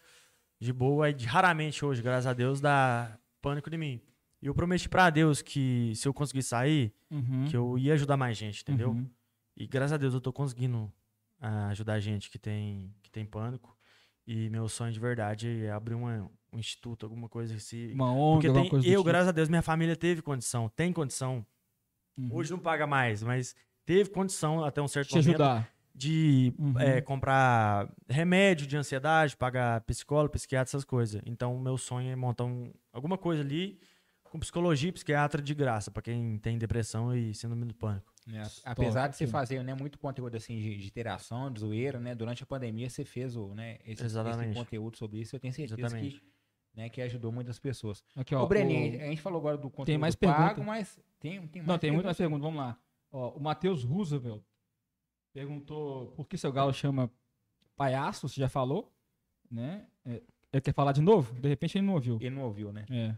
S3: de boa e de- raramente hoje, graças a Deus, dá pânico de mim. E eu prometi pra Deus que se eu conseguir sair,
S1: Uhum.
S3: que eu ia ajudar mais gente, entendeu?
S1: Uhum.
S3: E graças a Deus eu tô conseguindo ah, ajudar gente que tem, que tem pânico. E meu sonho de verdade é abrir uma- um instituto, alguma coisa assim.
S1: Uma ONG,
S3: Porque
S1: alguma
S3: tem-
S1: coisa do
S3: eu,
S1: tipo.
S3: graças a Deus, minha família teve condição, tem condição.
S1: Uhum.
S3: Hoje não paga mais, mas teve condição até um certo
S1: Te
S3: momento
S1: ajudar.
S3: de
S1: Uhum.
S3: é, comprar remédio de ansiedade, pagar psicólogo, psiquiatra, essas coisas. Então, meu sonho é montar um- alguma coisa ali com psicologia e psiquiatra de graça, pra quem tem depressão e síndrome do pânico.
S2: Apesar
S1: Né, Top,
S2: de você
S1: sim.
S2: fazer né, muito conteúdo assim de, de interação, de zoeira, né? Durante a pandemia você fez o, né, esse, esse
S3: Exatamente.
S2: conteúdo sobre isso, eu tenho certeza que,
S3: Exatamente.
S2: né, que ajudou muitas pessoas.
S1: Aqui, ó,
S2: Ô, Breninho,
S1: o-
S2: a gente falou agora do conteúdo
S1: mais
S2: pago,
S1: pergunta.
S2: mas tem, tem mais
S1: Não, tem muito
S2: pergunta.
S1: mais perguntas. Vamos lá. Ó, o Matheus Roosevelt perguntou por que seu galo chama palhaço, você já falou, né? É, ele quer falar de novo? De repente ele não ouviu.
S2: Ele não ouviu, né?
S1: É.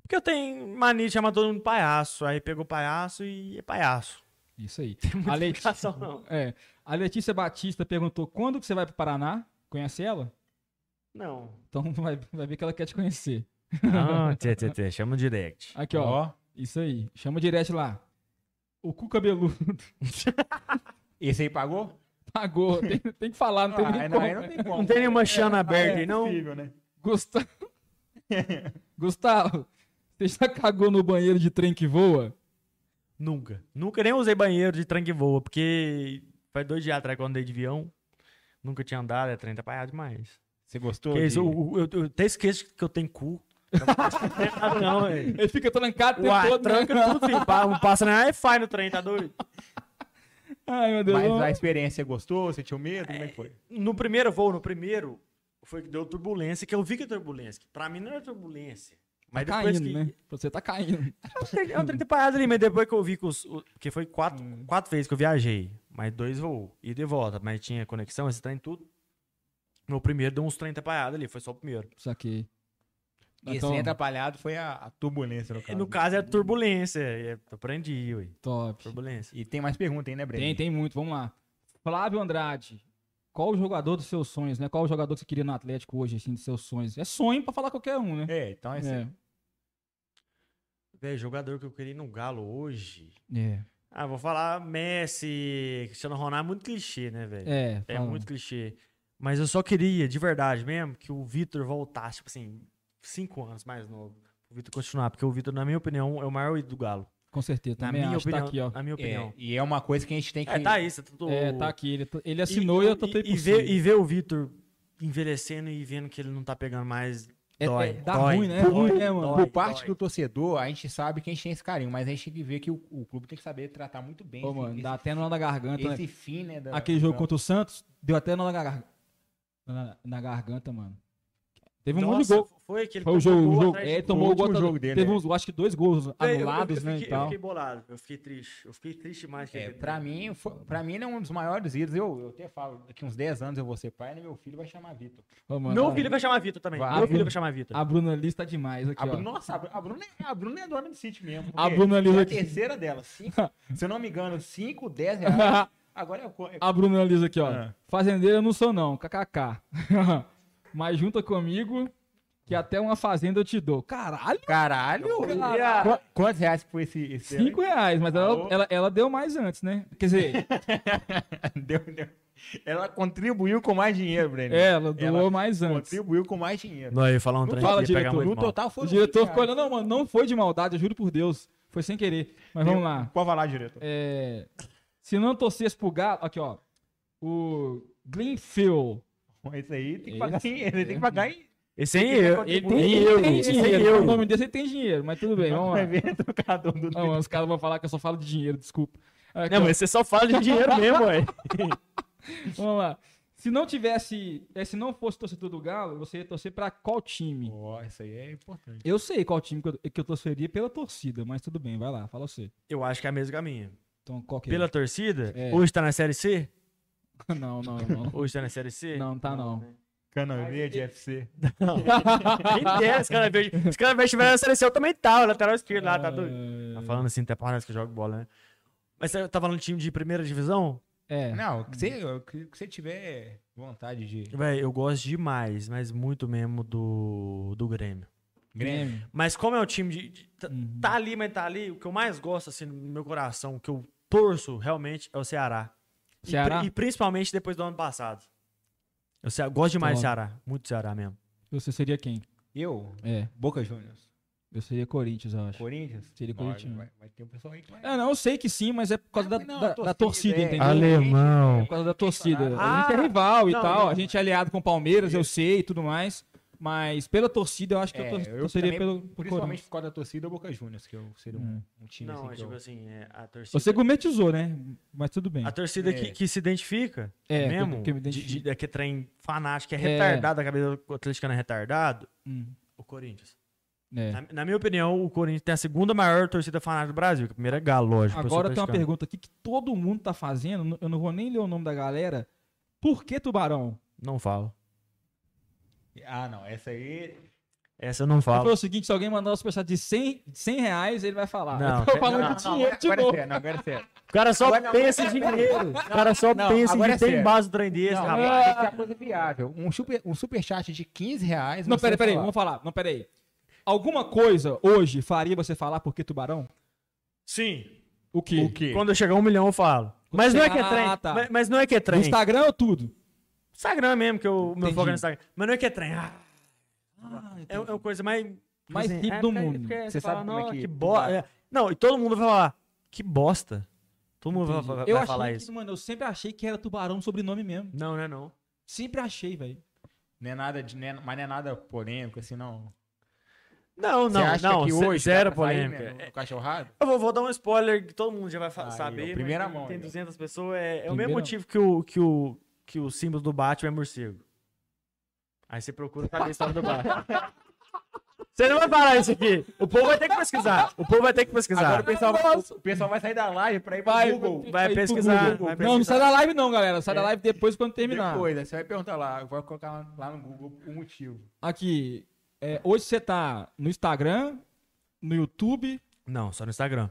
S3: Porque eu tenho mania de chamar todo mundo de palhaço, aí pegou palhaço e é palhaço.
S1: Isso aí. A, Leti-
S3: Explicação não.
S1: é. A Letícia Batista perguntou quando que você vai para o Paraná? Conhece ela?
S3: Não.
S1: Então vai, vai ver que ela quer te conhecer.
S3: Não, tê, tê, tê, chama no direct.
S1: Aqui, ó. Isso aí. Chama direto lá. O cu cabeludo
S2: Esse aí pagou?
S1: pagou. Tem, tem que falar, não tem
S2: Ah,
S1: nem
S2: aí
S1: como.
S2: aí não tem como.
S3: Não tem É nenhuma chana aberta aí, não?
S2: Possível, né?
S1: Gustavo. Gustavo, você já cagou no banheiro de trem que voa?
S3: Nunca. Nunca nem usei banheiro de tranque voa, porque faz dois dias atrás quando andei de avião, nunca tinha andado, é 30 paiado demais.
S2: Você gostou?
S3: Que é isso,
S2: de-
S3: eu, eu- eu até esqueço que eu tenho cu. não, não, velho.
S1: Ele fica trancado o tempo
S3: Uai,
S1: todo, né?
S3: tranca tudo, filho. Pa- Não passa nem Wi-Fi no trem, tá doido?
S1: Ai, meu Deus.
S2: Mas
S1: não.
S2: a experiência gostou? Você tinha medo? Como é que foi?
S3: No primeiro voo, no primeiro, foi que deu turbulência, que eu vi que é turbulência. Que pra mim não era turbulência.
S1: Tá
S3: Mas depois
S1: caindo,
S3: que...
S1: né? Você tá caindo.
S3: É um trem parado ali, mas depois que eu vi que os. o- Porque foi quatro,
S1: Hum.
S3: quatro vezes que eu viajei. Mas dois voou. E de volta. Mas tinha conexão, esse trem tudo. No primeiro deu uns 30 parados ali, foi só o primeiro.
S1: Saquei.
S2: Esse
S1: Então,
S2: atrapalhado foi a, a turbulência no
S1: Ah,
S3: E
S2: caso. né?
S3: no caso é turbulência. e é- Aprendi, ué.
S1: top.
S3: Turbulência.
S2: E tem mais pergunta aí, né, Breno?
S1: Tem, tem muito. Vamos lá. Flávio Andrade. Qual o jogador dos seus sonhos, né? Qual o jogador que você queria no Atlético hoje, assim, dos seus sonhos? É sonho pra falar qualquer um, né?
S2: É, então é isso.
S1: É.
S3: Véi, jogador que eu queria ir no Galo hoje.
S1: É.
S3: Ah, vou falar Messi, Cristiano Ronaldo. É muito clichê, né, velho?
S1: É,
S3: É
S1: fala.
S3: muito clichê. Mas eu só queria, de verdade mesmo, que o Vitor voltasse, tipo assim, cinco anos mais novo. O Vitor continuar, porque o Vitor, na minha opinião, é o maior ídolo do Galo.
S1: Com certeza.
S3: Na
S1: Também
S3: minha,
S1: acho.
S3: opinião,
S1: Tá aqui, ó.
S3: na minha opinião.
S2: É, e é uma coisa que a gente tem que.
S3: É, tá aí, você tá,
S1: É, tá aqui. Ele, ele assinou e, eu tô
S3: e, ver, e ver o Vitor envelhecendo e vendo que ele não tá pegando mais.
S1: É-
S3: dói,
S1: é- dá
S3: dói,
S1: ruim, né?
S3: dói,
S1: Ruim, né, mano?
S3: dói,
S2: Por parte
S3: dói.
S2: do torcedor, a gente sabe que a gente tem esse carinho, mas a gente tem que ver que o, o clube tem que saber tratar muito bem
S1: Ô,
S2: esse,
S1: mano,
S2: esse-
S1: dá até nó na garganta, né?
S2: esse fim, né? da-
S1: Aquele jogo
S2: da-
S1: contra o Santos, deu até nó na, gar... na, na garganta, mano. Teve um
S3: Nossa,
S1: monte de gol.
S3: Foi aquele
S1: Foi o jogo, o
S3: gol
S1: jogo.
S3: atrás
S1: É,
S3: de
S1: ele
S3: gol.
S1: tomou
S2: Foi
S1: o
S2: o
S1: gol.
S2: último
S1: atrás-
S2: jogo dele,
S1: teve
S2: né?
S1: uns, acho que dois gols
S3: Véi, eu- eu-
S1: anulados,
S3: eu
S1: né,
S3: fiquei-
S1: e tal.
S3: Eu fiquei bolado, eu fiquei triste. Eu fiquei triste mais que
S2: É,
S3: aquele
S2: pra
S3: tempo.
S2: mim, foi- pra mim, ele é um dos maiores ídolos. Eu, eu até falo, daqui uns 10 anos eu vou ser pai, né? Meu filho vai chamar Vitor.
S1: Ô, mano,
S3: Meu
S1: a-
S3: filho vai chamar Vitor também.
S2: Vai.
S3: Meu filho vai chamar Vitor.
S1: A Bruna Liz tá demais aqui,
S2: A Bruna,
S1: ó.
S2: nossa, a Bru- a Bruna, é- a Bruna é dona do sítio mesmo.
S1: A
S2: porque
S1: Bruna ali
S2: é a
S1: aqui.
S2: terceira dela. cinco- se eu não me engano, 5, 10 reais. Agora é o. co- é-
S1: A Bruna Liz aqui, ó.
S2: Ah.
S1: Fazendeira eu não sou não, kkk. Mas junta comigo que até uma fazenda eu te dou. Caralho,
S2: Caralho!
S1: Caralho.
S2: Qu- Quantos reais que foi esse? esse
S1: cinco reais. Mas ela,
S2: Alô?
S1: ela, ela deu mais antes, né? Quer dizer,
S2: Deu, deu. Ela contribuiu com mais dinheiro, Breno.
S1: É, ela doou mais antes.
S2: Contribuiu com mais dinheiro.
S3: Não, eu ia falar um trem
S1: fala,
S3: que ia pegar
S1: diretor,
S3: muito
S2: No
S3: mal.
S2: total
S1: O
S2: foi.
S1: diretor ficou olhando, não, mano, não foi de maldade, eu juro por Deus. Foi sem querer. Mas vamos lá.
S2: Pode falar, diretor.
S1: É, se não torcesse pro Galo. Aqui, ó. O Glenfield.
S2: Isso aí tem que
S1: Esse-
S2: pagar dinheiro. Ele tem que
S1: é
S2: pagar em.
S3: Esse aí eu.
S1: Ele tem,
S3: Nem
S1: ele
S3: eu,
S1: tem
S3: esse
S1: dinheiro.
S3: nem eu.
S1: O nome desse ele tem dinheiro, mas tudo bem, vamos lá.
S2: Vai ver trocador do.
S1: Não, mano, os caras vão falar que eu só falo de dinheiro, desculpa. Aqui,
S3: Não,
S1: ó,
S3: mas você só fala de dinheiro mesmo, ué.
S1: Vamos lá. Se não tivesse. é, Se não fosse torcedor do Galo, você ia torcer pra qual time?
S2: Ó, isso aí é importante.
S1: Eu sei qual time que eu, que eu torceria pela torcida, mas tudo bem, vai lá, fala você.
S3: Eu acho que é a mesma caminho.
S1: Então, qual que é?
S3: Pela torcida,
S1: É.
S3: hoje tá na Série C?
S1: Não, não, não.
S3: Hoje tá na Série C?
S1: Não, tá não.
S2: Cana
S1: é
S2: Verde FC.
S3: Quem dera, os caras vejam. Os caras vejam tiver na Série C, eu também tá, o lateral esquerdo lá,
S2: É.
S1: É,
S3: tá doido. Tá falando assim, até parece que joga bola, né? Mas você tá falando de time de primeira divisão?
S1: É.
S2: Não, o que você, o que o que você tiver vontade de.
S3: Véi, eu gosto demais, mas muito mesmo do, do Grêmio.
S1: Grêmio. Uhum.
S3: Mas como é um time de. de- tá, tá ali, mas tá ali. O que eu mais gosto, assim, no meu coração, o que eu torço realmente é o Ceará. E
S1: Ceará?
S3: pri- E, principalmente depois do ano passado. Eu se- gosto
S2: Então,
S3: demais do
S1: Top.
S3: Ceará. Muito do Ceará mesmo.
S1: Você seria quem?
S2: Eu?
S1: É,
S2: Boca Juniors.
S1: eu seria Corinthians, eu acho.
S2: Corinthians?
S1: Seria
S2: Não,
S1: Corinthians.
S2: Vai, vai ter um pessoal aí que vai.
S1: Ah, não, eu sei que sim, mas é por causa da,
S2: Ah, Não,
S1: da- da
S2: torcida,
S1: torcida,
S2: é.
S1: entendeu?
S3: Alemão.
S1: Por causa da torcida. a
S3: Ah,
S1: gente é rival e
S3: não,
S1: tal,
S3: não.
S1: a gente é aliado com o Palmeiras, eu sei e tudo mais. Mas pela torcida, eu acho que
S2: É,
S1: eu, tor
S2: eu
S1: torceria
S2: também,
S1: pelo pro
S2: Principalmente
S1: Corinthians.
S2: por causa da torcida Boca Juniors, que eu seria
S1: Hum.
S2: um, um time
S3: Não, é
S2: assim que
S3: tipo
S2: eu...
S3: assim, é a torcida.
S1: Você gourmetizou, né? Mas tudo bem.
S3: A torcida
S2: É.
S3: que, que se identifica
S1: É,
S3: mesmo.
S1: que- que me
S3: de-
S1: identifica.
S3: de- é que trem fanático, é
S1: É.
S3: retardado, a cabeça do atleticano é retardado.
S1: Hum,
S3: O Corinthians.
S1: é.
S3: Na, na minha opinião, o Corinthians tem a segunda maior torcida fanática do Brasil. que A primeira é Galo, lógico. eu sou
S1: Agora tem uma
S3: atleticano.
S1: pergunta aqui que todo mundo tá fazendo, n- eu não vou nem ler o nome da galera. Por que tubarão?
S3: Não falo.
S2: Ah, não. Essa aí.
S3: Essa eu não
S1: Ele
S3: falo.
S1: falou o seguinte, se alguém mandar um superchat de 100, de 100 reais, ele vai falar.
S3: Não,
S1: eu tô
S3: tem-
S1: falando
S2: não,
S1: de
S2: não,
S1: dinheiro
S2: agora,
S1: de
S2: agora é
S1: novo.
S2: sério, não, agora é sério.
S3: O cara só
S2: Agora não,
S3: pensa em
S2: agora-
S3: dinheiro. O cara só
S2: não,
S3: pensa em
S2: agora
S3: que
S2: é
S3: tem
S2: sério.
S3: base do trem desse,
S2: Não,
S3: rapaz.
S2: agora é tem que ser a coisa viável. Um, super, um superchat de 15 reais.
S1: Não,
S2: você
S1: peraí, peraí,
S2: falar.
S1: vamos falar. Não, peraí. Alguma coisa hoje faria você falar por que tubarão?
S3: Sim.
S1: O quê?
S2: O quê?
S3: Quando eu chegar a um milhão, eu falo. Mas não é que é
S1: Ah,
S3: trem.
S1: tá.
S3: Mas, mas não é que é
S1: No
S3: trem.
S1: Instagram ou tudo?
S3: Instagram mesmo, que eu, meu
S1: Entendi.
S3: foco é no Instagram. Mas não é que é trem. Ah, é, é uma coisa mais.
S1: Mais
S3: assim,
S1: hippie
S3: é,
S1: do
S3: porque-
S1: mundo.
S3: porque
S2: Você
S3: fala,
S2: sabe como é
S3: "Não,
S2: que-
S3: que bosta. é. Não, e todo mundo vai falar. Que bosta. Todo mundo vai, vai- vai
S1: eu achei
S3: falar
S1: que,
S3: isso.
S1: mano, eu sempre achei que era tubarão sobrenome mesmo.
S3: Não, não é não.
S1: Sempre achei, velho.
S2: Não é nada de, não é- mas não é nada polêmico, assim, não.
S3: Não,
S2: Você
S3: não,
S2: acha
S3: não.
S2: que
S3: ze-
S2: hoje
S3: zero
S2: dá pra sair,
S3: polêmica.
S2: né, no- no cachorrado?
S3: Eu vou, vou dar um spoiler que todo mundo já vai fa-
S2: Aí,
S3: saber.
S2: ó, primeira
S3: mas tem-
S2: mão,
S3: Tem
S2: aí, ó.
S3: 200 pessoas. É, é o
S1: Primeira
S3: mesmo
S1: mão.
S3: motivo que o, que, o, que o símbolo do Batman é morcego. Aí você procura cadê a história do Batman. Você não vai falar isso aqui. O povo vai ter que pesquisar. O povo vai ter que
S2: Agora
S3: pesquisar.
S2: o pessoal, o pessoal vai sair da live pra ir pro Google.
S3: vai
S1: aí pro
S3: pesquisar,
S1: Google.
S3: vai
S1: Não, não
S3: pesquisar.
S1: sai
S3: É,
S1: da live não, galera. Sai da live depois quando terminar.
S2: Depois, aí você vai perguntar lá. Vai colocar lá no Google o motivo.
S1: Aqui, é, hoje você tá no Instagram, no YouTube,
S3: Não, só no Instagram.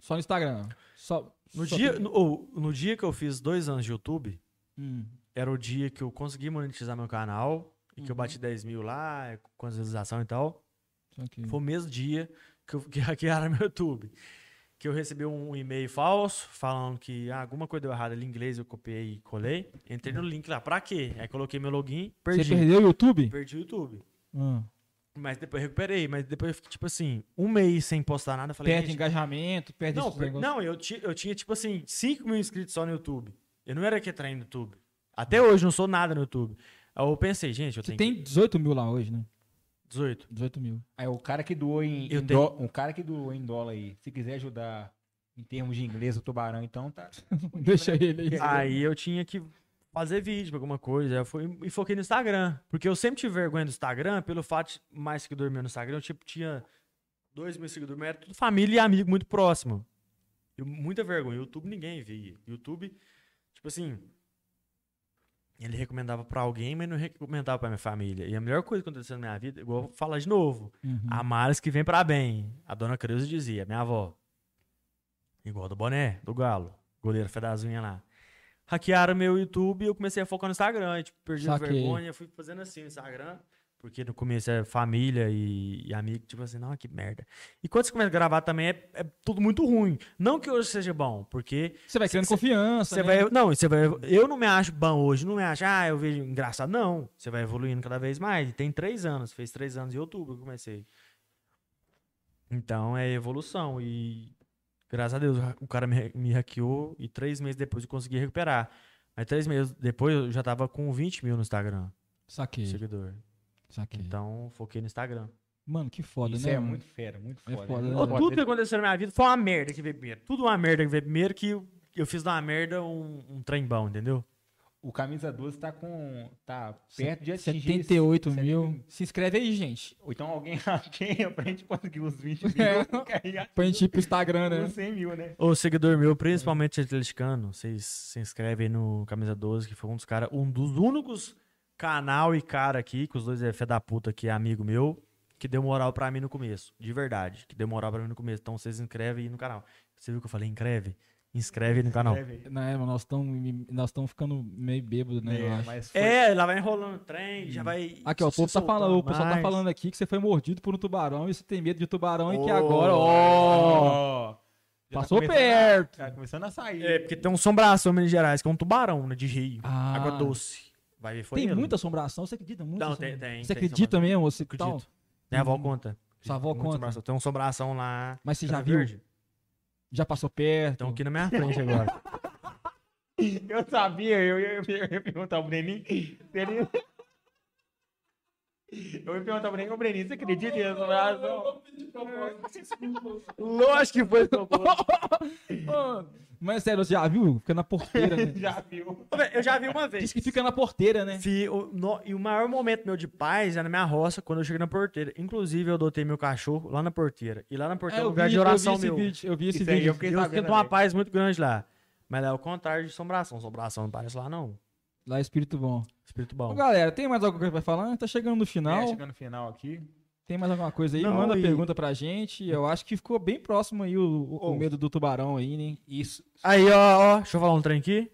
S1: só no Instagram. Só,
S3: No
S1: só
S3: dia,
S1: tem-
S3: no, ou, no dia que eu fiz dois anos de YouTube,
S1: Hum.
S3: era o dia que eu consegui monetizar meu canal e que eu bati
S1: Uhum.
S3: 10 mil lá, com as visualizações e tal.
S1: só que-
S3: Foi o mesmo dia que, eu, que hackearam meu YouTube. Que eu recebi um e-mail falso falando que ah, alguma coisa deu errada ali em inglês, eu copiei e colei. Entrei no link lá, pra quê? Aí coloquei meu login,
S1: Você
S3: perdi.
S1: perdeu o YouTube?
S3: Perdi o YouTube.
S1: Ah.
S3: Mas depois eu recuperei, mas depois eu fiquei, tipo assim, um mês sem postar nada. eu Falei,
S1: Perde
S3: gente,
S1: engajamento, perde
S3: não,
S1: esses
S3: per-
S1: negócios.
S3: não eu, ti- eu tinha, tipo assim, 5 mil inscritos só no YouTube. Eu não era que no YouTube. Até hoje, não sou nada no YouTube. Aí eu pensei, gente, eu
S1: Uhum. Você
S3: tenho
S1: tem 18 mil lá hoje, né?
S3: 18.
S1: 18 mil.
S2: Aí o cara que doou em,
S3: Eu
S2: em
S3: tenho-
S2: dó- o cara que doou em dólar aí, se quiser ajudar em termos de inglês o tubarão, então tá.
S1: Deixa ele aí.
S3: Aí eu tinha que fazer vídeo, alguma coisa. Eu fui, e foquei no Instagram. Porque eu sempre tive vergonha do Instagram, pelo fato de mais seguidor meu no Instagram, eu tipo, tinha dois mil seguidores, mas era tudo família e amigo muito próximo. Eu, muita vergonha. YouTube ninguém via. YouTube, tipo assim. Ele recomendava pra alguém, mas não recomendava pra minha família. E a melhor coisa que aconteceu na minha vida, igual eu vou falar de novo.
S1: Uhum.
S3: Há males que vem pra bem. A dona Creuza dizia, minha avó. Igual do boné, do galo. Goleiro fedazinha lá. Hackearam meu YouTube e eu comecei a focar no Instagram. E, tipo, perdi a
S1: Saquei.
S3: vergonha. Fui fazendo assim no Instagram. Porque no começo é família e, e amigo. Tipo assim, não, que merda. E quando você começa a gravar também é, é tudo muito ruim. Não que hoje seja bom, porque
S1: Você vai criando
S3: cê-
S1: confiança,
S3: você
S1: né?
S3: vai. Não, você vai. Eu não me acho bom hoje, não me acho. Ah, eu vejo engraçado. Não. Você vai evoluindo cada vez mais. E tem três anos. Fez três anos em outubro que eu comecei. Então é evolução. E graças a Deus o cara me, me hackeou e três meses depois eu consegui recuperar. Mas três meses depois eu já tava com 20 mil no Instagram,
S1: Saquei,
S3: seguidor.
S1: saquei.
S3: Então foquei no Instagram.
S1: Mano, que foda,
S2: Isso
S1: né?
S2: é
S1: mano?
S2: muito fera, muito
S1: É
S2: foda.
S1: foda, né?
S3: Ô,
S1: Pode
S3: tudo que aconteceu na minha vida foi uma merda que veio primeiro. Tudo uma merda que veio primeiro que eu- eu fiz da merda um, um trem bom, entendeu?
S2: O camisa 12 tá com tá
S1: Se-
S2: perto de atingir
S1: 78
S2: esse-
S1: mil. Se inscreve aí, gente.
S2: Ou então alguém hackeia pra gente conseguir os 20 mil.
S1: É.
S2: que aí atinge
S1: Pra gente ir pro Instagram, né?
S2: os 100 mil, né?
S3: Ô, seguidor meu, principalmente atleticano, vocês se inscrevem aí no Camisa 12, que foi um dos caras, um dos únicos canal e cara aqui, que os dois é fé da puta que é amigo meu, que deu moral pra mim no começo, de verdade, que deu moral pra mim no começo. Então vocês inscrevem aí no canal. Você viu que eu falei inscreve? Inscreve no canal.
S2: Escreve aí.
S1: Não, é, mas nós estamos nós tão ficando meio bêbados, né? eu
S2: É,
S1: acho.
S2: mas foi-
S3: É, lá vai enrolando o trem, já vai.
S1: Aqui, ó, o
S3: se
S1: povo tá
S3: soltando
S1: falando, o pessoal tá
S3: mais.
S1: falando aqui que você foi mordido por um tubarão e você tem medo de tubarão e que
S3: Ô,
S1: agora, ó,
S2: Ó, já tá
S1: passou
S2: começando a-
S1: perto.
S2: Tá começando a sair.
S3: É, porque tem um sombração em Minas Gerais, que é um tubarão, né? De rio.
S1: Ah.
S3: Água doce. Vai ver, foi
S1: tem
S3: ele.
S1: muita assombração, você acredita muito?
S3: Não,
S1: assim?
S3: tem, tem.
S1: Você
S3: tem
S1: acredita
S3: sombração.
S1: mesmo? Você
S3: Acredito.
S1: tal?
S3: Minha avó conta.
S1: Então, hum, Sua avó
S3: Muita
S1: conta.
S3: sombração. Tem um sombração lá.
S1: Mas você
S3: Era
S1: já viu?
S3: é verde. Então,
S1: Já passou perto?
S3: Estão aqui na minha frente agora.
S2: Eu sabia, eu ia, eu ia- eu ia perguntar ao Breninho. se ele- Eu ia perguntar ao Breninho, ô Breninho, você acredita em restauração? Lógico que foi proposto.
S1: Mas é sério, você já viu? Fica na porteira, né?
S2: Já viu.
S3: Ô, velho, Eu já vi uma vez.
S1: Diz que fica na porteira, né?
S3: Fi- o- no- e o maior momento meu de paz é na minha roça, quando eu cheguei na porteira. Inclusive, eu adotei meu cachorro lá na porteira. E lá na
S1: É,
S3: porteira é um
S1: eu, vi,
S3: lugar de
S1: eu vi
S3: oração
S1: esse
S3: meu.
S1: vídeo, eu vi esse
S2: Isso aí,
S1: vídeo.
S2: eu fiquei
S3: Eu
S2: sabendo
S3: sinto uma
S2: também.
S3: paz muito grande lá. Mas lá é o contrário de sombração. Sombração não parece lá, não.
S1: Lá, Espírito Bom.
S3: Espírito
S1: Bom,
S3: bom.
S1: galera, tem mais alguma coisa pra falar? Tá chegando no final.
S2: É, chegando no final aqui.
S1: Tem mais alguma coisa aí?
S3: Não,
S1: Manda
S3: e-
S1: pergunta pra gente. Eu acho que ficou bem próximo aí o, o- o
S3: Oh.
S1: medo do tubarão aí, né? Isso.
S3: Aí, ó, ó, deixa eu falar um trem aqui.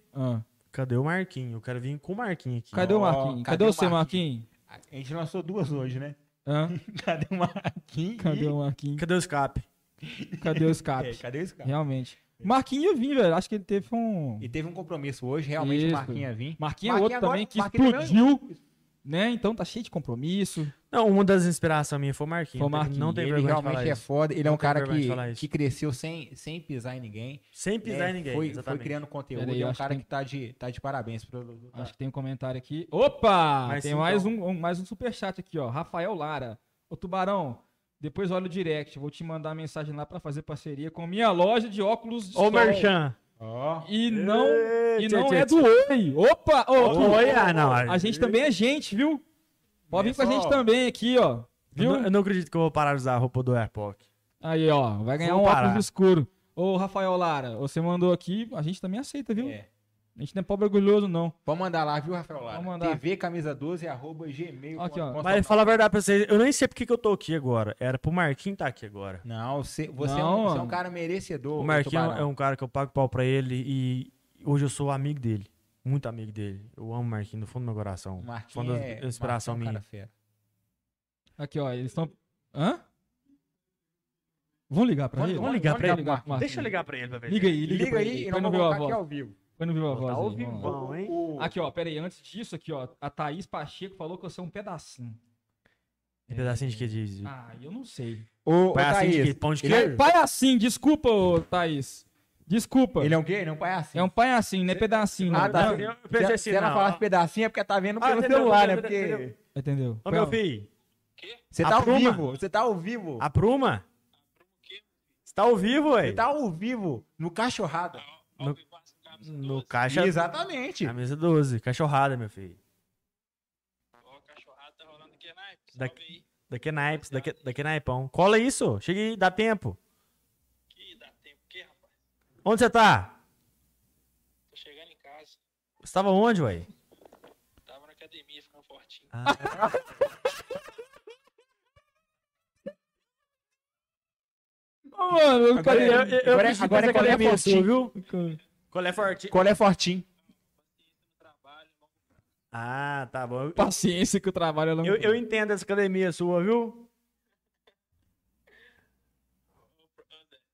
S3: Cadê o Marquinho? Eu quero vir com o Marquinho aqui.
S1: Cadê o
S2: Ó,
S1: Marquinhos? Cadê,
S2: cadê o
S1: você, Marquinhos?
S2: A gente lançou duas hoje, né?
S1: Hã?
S2: Cadê o Marquinhos?
S1: Cadê o Marquinhos?
S3: Cadê um o escape?
S1: Cadê o
S2: É,
S1: escape?
S2: cadê esse cara?
S1: Realmente. Marquinhos ia vir, velho. Acho que ele teve um.
S2: E teve um compromisso hoje, realmente
S1: Isso.
S2: o Marquinhos ia vir.
S1: Marquinhos é outro
S2: agora-
S1: também que
S2: Marquinhos também-
S1: explodiu. Né? Então tá cheio de compromisso.
S3: Não, uma das inspirações minhas foi o Marquinho.
S1: Foi o Marquinho.
S3: Não tem
S2: Ele
S3: vergonha de
S2: realmente
S3: falar
S2: é
S3: isso.
S2: foda. Ele é
S3: Não
S2: um
S3: tem
S2: cara
S3: vergonha de
S2: que,
S3: falar isso.
S2: que cresceu sem, sem pisar em ninguém.
S3: Sem pisar
S2: né?
S3: em ninguém,
S2: Foi, foi
S3: exatamente.
S2: criando conteúdo.
S1: Pera aí,
S2: Ele é
S1: eu
S2: um
S1: acho
S2: cara
S1: que
S2: que tá de, tá de parabéns. Pro... Tá,
S1: Acho que tem um comentário aqui. Opa!
S3: Mais
S1: tem
S3: cinco,
S1: mais um, um- mais um superchat aqui, ó. Rafael Lara. Ô, Tubarão, depois olha o direct. Vou te mandar mensagem lá pra fazer parceria com minha loja de óculos de
S3: Ô,
S1: sol.
S3: Merchan.
S2: Ó,
S1: E não,
S3: Ê,
S1: e
S3: tchê,
S1: não
S3: tchê,
S1: é
S3: tchê.
S1: do Oi. Opa! Ô,
S3: Ô,
S1: ô,
S3: Oi, ah, não.
S1: a gente também é gente, viu? Pode vir com a gente
S2: Pessoal.
S1: também aqui, ó.
S3: Eu
S1: Viu?
S3: não, eu não acredito que eu vou parar de usar a roupa do AirPod.
S1: Aí, ó. Vai ganhar
S3: Vou
S1: um óculos
S3: parar.
S1: escuro. Ô, Rafael Lara, você mandou aqui. A gente também aceita, viu?
S2: é.
S1: A gente não é pobre orgulhoso, não.
S2: Pode mandar lá, viu, Rafael Lara?
S1: Pode mandar.
S2: TV camisa 12 arroba gmail.
S1: Aqui, ó.
S3: Mas falar a verdade pra vocês, eu nem sei porque que eu tô aqui agora. Era pro Marquinho tá aqui agora.
S2: Não, você, você, é,
S1: Não,
S2: um, você é um
S1: mano.
S2: cara merecedor.
S3: O Marquinho
S2: Tubarão.
S3: é um cara que eu pago pau pra ele e hoje eu sou amigo dele. Muito amigo dele. Eu amo o Marquinho do fundo do meu coração.
S2: O
S3: Foi
S2: Marquinho
S3: uma
S2: é,
S3: das inspiração
S2: Marquinho é um
S3: minha.
S2: cara fera.
S1: Aqui, ó, eles estão. Hã? Vão ligar pra
S2: Vamos-
S1: ele?
S3: vamos ligar pra ele,
S1: pro Marquinhos.
S3: Deixa eu ligar pra ele pra ver.
S1: Liga aí, liga,
S2: Liga
S1: pra
S2: aí
S1: ele.
S2: e
S1: Põe
S2: nós
S1: no
S2: vamos
S1: Viva
S2: colocar aqui
S1: Voz.
S2: ao vivo.
S1: Põe no Viva
S3: Vou
S1: Voz.
S3: botar Tá ao
S1: aí,
S3: vivo.
S1: vamos lá.
S3: Bom, hein?
S2: O-
S1: Aqui, ó, pera aí. Antes disso, aqui, ó, a Thaís Pacheco falou que você é um pedacinho.
S3: Um pedacinho de que diz.
S1: Ah, eu não sei.
S2: O, o
S3: Pedacinho de
S2: Thaís,
S3: assim que? Pão de
S2: ele é-
S3: queijo?
S1: Palhacinho, desculpa, ô, Thaís. Desculpa.
S2: Ele é um quê? Ele é um palhacinho.
S1: É um palhacinho, não é pedacinho,
S2: Ah,
S1: não.
S2: tá.
S1: Não,
S3: Eu
S2: Se
S3: pensei
S2: ela-
S3: assim,
S2: se ela
S3: não.
S2: falasse pedacinho é porque tá vendo
S3: Ah,
S2: pelo
S3: entendeu,
S2: celular, né?
S3: entendeu, entendeu.
S2: Porque
S1: Entendeu?
S3: Ô,
S1: Põe
S3: meu
S1: lá.
S3: filho,
S2: você tá ao
S3: Apruma.
S2: vivo, você tá ao vivo.
S3: apruma? Você tá ao vivo,
S2: Você
S3: ué?
S2: tá ao vivo no cachorrada.
S3: No caixa...
S2: Exatamente.
S3: Camisa 12, cachorrada, meu filho.
S4: cachorrada tá rolando aqui, né?
S3: Da-
S4: Salve aí.
S3: Daqui é naipes, daqui, daqui é naipão. Cola isso, chega aí, dá tempo.
S4: Que dá tempo que, rapaz?
S3: Onde você tá?
S4: Tô chegando em casa.
S3: Você tava onde, ué?
S4: Tava na academia, ficando fortinho.
S3: Ah,
S1: Ô, mano, eu
S2: Agora
S1: falei-
S2: eu- Agora é- agora é colher fortinho.
S3: viu? Colé forte.
S2: Qual é fortinho?
S3: Ah, tá bom. Eu-
S1: Paciência que o trabalho é longo.
S3: Eu, eu entendo essa academia sua, viu?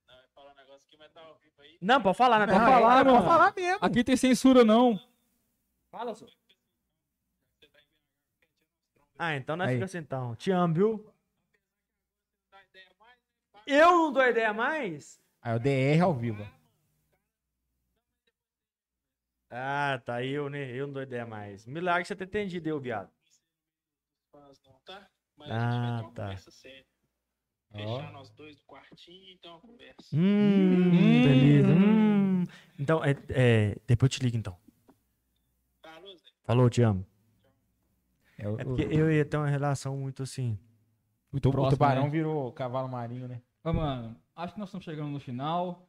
S4: Não, vai falar um negócio aqui, mas tá ao vivo aí.
S3: Não, pode falar, né? Pode
S1: Não,
S3: falar,
S1: é,
S3: mano.
S1: pode falar
S3: mesmo.
S1: Aqui tem censura, não.
S3: Fala, senhor. Ah, então nós fica assim, então. Te amo, viu? Eu não dou ideia mais?
S2: Ah, é o DR ao vivo.
S3: Ah, tá. Eu, né? Eu não dou ideia mais. Milagre que você ter entendido, eu, viado.
S4: Mas não, tá? Mas
S3: Ah,
S4: a gente vai ter uma
S3: tá.
S4: conversa séria. Fechar nós dois do quartinho e ter uma conversa.
S3: Hum, delícia. Hum. Então, é, é, depois eu te ligo, então.
S4: Falou, Zé.
S3: Falou, te amo.
S2: É o,
S3: É porque eu ia ter uma relação muito assim.
S1: Muito
S2: o
S1: próximo,
S2: tubarão
S1: né?
S2: virou cavalo marinho, né?
S1: Ô, mano, acho que nós estamos chegando no final.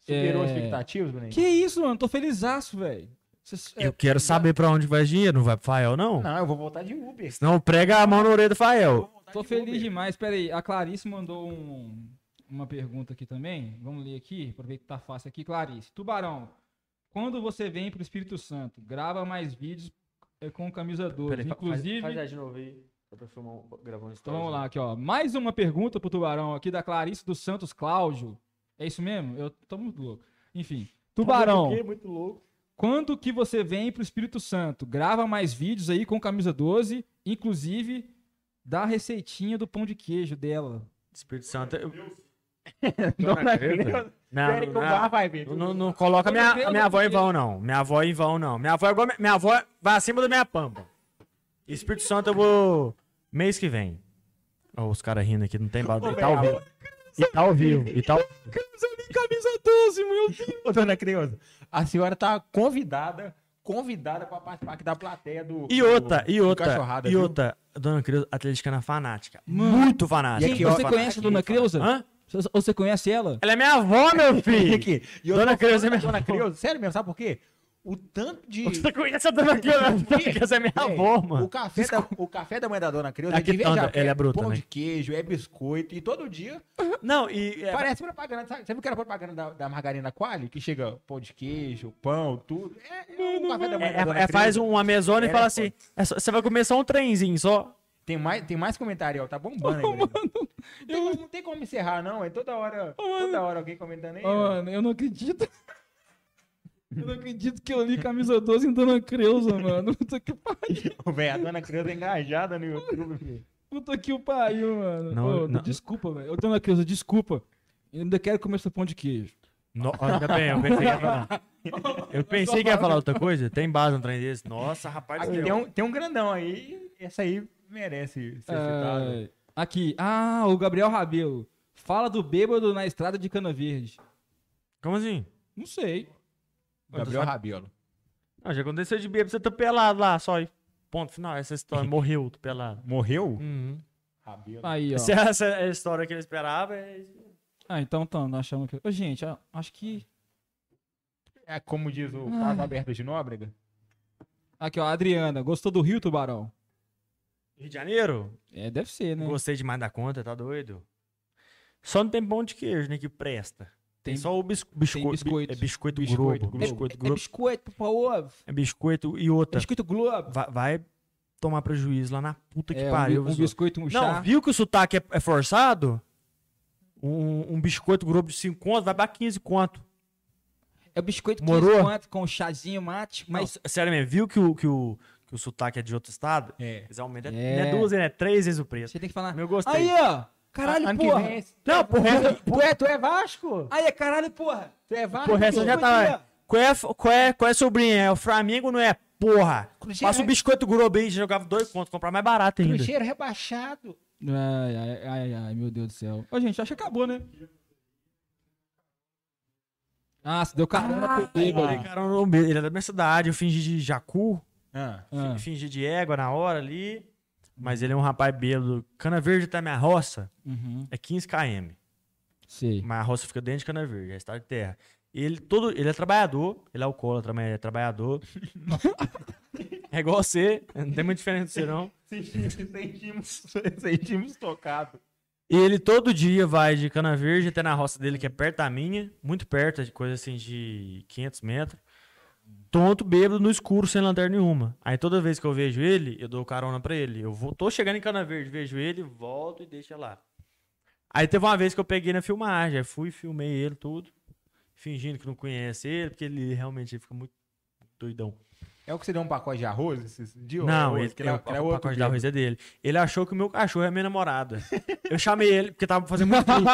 S2: Superou
S1: É.
S2: as expectativas, Bruninho?
S1: Que isso, mano? Tô felizaço, velho. Cês- é,
S3: Eu quero saber pra onde vai dinheiro, não vai pro Fael, não.
S2: Não, eu vou voltar de Uber.
S3: Senão prega a mão na orelha do Fael.
S1: Tô feliz demais. Pera aí, a Clarice mandou um, uma pergunta aqui também. Vamos ler aqui, aproveita que tá fácil aqui. Clarice, Tubarão, quando você vem pro Espírito Santo, grava mais vídeos eh, com camisa 12.
S5: Peraí, fa- faz-
S1: Inclusive.
S5: Faz, aí de novo aí. Só pra filmar, um- gravar um
S1: Então
S5: story.
S1: vamos lá, aqui, ó. Mais uma pergunta pro Tubarão aqui da Clarice dos Santos Cláudio. É isso mesmo? Eu tô muito louco. Enfim. Tubarão,
S5: Fiquei muito louco.
S1: quando que você vem pro Espírito Santo? Grava mais vídeos aí com camisa 12, inclusive da receitinha do pão de queijo dela.
S3: Espírito Santo. eu-
S2: Dona Cleusa.
S3: Não,
S2: Querem que
S3: não,
S2: eu vá,
S3: não,
S2: vai, Vitor.
S3: não, não coloca minha, a minha avó em vão, não. Minha avó em vão, não. Minha avó é igual. Minha avó vai acima da minha pampa. Espírito Santo eu vou. mês que vem. Ó, os caras rindo aqui, não tem barulho. E tá ao vivo. E tá ao vivo. E tá ao vivo.
S2: Camisa 12, meu Deus. Ô, dona Creuza, a senhora tá convidada, convidada pra participar aqui da plateia do.
S3: E
S2: do-
S3: outra, e
S2: do
S3: outra,
S2: Cachorrada,
S3: e
S2: tipo, viu?
S3: outra. Dona Creuza, atleticana fanática. Muito fanática.
S2: E aqui, ó,
S1: você conhece a dona Creuza?
S3: Hã?
S1: Você- Você conhece ela?
S3: Ela é minha avó, meu
S2: E
S3: filho.
S2: aqui. E
S3: Dona
S2: outra
S3: Creuza é minha
S2: Dona
S3: avó.
S2: Creuza, sério mesmo, sabe por quê? O tanto de.
S3: Você conhece a dona Creuza? Essa é minha
S2: Véi,
S3: avó, mano.
S2: O café, da, o café da manhã da dona Creuza
S3: É que
S2: veja
S3: anda,
S2: pé,
S3: ela é bruta,
S2: pão
S3: né?
S2: de queijo, é biscoito, e todo dia
S3: Não, e. é,
S2: parece propaganda. Sabe, sabe o que era propaganda da, da margarina Quali? Que chega pão de queijo, pão, tudo. É, é o café da manhã da
S3: é-
S2: dona
S3: é- é- faz
S2: Creuza.
S3: uma mesona e
S2: Ela é
S3: fala assim: é só- você vai comer só um trenzinho só.
S2: Tem mais, tem mais comentário, ó. Tá bombando aí.
S1: Ô,
S2: Breno. não, tem, como- não tem como encerrar, não. É toda hora, toda hora alguém comentando aí. né?
S1: Ô,
S2: ó.
S1: mano, eu não acredito. Eu não acredito que eu li camisa 12 em Dona Creuza, mano. Puta que pariu.
S2: Ô, Véi, a dona Creuza é engajada no YouTube. filho.
S1: Puta que o pariu, mano.
S3: Não,
S1: Ô,
S3: não.
S1: Desculpa, velho. Ô, Dona Creuza, desculpa. Eu ainda quero comer seu pão de queijo.
S3: No, ainda bem, eu pensei que ia falar. Eu pensei que ia falar outra coisa. Tem base no trem desse. Nossa, rapaz.
S2: Aqui
S3: meu.
S2: tem um, tem um grandão aí. Essa aí merece ser citada.
S3: né?
S1: É, aqui. Ah, o Gabriel Rabelo. Fala do bêbado na estrada de Cana Verde.
S3: Como assim?
S1: Não sei.
S2: Gabriel Rabelo.
S3: Não, já aconteceu de bêbado, você tá pelado lá, só. e Ponto final, essa história. Morreu, tô pelado.
S2: Morreu?
S3: Uhum.
S2: Rabelo.
S1: Aí, ó.
S3: Se essa é a história que eu esperava, é...
S1: Ah, então tá. Nós achamos que. Ô, gente, ah, acho que.
S2: É como diz o Carlos Alberto de Nóbrega.
S1: Aqui, ó. A Adriana. Gostou do Rio Tubarão?
S3: Rio de Janeiro?
S1: É, deve ser, né?
S3: Gostei demais da conta, tá doido? Só não tem pão de queijo, né, que presta. Tem, só o bisco... biscoito.
S1: biscoito.
S3: É biscoito,
S2: Biscoito
S3: grobo.
S2: grobo.
S3: Biscoito Tá.
S1: É
S3: grobo.
S1: biscoito pra ovo.
S3: É biscoito e
S1: É
S3: outra.
S1: biscoito Globo.
S3: Vai, vai tomar prejuízo lá na puta que
S1: É, um
S3: pariu.
S1: bi- um,
S3: viu?
S1: biscoito, um chá.
S3: Não, viu que o sotaque é, é forçado? Um, um biscoito grupo de 5 conto vai pra 15 conto.
S1: É biscoito
S3: Moro?
S1: 15 conto com um chazinho, mate. Mas
S3: Mas, sério mesmo, viu que o, que, o, que o sotaque é de outro estado?
S2: É.
S3: Eles aumentam.
S1: É.
S3: Não é duas, vezes, é três vezes o preço.
S1: você tem que falar.
S3: Eu gostei.
S1: Aí, ó. Caralho,
S2: Ano que
S1: porra.
S2: vem é esse-
S3: Não, pro resto,
S2: Tu é, tu é Vasco?
S1: Aí, caralho, porra.
S2: Tu é Vasco?
S3: pro resto eu já tá. Qual é, qual, é, qual é sobrinha? É o Flamengo, não é? Porra!
S2: Cruzeiro. é?
S3: Passa o biscoito grobo aí, jogava dois contos, comprar mais barato ainda.
S2: Cruzeiro rebaixado.
S1: Ai, ai, ai, ai, meu Deus do céu. Ô, gente, acho que acabou, né? Ah, se deu carona pro
S3: Aí,
S1: bêbado.
S3: cara, eu não- Ele é da minha cidade, eu fingi de jacu.
S2: Ah.
S1: Ah,
S3: Fi- fingi de égua na hora ali. Mas ele é um rapaz bêbado. Cana Verde até minha roça
S1: uhum,
S3: é 15 km.
S1: sei.
S3: Mas a roça fica dentro de Cana Verde, é estado de terra. Ele, todo, ele é trabalhador, ele é alcoólatra, mas é trabalhador. é igual você, não tem muita diferença de você não.
S2: Sentimos, sentimos, sentimos tocado.
S3: Ele todo dia vai de Cana Verde até na roça dele, que é perto da minha, muito perto, é de coisa assim de 500 metros. Tonto, bêbado, no escuro, sem lanterna nenhuma. Aí toda vez que eu vejo ele, eu dou carona pra ele. Eu vou, tô chegando em Cana Verde, vejo ele, volto e deixo ele lá. Aí teve uma vez que eu peguei na filmagem, aí fui, filmei ele tudo, fingindo que não conhece ele, porque ele realmente fica muito doidão.
S2: É o que você deu um pacote de arroz esses dias?
S3: Não,
S2: Ou
S3: ele,
S2: que
S3: é, o
S2: que era
S3: o
S2: outro
S3: pacote de
S2: bêbado?
S3: arroz é dele. Ele achou que o meu cachorro é minha namorada. Eu chamei ele, porque tava fazendo muito frio.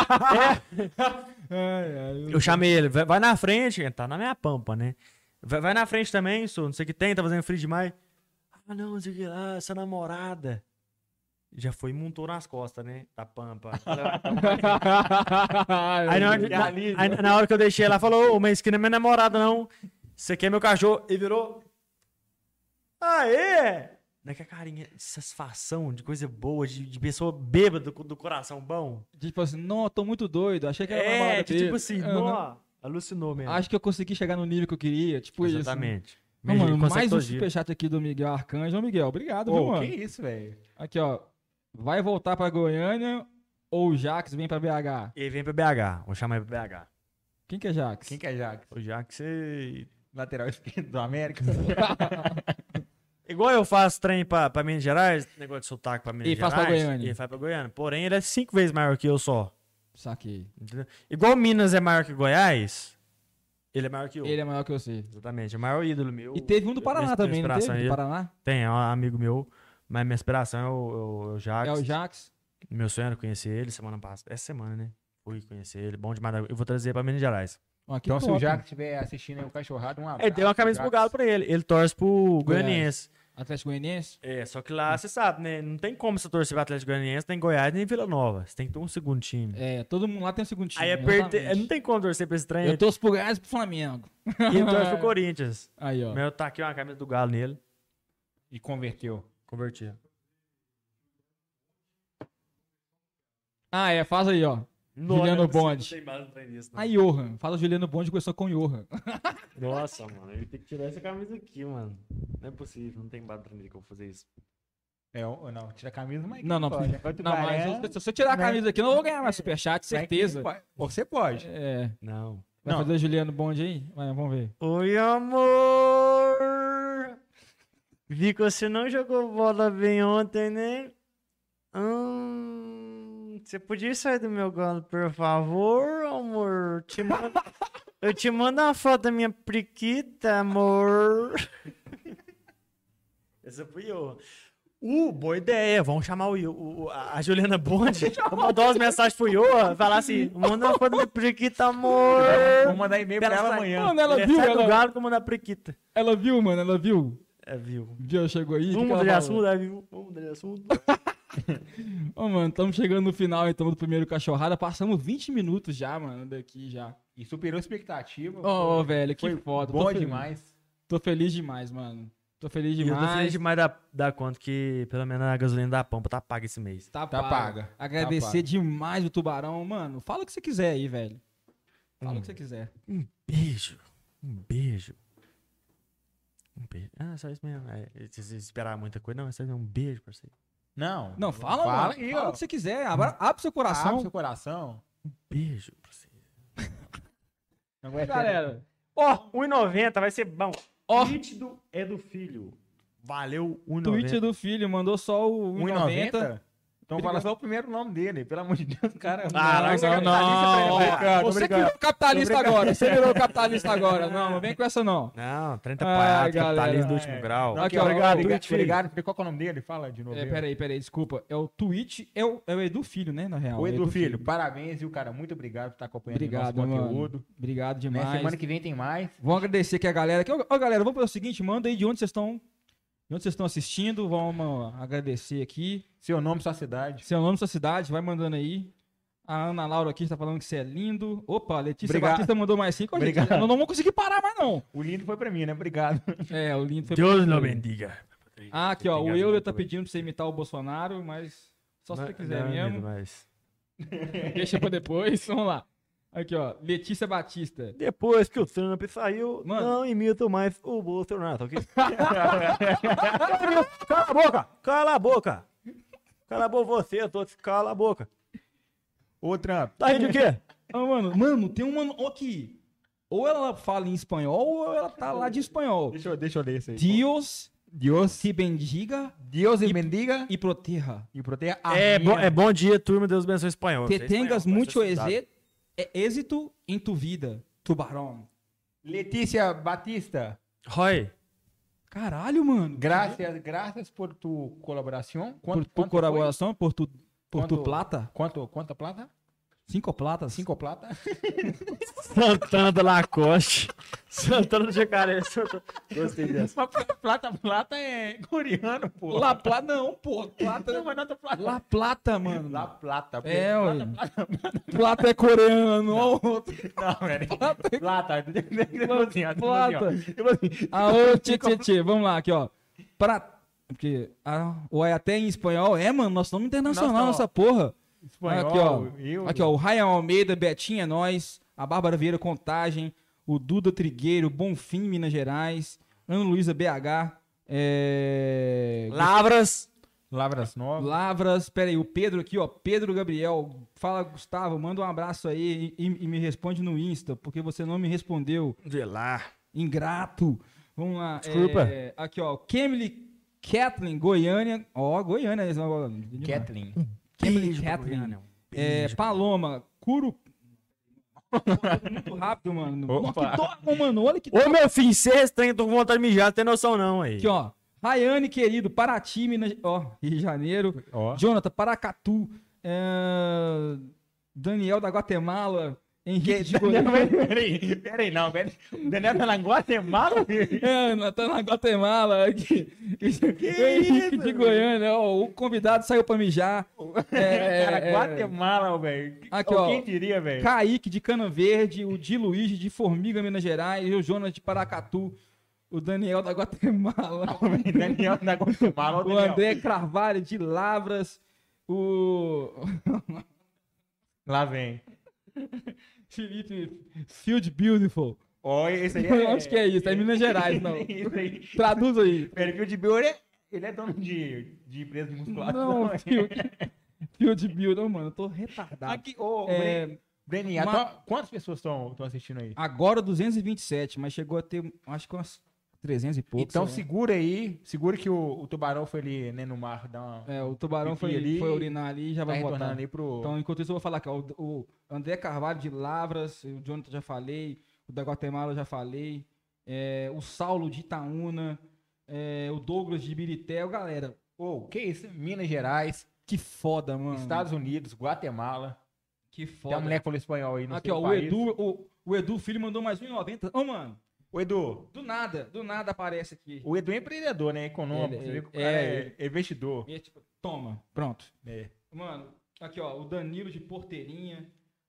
S3: É.
S1: Ai, ai, eu-
S3: Eu chamei ele, vai, vai na frente, tá na minha pampa, né? Vai, vai na frente também, isso, não sei o que tem, tá fazendo frio demais. Ah, não, não sei o que lá, essa namorada. Já foi e montou nas costas, né? Da pampa.
S1: tá
S3: Aí na, hora, na- aí
S1: né?
S3: na hora que eu deixei ela, falou, ô, mas que não é minha namorada, não. Você quer meu cachorro? E virou. Aê! Naquela carinha de satisfação, de coisa boa, de, de pessoa bêbada, do, do coração bom.
S1: Tipo assim, não, eu tô muito doido. Achei que era uma
S3: É,
S1: namorada
S3: de, tipo
S1: dele.
S3: assim,
S1: Ah, né?
S3: nó, alucinou mesmo.
S1: Acho que eu consegui chegar no nível que eu queria. Tipo isso. né?
S3: Exatamente.
S1: Não,
S3: Mesmo,
S1: mano,
S3: consegue
S1: mais um
S3: todo dia.
S1: superchat aqui do Miguel Arcanjo. Ô, Miguel, obrigado, viu,
S2: Ô,
S1: mano?
S2: que isso, velho?
S1: Aqui, ó. Vai voltar pra Goiânia ou o Jax vem pra BH?
S3: Ele vem pra BH. Vou chamar ele pra BH.
S1: Quem que é Jax?
S2: Quem que é Jax?
S3: O Jax é...
S2: Lateral esquerdo do América.
S3: Igual eu faço trem pra, pra Minas Gerais, negócio de sotaque pra Minas
S1: Ele faz
S3: Gerais.
S1: pra Goiânia.
S3: Ele faz pra Goiânia. Porém, ele é cinco vezes maior que eu só.
S1: Saquei.
S3: entendeu? Igual Minas é maior que Goiás, ele é maior que eu.
S1: Ele é maior que você.
S3: Exatamente, é o maior ídolo meu.
S1: E teve um do
S3: Minha
S1: Paraná também, não
S3: inspiração
S1: teve? Do
S3: é-
S1: Paraná?
S3: Tem, é um amigo meu. Mas minha inspiração é o, é o- é o Jax.
S1: É o Jax.
S3: Meu sonho era conhecer ele semana passada. Essa semana, né? Fui conhecer ele. Bom demais. Eu vou trazer pra Minas Gerais.
S1: Ó, que
S2: então, se
S1: Um top, mano.
S2: o Jax estiver assistindo aí o Cachorrado, um
S1: É,
S2: abraço.
S3: Ele deu uma cabeça
S2: Jax.
S3: bugada pra ele. Ele torce pro Goianiense.
S1: Atlético Goianiense.
S3: É, só que lá, você sabe, né? Não tem como você torcer pro Atlético Goianiense, nem Goiás, nem Vila Nova. Você tem que ter um segundo time.
S1: É, todo mundo lá tem um segundo time.
S3: Aí é
S1: exatamente.
S3: perder. Não tem como torcer pra esse trem.
S1: Eu torço pro Goiás e pro Flamengo.
S3: E ele torce pro Corinthians.
S1: Aí, ó.
S3: Mas eu taquei uma camisa do Galo nele.
S2: E converteu.
S3: Converti.
S1: Ah, é, faz aí, ó. Juliano Bonde. A
S3: Aí,
S1: Johan. Fala Juliano Bonde começou com Johan.
S5: Nossa, mano, eu tenho que tirar essa camisa aqui, mano. Não é possível, não tem batra nele que eu vou fazer isso.
S2: É, ou- ou não, tira a camisa, mas.
S1: Não, não.
S2: pode. Agora o
S1: Não,
S2: Tubarão-
S1: mas se- se eu tirar a
S2: né?
S1: camisa aqui, eu não vou ganhar mais superchat,
S2: Vai que
S1: certeza.
S2: pode. Você pode.
S1: É.
S3: Não.
S1: Vai
S2: Não.
S1: fazer o Juliano Bonde aí? Vai, vamos ver.
S3: Oi, amor! Vi que você não jogou bola bem ontem, né? Hum, você podia sair do meu galo, por favor, amor? Te mando- Eu te mando uma foto da minha priquita, amor. Essa fui eu. Uh, boa ideia. Vamos chamar o, Yo- o- a a Juliana Bonde. Vou mandar umas mensagens pro Ioa. Falar assim: manda uma foto da minha priquita, amor.
S2: Vou mandar e-mail pra
S3: Ela
S2: ela
S3: sai-
S2: amanhã.
S1: Mano, ela
S3: É,
S1: viu,
S3: sai do
S1: ela,
S3: galo que eu mando a priquita.
S1: ela viu, mano, ela viu.
S3: É, viu?
S1: Viu, ela chegou aí. o que
S3: Vamos
S1: que ela
S3: mudar de
S1: falou?
S3: assunto, é, viu? Vamos mudar de assunto.
S1: Ô, mano, estamos chegando no final então do primeiro cachorrada. Passamos 20 minutos já, mano, daqui já.
S2: E superou a expectativa.
S1: Ô, ô, velho, Oh, que foda. Tô
S2: Bom
S1: feliz.
S2: demais.
S1: Tô feliz demais, mano. Tô feliz
S3: E eu tô feliz
S1: demais.
S3: demais da, da conta que, pelo menos, a gasolina da Pampa tá paga esse mês.
S1: Tá,
S2: Tá
S1: pago.
S2: paga.
S1: Agradecer
S2: Tá paga.
S1: demais o Tubarão. Mano, fala o que você quiser aí, velho. Fala
S2: Hum.
S1: o que você quiser.
S3: Beijo. Um beijo. Um beijo. Ah, só isso mesmo. É, se você esperar muita coisa, não, é só isso mesmo. um beijo pra você.
S2: Não.
S1: Não, fala,
S2: Fala
S1: mano.
S2: aí,
S1: fala
S2: ó.
S1: o que você quiser. Abra, abre seu coração.
S2: Abre seu coração.
S3: Beijo pra você.
S2: Não aguenta-
S1: Galera,
S3: Ó, 1,90 vai ser bom.
S1: ó,
S5: Nítido é do filho.
S3: Valeu,
S1: tweet
S3: 1,90.
S1: do filho mandou só o 1,90.
S2: 1,90? Então fala só o primeiro nome dele, pelo amor de Deus, cara.
S3: Ah, não,
S2: você
S3: não,
S2: é
S3: não.
S2: capitalista, cara, tô
S1: Você que
S2: brincando.
S1: virou capitalista
S2: Tô brincando.
S1: agora. Você virou capitalista agora. Não, não vem com essa, não.
S3: Não, 30
S1: Ai,
S3: paiados,
S1: galera.
S3: capitalismo do
S2: Ai,
S3: último grau.
S2: É. Não,
S1: Aqui,
S2: que-
S1: ó,
S2: obrigado,
S1: o
S2: obrigado,
S3: Twitch.
S2: obrigado. Qual que é o nome dele? Fala de novo.
S1: É,
S2: aí.
S1: peraí, peraí, desculpa. É o tweet, é o, é o Edu Filho, né, na real?
S2: Ô,
S1: É
S2: Edu Filho, parabéns, viu, cara? Muito obrigado por estar acompanhando o nosso
S1: Obrigado,
S2: conteúdo.
S1: mano. Obrigado
S2: Né,
S1: demais.
S2: Semana que vem tem mais.
S1: Vamos agradecer aqui a galera. aqui. Ó, ó, galera, vamos fazer o seguinte, manda aí de onde vocês estão... De onde vocês estão assistindo, vamos agradecer aqui.
S2: Seu nome, sua cidade.
S1: Seu nome, sua cidade, vai mandando aí. A Ana Laura aqui está falando que você é lindo. Opa, a Letícia
S2: Obrigado.
S1: Batista mandou mais cinco. Ô, gente,
S2: Obrigado.
S1: eu não vou conseguir parar mais, não.
S2: O lindo foi pra mim, né? Obrigado.
S1: É, o lindo foi...
S3: Deus não bendiga.
S1: Ah, aqui, ó. O
S3: Obrigado,
S1: Euler
S3: muito
S1: tá
S3: bem.
S1: pedindo pra você imitar o Bolsonaro, mas só Então, se você quiser
S3: não,
S1: mesmo.
S3: amigo, mas-
S1: Deixa pra depois. Vamos lá. Aqui, ó. Letícia Batista.
S3: Depois que o Trump saiu,
S1: Mano.
S3: não imito mais o Bolsonaro, tá ok? cala a boca! Cala a boca! Cala a boca você, todos, cala a boca.
S2: Ô, Trump.
S3: Tá rindo de quê?
S1: Ah, mano, mano, tem uma ó aqui. Ou ela fala em espanhol ou ela tá lá de espanhol.
S2: Deixa eu, deixa eu ler isso aí.
S1: Dios
S2: Deus,
S1: te bendiga
S2: Deus
S1: E-
S2: e bendiga
S1: e proteja.
S2: e proteja
S1: Ah,
S2: a
S3: É,
S2: minha.
S3: bom, é bom dia, turma, Deus abençoe o espanhol.
S1: Que
S3: Você é espanhol,
S1: tengas
S3: pode
S1: muito
S3: ser estudado.
S1: êxito, é êxito em tu vida, tubarão.
S2: Letícia Batista,
S3: Roy,
S1: Caralho, mano.
S2: graças, graças por tu colaboração.
S1: Por
S2: Quanto,
S1: tu colaboração, por tu, por tu
S2: Quanto-
S1: plata.
S2: foi? Quanto, quanto plata?
S1: Cinco platas.
S2: Cinco plata?
S3: Santana da Lacoste, Santana do Jacaré, Santana... Gostei dessa.
S2: Mas plata, plata é coreano, pô.
S1: La Plata não, pô.
S2: Não,
S1: Plata,
S2: mas não tá plata.
S1: La Plata, mano.
S2: La plata. pô.
S1: É, ué. Plata é coreano, ó o outro.
S2: Não, velho. Plata. Tipo assim,
S1: Plata.
S2: Plata.
S1: Aô, tchê,
S2: Tipo
S1: tchê, tchê. Vamos lá, aqui, ó. Pra... Porque, ah, ou é até em espanhol. É, mano, nós somos internacional
S2: Nossa, ó.
S1: nessa porra.
S2: Espanhol,
S1: aqui, ó.
S2: eu-
S1: Aqui, ó. O Ryan Almeida, Betinho é nós. A Bárbara Vieira Contagem. O Duda Trigueiro, Bonfim, Minas Gerais. Ana Luísa BH. É...
S3: Lavras,
S2: assim. Lavras Novas.
S1: Lavras, pera aí, o Pedro aqui, ó. Pedro Gabriel, fala, Gustavo, manda um abraço aí e, e me responde no Insta, porque você não me respondeu.
S3: Vê lá.
S1: Ingrato. Vamos lá.
S3: Desculpa.
S1: é, aqui, ó. Kemily Kathleen, Goiânia. Ó, Goiânia. eles- ó, demais. Um
S2: Kathleen.
S1: Kemily
S3: Beijo pra
S1: Kathleen.
S3: Goiânia, um
S1: É,
S3: beijo.
S1: Paloma, Curu. Muito rápido, mano. Ó,
S2: Opa.
S1: que dó, mano. Olha que
S3: Ô, meu filho, você é estranho, tô com vontade de mijar, não tem noção não aí.
S1: Aqui, ó. Rayane, querido, Paraty, Minas... Ó, Rio de Janeiro.
S2: Ó.
S1: Jonathan, Paracatu. é, Daniel da Guatemala. Henrique de Goiânia.
S2: Peraí, peraí, não, peraí. O Daniel tá na Guatemala?
S1: É, nós tá na Guatemala. aqui. Henrique de Goiânia. Ó, o convidado saiu pra mijar. É,
S2: Cara,
S1: é,
S2: Guatemala, velho.
S1: Aqui, ó.
S2: Quem diria, velho?
S1: Kaique de Cana Verde, o Di Luiz de Formiga, Minas Gerais, e o Jonas de Paracatu, o Daniel da Guatemala,
S2: Daniel tá na Guatemala,
S1: o André Carvalho de Lavras, o
S2: Lá vem.
S1: Felipe Field Beautiful.
S2: Olha, esse aí
S1: Eu acho que é isso, é em Minas Gerais, não.
S2: Isso aí.
S1: Traduz aí.
S2: Perfil de Bill, ele é- ele é dono de, de empresa de musculação.
S1: Não, Field, Field Beautiful, mano, eu tô retardado.
S2: Aqui, ô,
S1: É,
S2: Breninha,
S1: uma-
S2: tá- quantas pessoas estão assistindo aí?
S1: agora 227, mas chegou a ter, acho que umas 300 e pouco.
S2: então
S1: sei lá.
S2: segura aí, segura que o, o tubarão foi ali né, no mar, dá uma,
S1: É, o tubarão
S2: Pipi
S1: foi,
S2: ali,
S1: foi urinar ali e já
S2: tá
S1: vai
S2: retornando
S1: botar.
S2: ali pro...
S1: Então, enquanto isso, eu vou falar aqui, ó, o, o André Carvalho de Lavras, o Jonathan já falei, o da Guatemala eu já falei, é, o Saulo de Itaúna, é, o Douglas de Birité, galera,
S2: Ô, que é isso? Minas Gerais,
S1: que foda, mano.
S2: Estados Unidos, Guatemala.
S1: Que
S2: Tem
S1: Hum. foda.
S2: uma mulher que falou espanhol aí, não
S1: aqui,
S2: sei
S1: ó, o
S2: país.
S1: Edu, o, o Edu Filho mandou mais 1,90. Ô, mano,
S2: O Edu,
S1: do nada, do nada aparece aqui.
S2: o Edu é empreendedor, né? Econômico,
S1: Ele-
S2: você vê que o
S1: é,
S2: cara é, investidor.
S1: E é tipo, toma, pronto.
S2: É.
S1: Mano, aqui, ó, o Danilo de Porteirinha,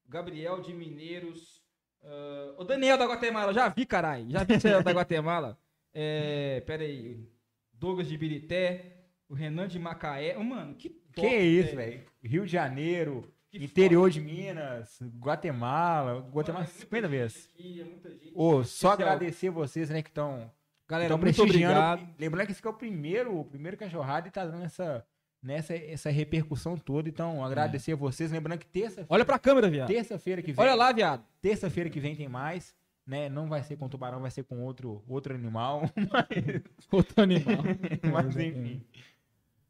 S1: o Gabriel de Mineiros, ah, o Daniel da Guatemala, já vi, caralho, já vi que você é da Guatemala. É, pera aí, Douglas de Birité, o Renan de Macaé, Ô, mano, que top,
S2: Que é isso,
S1: velho.
S2: velho? Rio de Janeiro,
S1: Que
S2: interior de Minas, Guatemala,
S1: Mano, é
S2: Guatemala
S1: muita
S2: 50
S1: gente
S2: vezes.
S1: aqui, é muita gente.
S2: Ô, só
S1: Esse é o-
S2: agradecer vocês, né, que estão
S1: Galera,
S2: Então,
S1: muito obrigado.
S2: prestigiando. Lembrando que esse aqui é o primeiro, o primeiro cachorrada e tá dando essa, nessa, essa repercussão toda. Então, agradecer a vocês. Lembrando que terça,
S1: Olha pra câmera, viado.
S2: terça-feira que vem.
S1: Olha lá, viado.
S2: Terça-feira que vem tem mais. Né? Não vai ser com tubarão, vai ser com outro, outro animal.
S1: Outro animal.
S2: Mas enfim.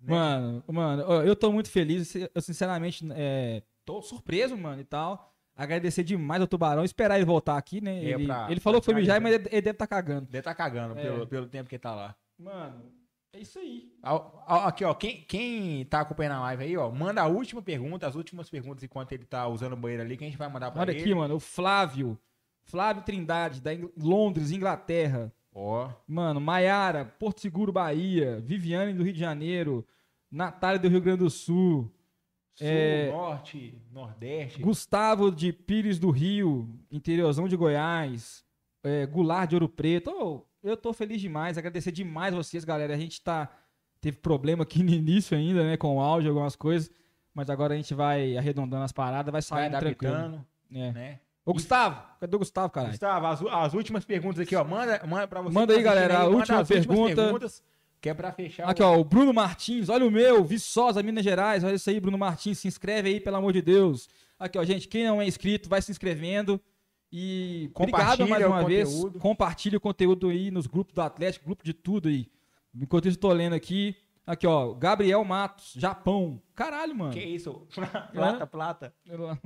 S1: Mano, mano, ó, eu tô muito feliz. Eu sinceramente é, tô surpreso, mano, e tal. Agradecer demais ao Tubarão, esperar ele voltar aqui, né?
S2: É,
S1: ele,
S2: pra-
S1: ele falou que foi
S2: pra
S1: mijar, mas
S2: finalizar.
S1: ele né? ele deve estar cagando.
S2: Deve tá cagando
S1: É.
S2: pelo, pelo tempo que tá lá.
S1: Mano, é isso aí.
S2: Ao- ao- Aqui, ó. Quem, quem tá acompanhando a live aí, ó, manda a última pergunta, as últimas perguntas enquanto ele tá usando o banheiro ali, que a gente vai mandar pra
S1: Olha
S2: ele.
S1: aqui, mano, o Flávio. Flávio Trindade, da Ing- Londres, Inglaterra.
S2: Ó.
S1: Mano, Maiara, Porto Seguro, Bahia. Viviane, do Rio de Janeiro. Natália, do Rio Grande do Sul.
S2: Sul,
S1: É.
S2: norte, nordeste.
S1: Gustavo de Pires do Rio, interiorzão de Goiás, é, Goulart de Ouro Preto. Ô, eu tô feliz demais, agradecer demais vocês, galera. A gente tá. Teve problema aqui no início ainda, né? Com o áudio, algumas coisas. Mas agora a gente vai arredondando as paradas, vai
S2: Vai
S1: saindo tranquilo.
S2: adaptando,
S1: É.
S2: né?
S1: Ô, Gustavo! Cadê o Gustavo, caralho?
S2: Gustavo, as, as últimas perguntas aqui, ó. Manda, manda pra você.
S1: Manda aí,
S2: que tá assistindo
S1: galera, a
S2: manda
S1: última
S2: as últimas
S1: pergunta.
S2: perguntas, que é pra fechar.
S1: Aqui,
S2: o-
S1: ó, o Bruno Martins, olha o meu, Viçosa, Minas Gerais, olha isso aí, Bruno Martins, se inscreve aí, pelo amor de Deus. Aqui, ó, gente, quem não é inscrito, vai se inscrevendo e
S2: Compartilha
S1: obrigado mais
S2: o
S1: uma vez,
S2: conteúdo.
S1: compartilha o conteúdo aí nos grupos do Atlético, grupo de tudo aí. Enquanto isso, tô lendo aqui, aqui, ó, Gabriel Matos, Japão, caralho, mano.
S2: Que é isso? Plata, plata.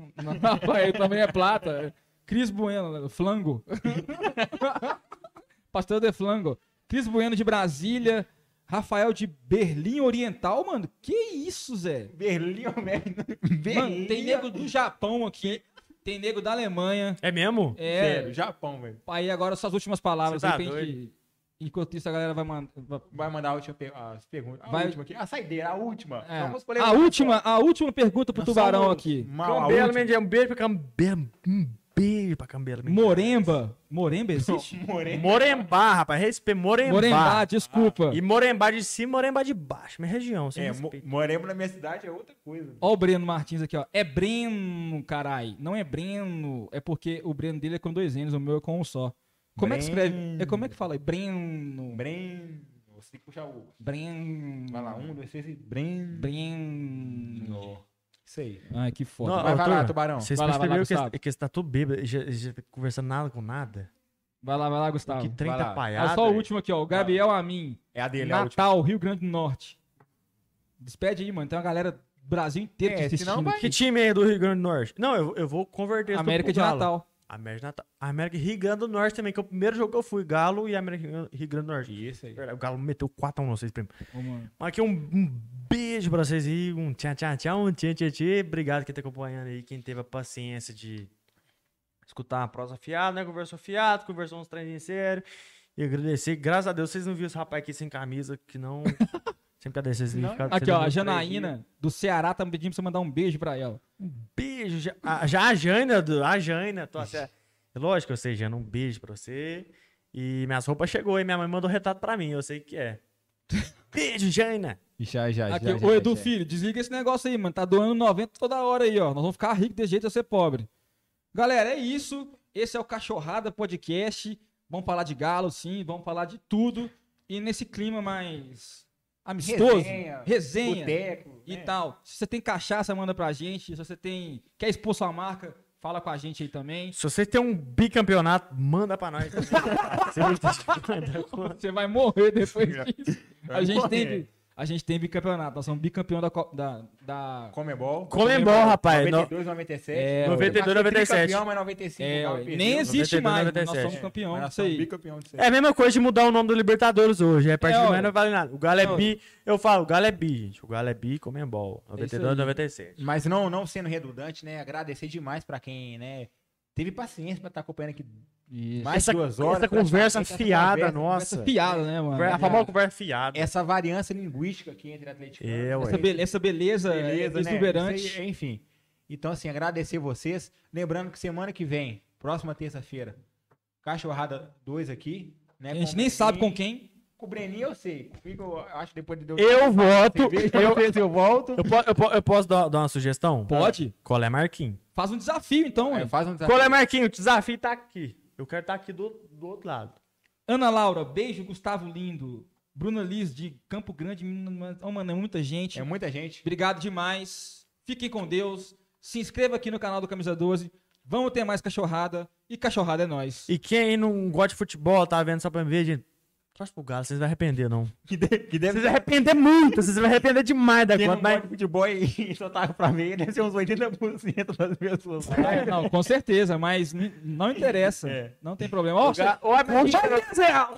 S1: Ele também é plata. Cris Bueno, flango. Pastel de flango. Cris Bueno de Brasília. Rafael de Berlim Oriental, mano. Que isso, Zé?
S2: Berlim, velho.
S1: Mano,
S2: Berlim.
S1: tem nego do Japão aqui. Tem nego da Alemanha.
S3: É mesmo?
S1: É.
S2: Sério, Japão, velho.
S1: Aí agora suas últimas palavras.
S3: Você tá
S1: aí pra gente- Enquanto isso, a galera vai é. mandar.
S2: Vai mandar a última per- as perguntas. A
S1: Vai-
S2: última aqui. A saideira, a última.
S1: É.
S2: Então, Vamos escolher
S1: A
S2: uma,
S1: última,
S2: pessoal.
S1: a última pergunta pro
S2: Nós
S1: Tubarão
S2: somos
S1: aqui.
S2: Mal, a
S3: Cambelo,
S2: última.
S3: Mendiel, um beijo pra Cambelo. Um beijo pra Cambelo. Mendiel.
S1: Moremba. Moremba existe?
S2: Moreno.
S3: Morembá, rapaz. Respeita. Morembá.
S1: Moremba, desculpa.
S3: E Morembá de cima, Morembá de baixo. Minha região, sem
S2: É, mo-
S3: respeito.
S2: moreno na minha cidade é outra coisa.
S1: Ó o Breno Martins aqui, ó. É Breno, carai. Não é Breno. É porque o Breno dele é com dois N's, o meu é com um só. Como é que escreve?
S2: Breno.
S1: É como é que fala? aí? Breno.
S2: Breno. Você tem que puxar o.
S1: Brim.
S2: Vai lá, um, dois, três e. Brem.
S1: Brim.
S2: Isso aí.
S1: Ai, que foda.
S3: Não,
S2: Vai, vai lá,
S3: Arthur,
S2: tubarão.
S3: Vocês
S1: Vai lá, vai lá,
S3: perceberam que,
S1: Gustavo.
S3: esse- que esse tá tudo bêbado, já, já tá conversando nada com nada?
S1: Vai lá, vai lá, Gustavo.
S3: que trem
S2: vai lá.
S3: tá
S2: É
S1: É
S3: palhado.
S1: só o
S3: velho.
S1: último aqui, ó. O Gabriel Amin.
S2: É a dele, é a última.
S1: Natal, Rio Grande do Norte. Despede aí, mano. Tem uma galera do Brasil inteiro te
S2: É,
S1: assistindo.
S2: senão vai-
S1: aqui.
S3: Que time aí do Rio Grande do Norte? Não, eu, eu vou converter isso tudo
S1: América
S3: pro
S1: de
S3: Galo.
S1: Natal.
S3: América de Natal. América e Rio Grande do Norte também, que é o primeiro jogo que eu fui. Galo e América e Rio Grande do Norte.
S2: Isso aí.
S3: Verdade, O Galo meteu 4x1 no vocês, primo.
S1: Ô, mano.
S3: Mas aqui um, um beijo pra vocês aí. Um tchau, tchau, tchau. Um tchau, tchau, tchau. Obrigado quem tá acompanhando aí. Quem teve a paciência de escutar a prosa fiada, né? Conversou fiado, conversou uns treinos sérios. E agradecer. Graças a Deus vocês não viram esse rapaz aqui sem camisa, que não. Sempre agradecer esse significado.
S1: Aqui, ó. A Janaína do Ceará tá me pedindo pra você mandar um beijo pra ela.
S3: Beijo. Ja- a- Já a Jaina, do- a Jaina. Tô até... Lógico que eu sei, Jana. Um beijo pra você. E minhas roupas chegou, hein? Minha mãe mandou retrato pra mim, eu sei que é. Beijo, Jaina!
S2: Já, já,
S1: Aqui,
S2: já. já,
S1: ô Edu
S2: já.
S1: Filho, desliga esse negócio aí, mano. Tá doando 90 toda hora aí, ó. Nós vamos ficar ricos desse jeito de ser pobre. Galera, é isso. Esse é o Cachorrada Podcast. Vamos falar de galo, sim. Vamos falar de tudo. E nesse clima mais amistoso,
S2: Resenha,
S1: resenha,
S2: Boteco.
S1: e
S2: né?
S1: tal. Se você tem cachaça, manda pra gente. Se você tem quer expor sua marca, fala com a gente aí também.
S3: Se você tem um bicampeonato, manda pra nós. Você não tá falando com-
S1: Você vai morrer depois disso. A
S3: Vai
S1: gente
S3: morrer.
S1: tem, bi- a gente tem bicampeonato. Nós somos bicampeão da, co- da, da
S2: Comebol.
S3: Comembol, rapaz. No...
S2: 92, 97.
S1: É,
S3: 92, 97.
S2: Campeão, mas 95.
S1: É,
S2: o
S1: ué,
S2: Galo perdeu.
S1: nem existe
S3: 92,
S1: mais, mas nós
S3: 97.
S1: somos campeão,
S2: Mas nós
S1: isso
S2: somos
S1: aí.
S2: bicampeão disso aí.
S3: É a mesma coisa de mudar o nome do Libertadores hoje. A partir
S1: É,
S3: de
S1: ó.
S3: mais não vale nada. O Galo é
S1: É, ó.
S3: bi. Eu falo, o Galo é bi, gente. O Galo é bi, Comembol.
S1: É isso
S3: 92,
S1: aí.
S3: 97.
S2: Mas não, não sendo redundante, né? Agradecer demais pra quem, né? Teve paciência pra estar acompanhando aqui mais
S3: Essa-
S2: duas horas.
S3: essa conversa
S2: praticamente,
S3: fiada
S2: conversa- É.
S3: nossa.
S1: Piada, né, mano?
S3: A famosa conversa fiada.
S2: Essa variância linguística aqui entre Atlético
S3: É, ué.
S1: Essa, be- essa beleza,
S2: Beleza, né?
S1: É, exuberante.
S2: Isso aí, enfim. Então, assim, agradecer vocês. Lembrando que semana que vem, próxima terça-feira, Cachorrada 2 aqui. Né,
S1: A
S2: com
S1: gente
S2: o
S1: nem sabe com
S2: Breninho.
S1: quem.
S2: Com o Breninho eu sei. Fico, eu acho que depois de...
S3: Eu voto.
S2: Eu, eu volto.
S3: Eu, po- eu po- eu posso dar, dar uma sugestão?
S1: Pode.
S3: Colé Marquinhos.
S1: Faz um desafio, então.
S2: É,
S1: ué.
S2: faz um desafio.
S3: Colé Marquinhos, o desafio tá aqui. Eu quero estar aqui do, do outro lado.
S1: Ana Laura, beijo, Gustavo Lindo. Bruna Liz, de Campo Grande. Minas- Oh, mano, é muita gente.
S2: É muita gente.
S1: Obrigado demais. Fiquem com Deus. Se inscreva aqui no canal do Camisa 12. Vamos ter mais cachorrada. E cachorrada é nós.
S3: E quem não gosta de futebol, tá vendo só pra me ver, gente. Torce pro Galo, vocês não vão arrepender, não.
S2: Que, de- que deve
S3: Vocês vão arrepender muito, vocês vão arrepender demais da
S2: Quem não
S1: é
S3: conta,
S2: gosta
S3: mas.
S2: de futebol é e só tá pra mim, deve ser uns 80% das pessoas.
S1: É, não, com certeza, mas n- não interessa. Não tem problema. Ó, você-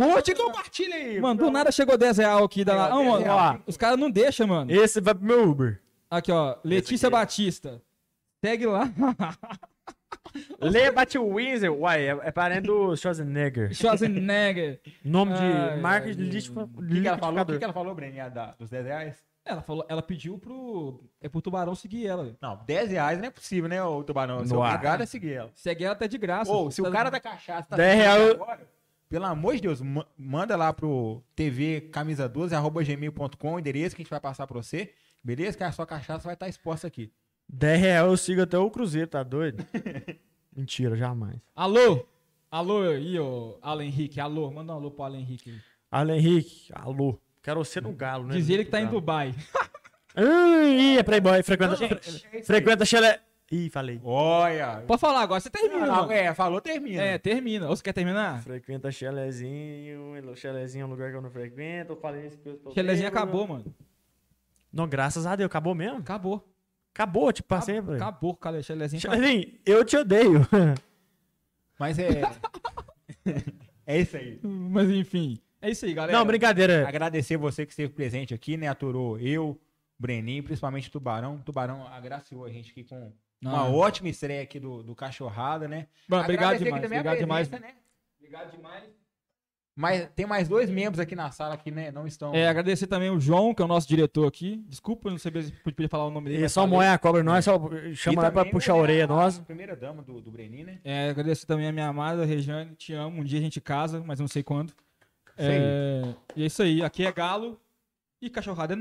S2: Curte e compartilha aí.
S1: mano, do nada chegou 10 real aqui. Da...
S2: Aí, ó,
S1: Ah,
S2: 10
S1: mano,
S2: real.
S1: ó, os caras não deixam, mano.
S3: Esse vai pro meu Uber.
S1: Aqui, ó.
S2: é
S1: Letícia Batista. Segue lá.
S3: Lê Batwinzer, uai, é, é parente do Schwarzenegger.
S1: Schwarzenegger.
S3: Nome
S1: Ai,
S3: de marca
S1: ai,
S3: de liquidificador.
S2: O que, que ela falou? O que, que ela falou, Breninha, da- dos 10 reais?
S1: Ela falou, ela pediu pro. É pro tubarão seguir ela. velho.
S2: Não, 10 reais não é possível, né, ô Tubarão? Você é
S3: No ar.
S2: obrigado a seguir ela.
S1: Segue ela até de graça.
S2: Ou, se o
S1: Tá-
S2: cara da cachaça tá
S3: 10 real-
S2: assistindo agora, pelo amor de Deus, ma- manda lá pro tvcamisa12, arroba gmail.com, o endereço que a gente vai passar pra você. Beleza? Que a sua cachaça vai estar exposta aqui.
S3: 10 reais eu sigo até o Cruzeiro, tá doido? Mentira, jamais.
S2: tá-
S1: Alô! Alô, aí, ô, Alan Henrique. Alô, manda um alô pro Alan Henrique. aí.
S3: Alan Henrique, alô. Quero ser no Galo,
S2: é
S3: né?
S1: Diz ele que tá em Dubai.
S3: Ih, é playboy, frequenta.
S2: Não,
S3: fre-
S2: gente, é isso
S3: frequenta chele. Ih, falei.
S2: Olha!
S1: Pode falar agora, você termina.
S2: Ah,
S1: mano.
S2: é, falou, termina.
S1: É, termina. Ou você quer terminar?
S3: Frequenta chalezinho, o chalezinho é um lugar que eu não frequento, eu falei isso que eu tô
S1: Chelezinho
S3: bêbado.
S2: né?
S1: acabou, mano.
S3: Não, graças a Deus, acabou mesmo?
S1: Acabou.
S3: Acabou, tipo, passei.
S1: Acabou, acabou cara. Chelezinho acabou.
S3: Chalezinho, eu te odeio.
S2: Mas é... é isso aí.
S1: Mas enfim. É isso aí, galera.
S3: Não, brincadeira.
S2: É. Agradecer você que esteve presente aqui, né? Aturou eu, Breninho, principalmente o Tubarão. O Tubarão agraciou a gente aqui com uma
S1: Não.
S2: ótima estreia aqui do, do Cachorrada, né?
S1: Mano, obrigado
S2: Agradecer aqui
S1: demais.
S2: também a
S1: Obrigado demais.
S2: presença, né?
S1: Obrigado demais.
S2: Mas tem mais dois membros aqui na sala que né, não
S3: Então,
S2: estão.
S1: É, agradecer também o João, que é o nosso diretor aqui. Desculpa, eu não sabia se podia falar o nome dele.
S3: É
S1: mas
S3: só
S1: falei.
S3: moer a cobra, nós só
S2: E
S3: chama lá pra
S2: também
S3: puxar a orelha
S2: a
S3: nossa.
S2: Primeira dama do, do Breninho, né?
S1: É, agradecer também a minha amada Rejane, te amo. Um dia a gente casa, mas não sei quando.
S2: Isso aí.
S1: É, E é isso aí. Aqui é Galo e Cachorrada é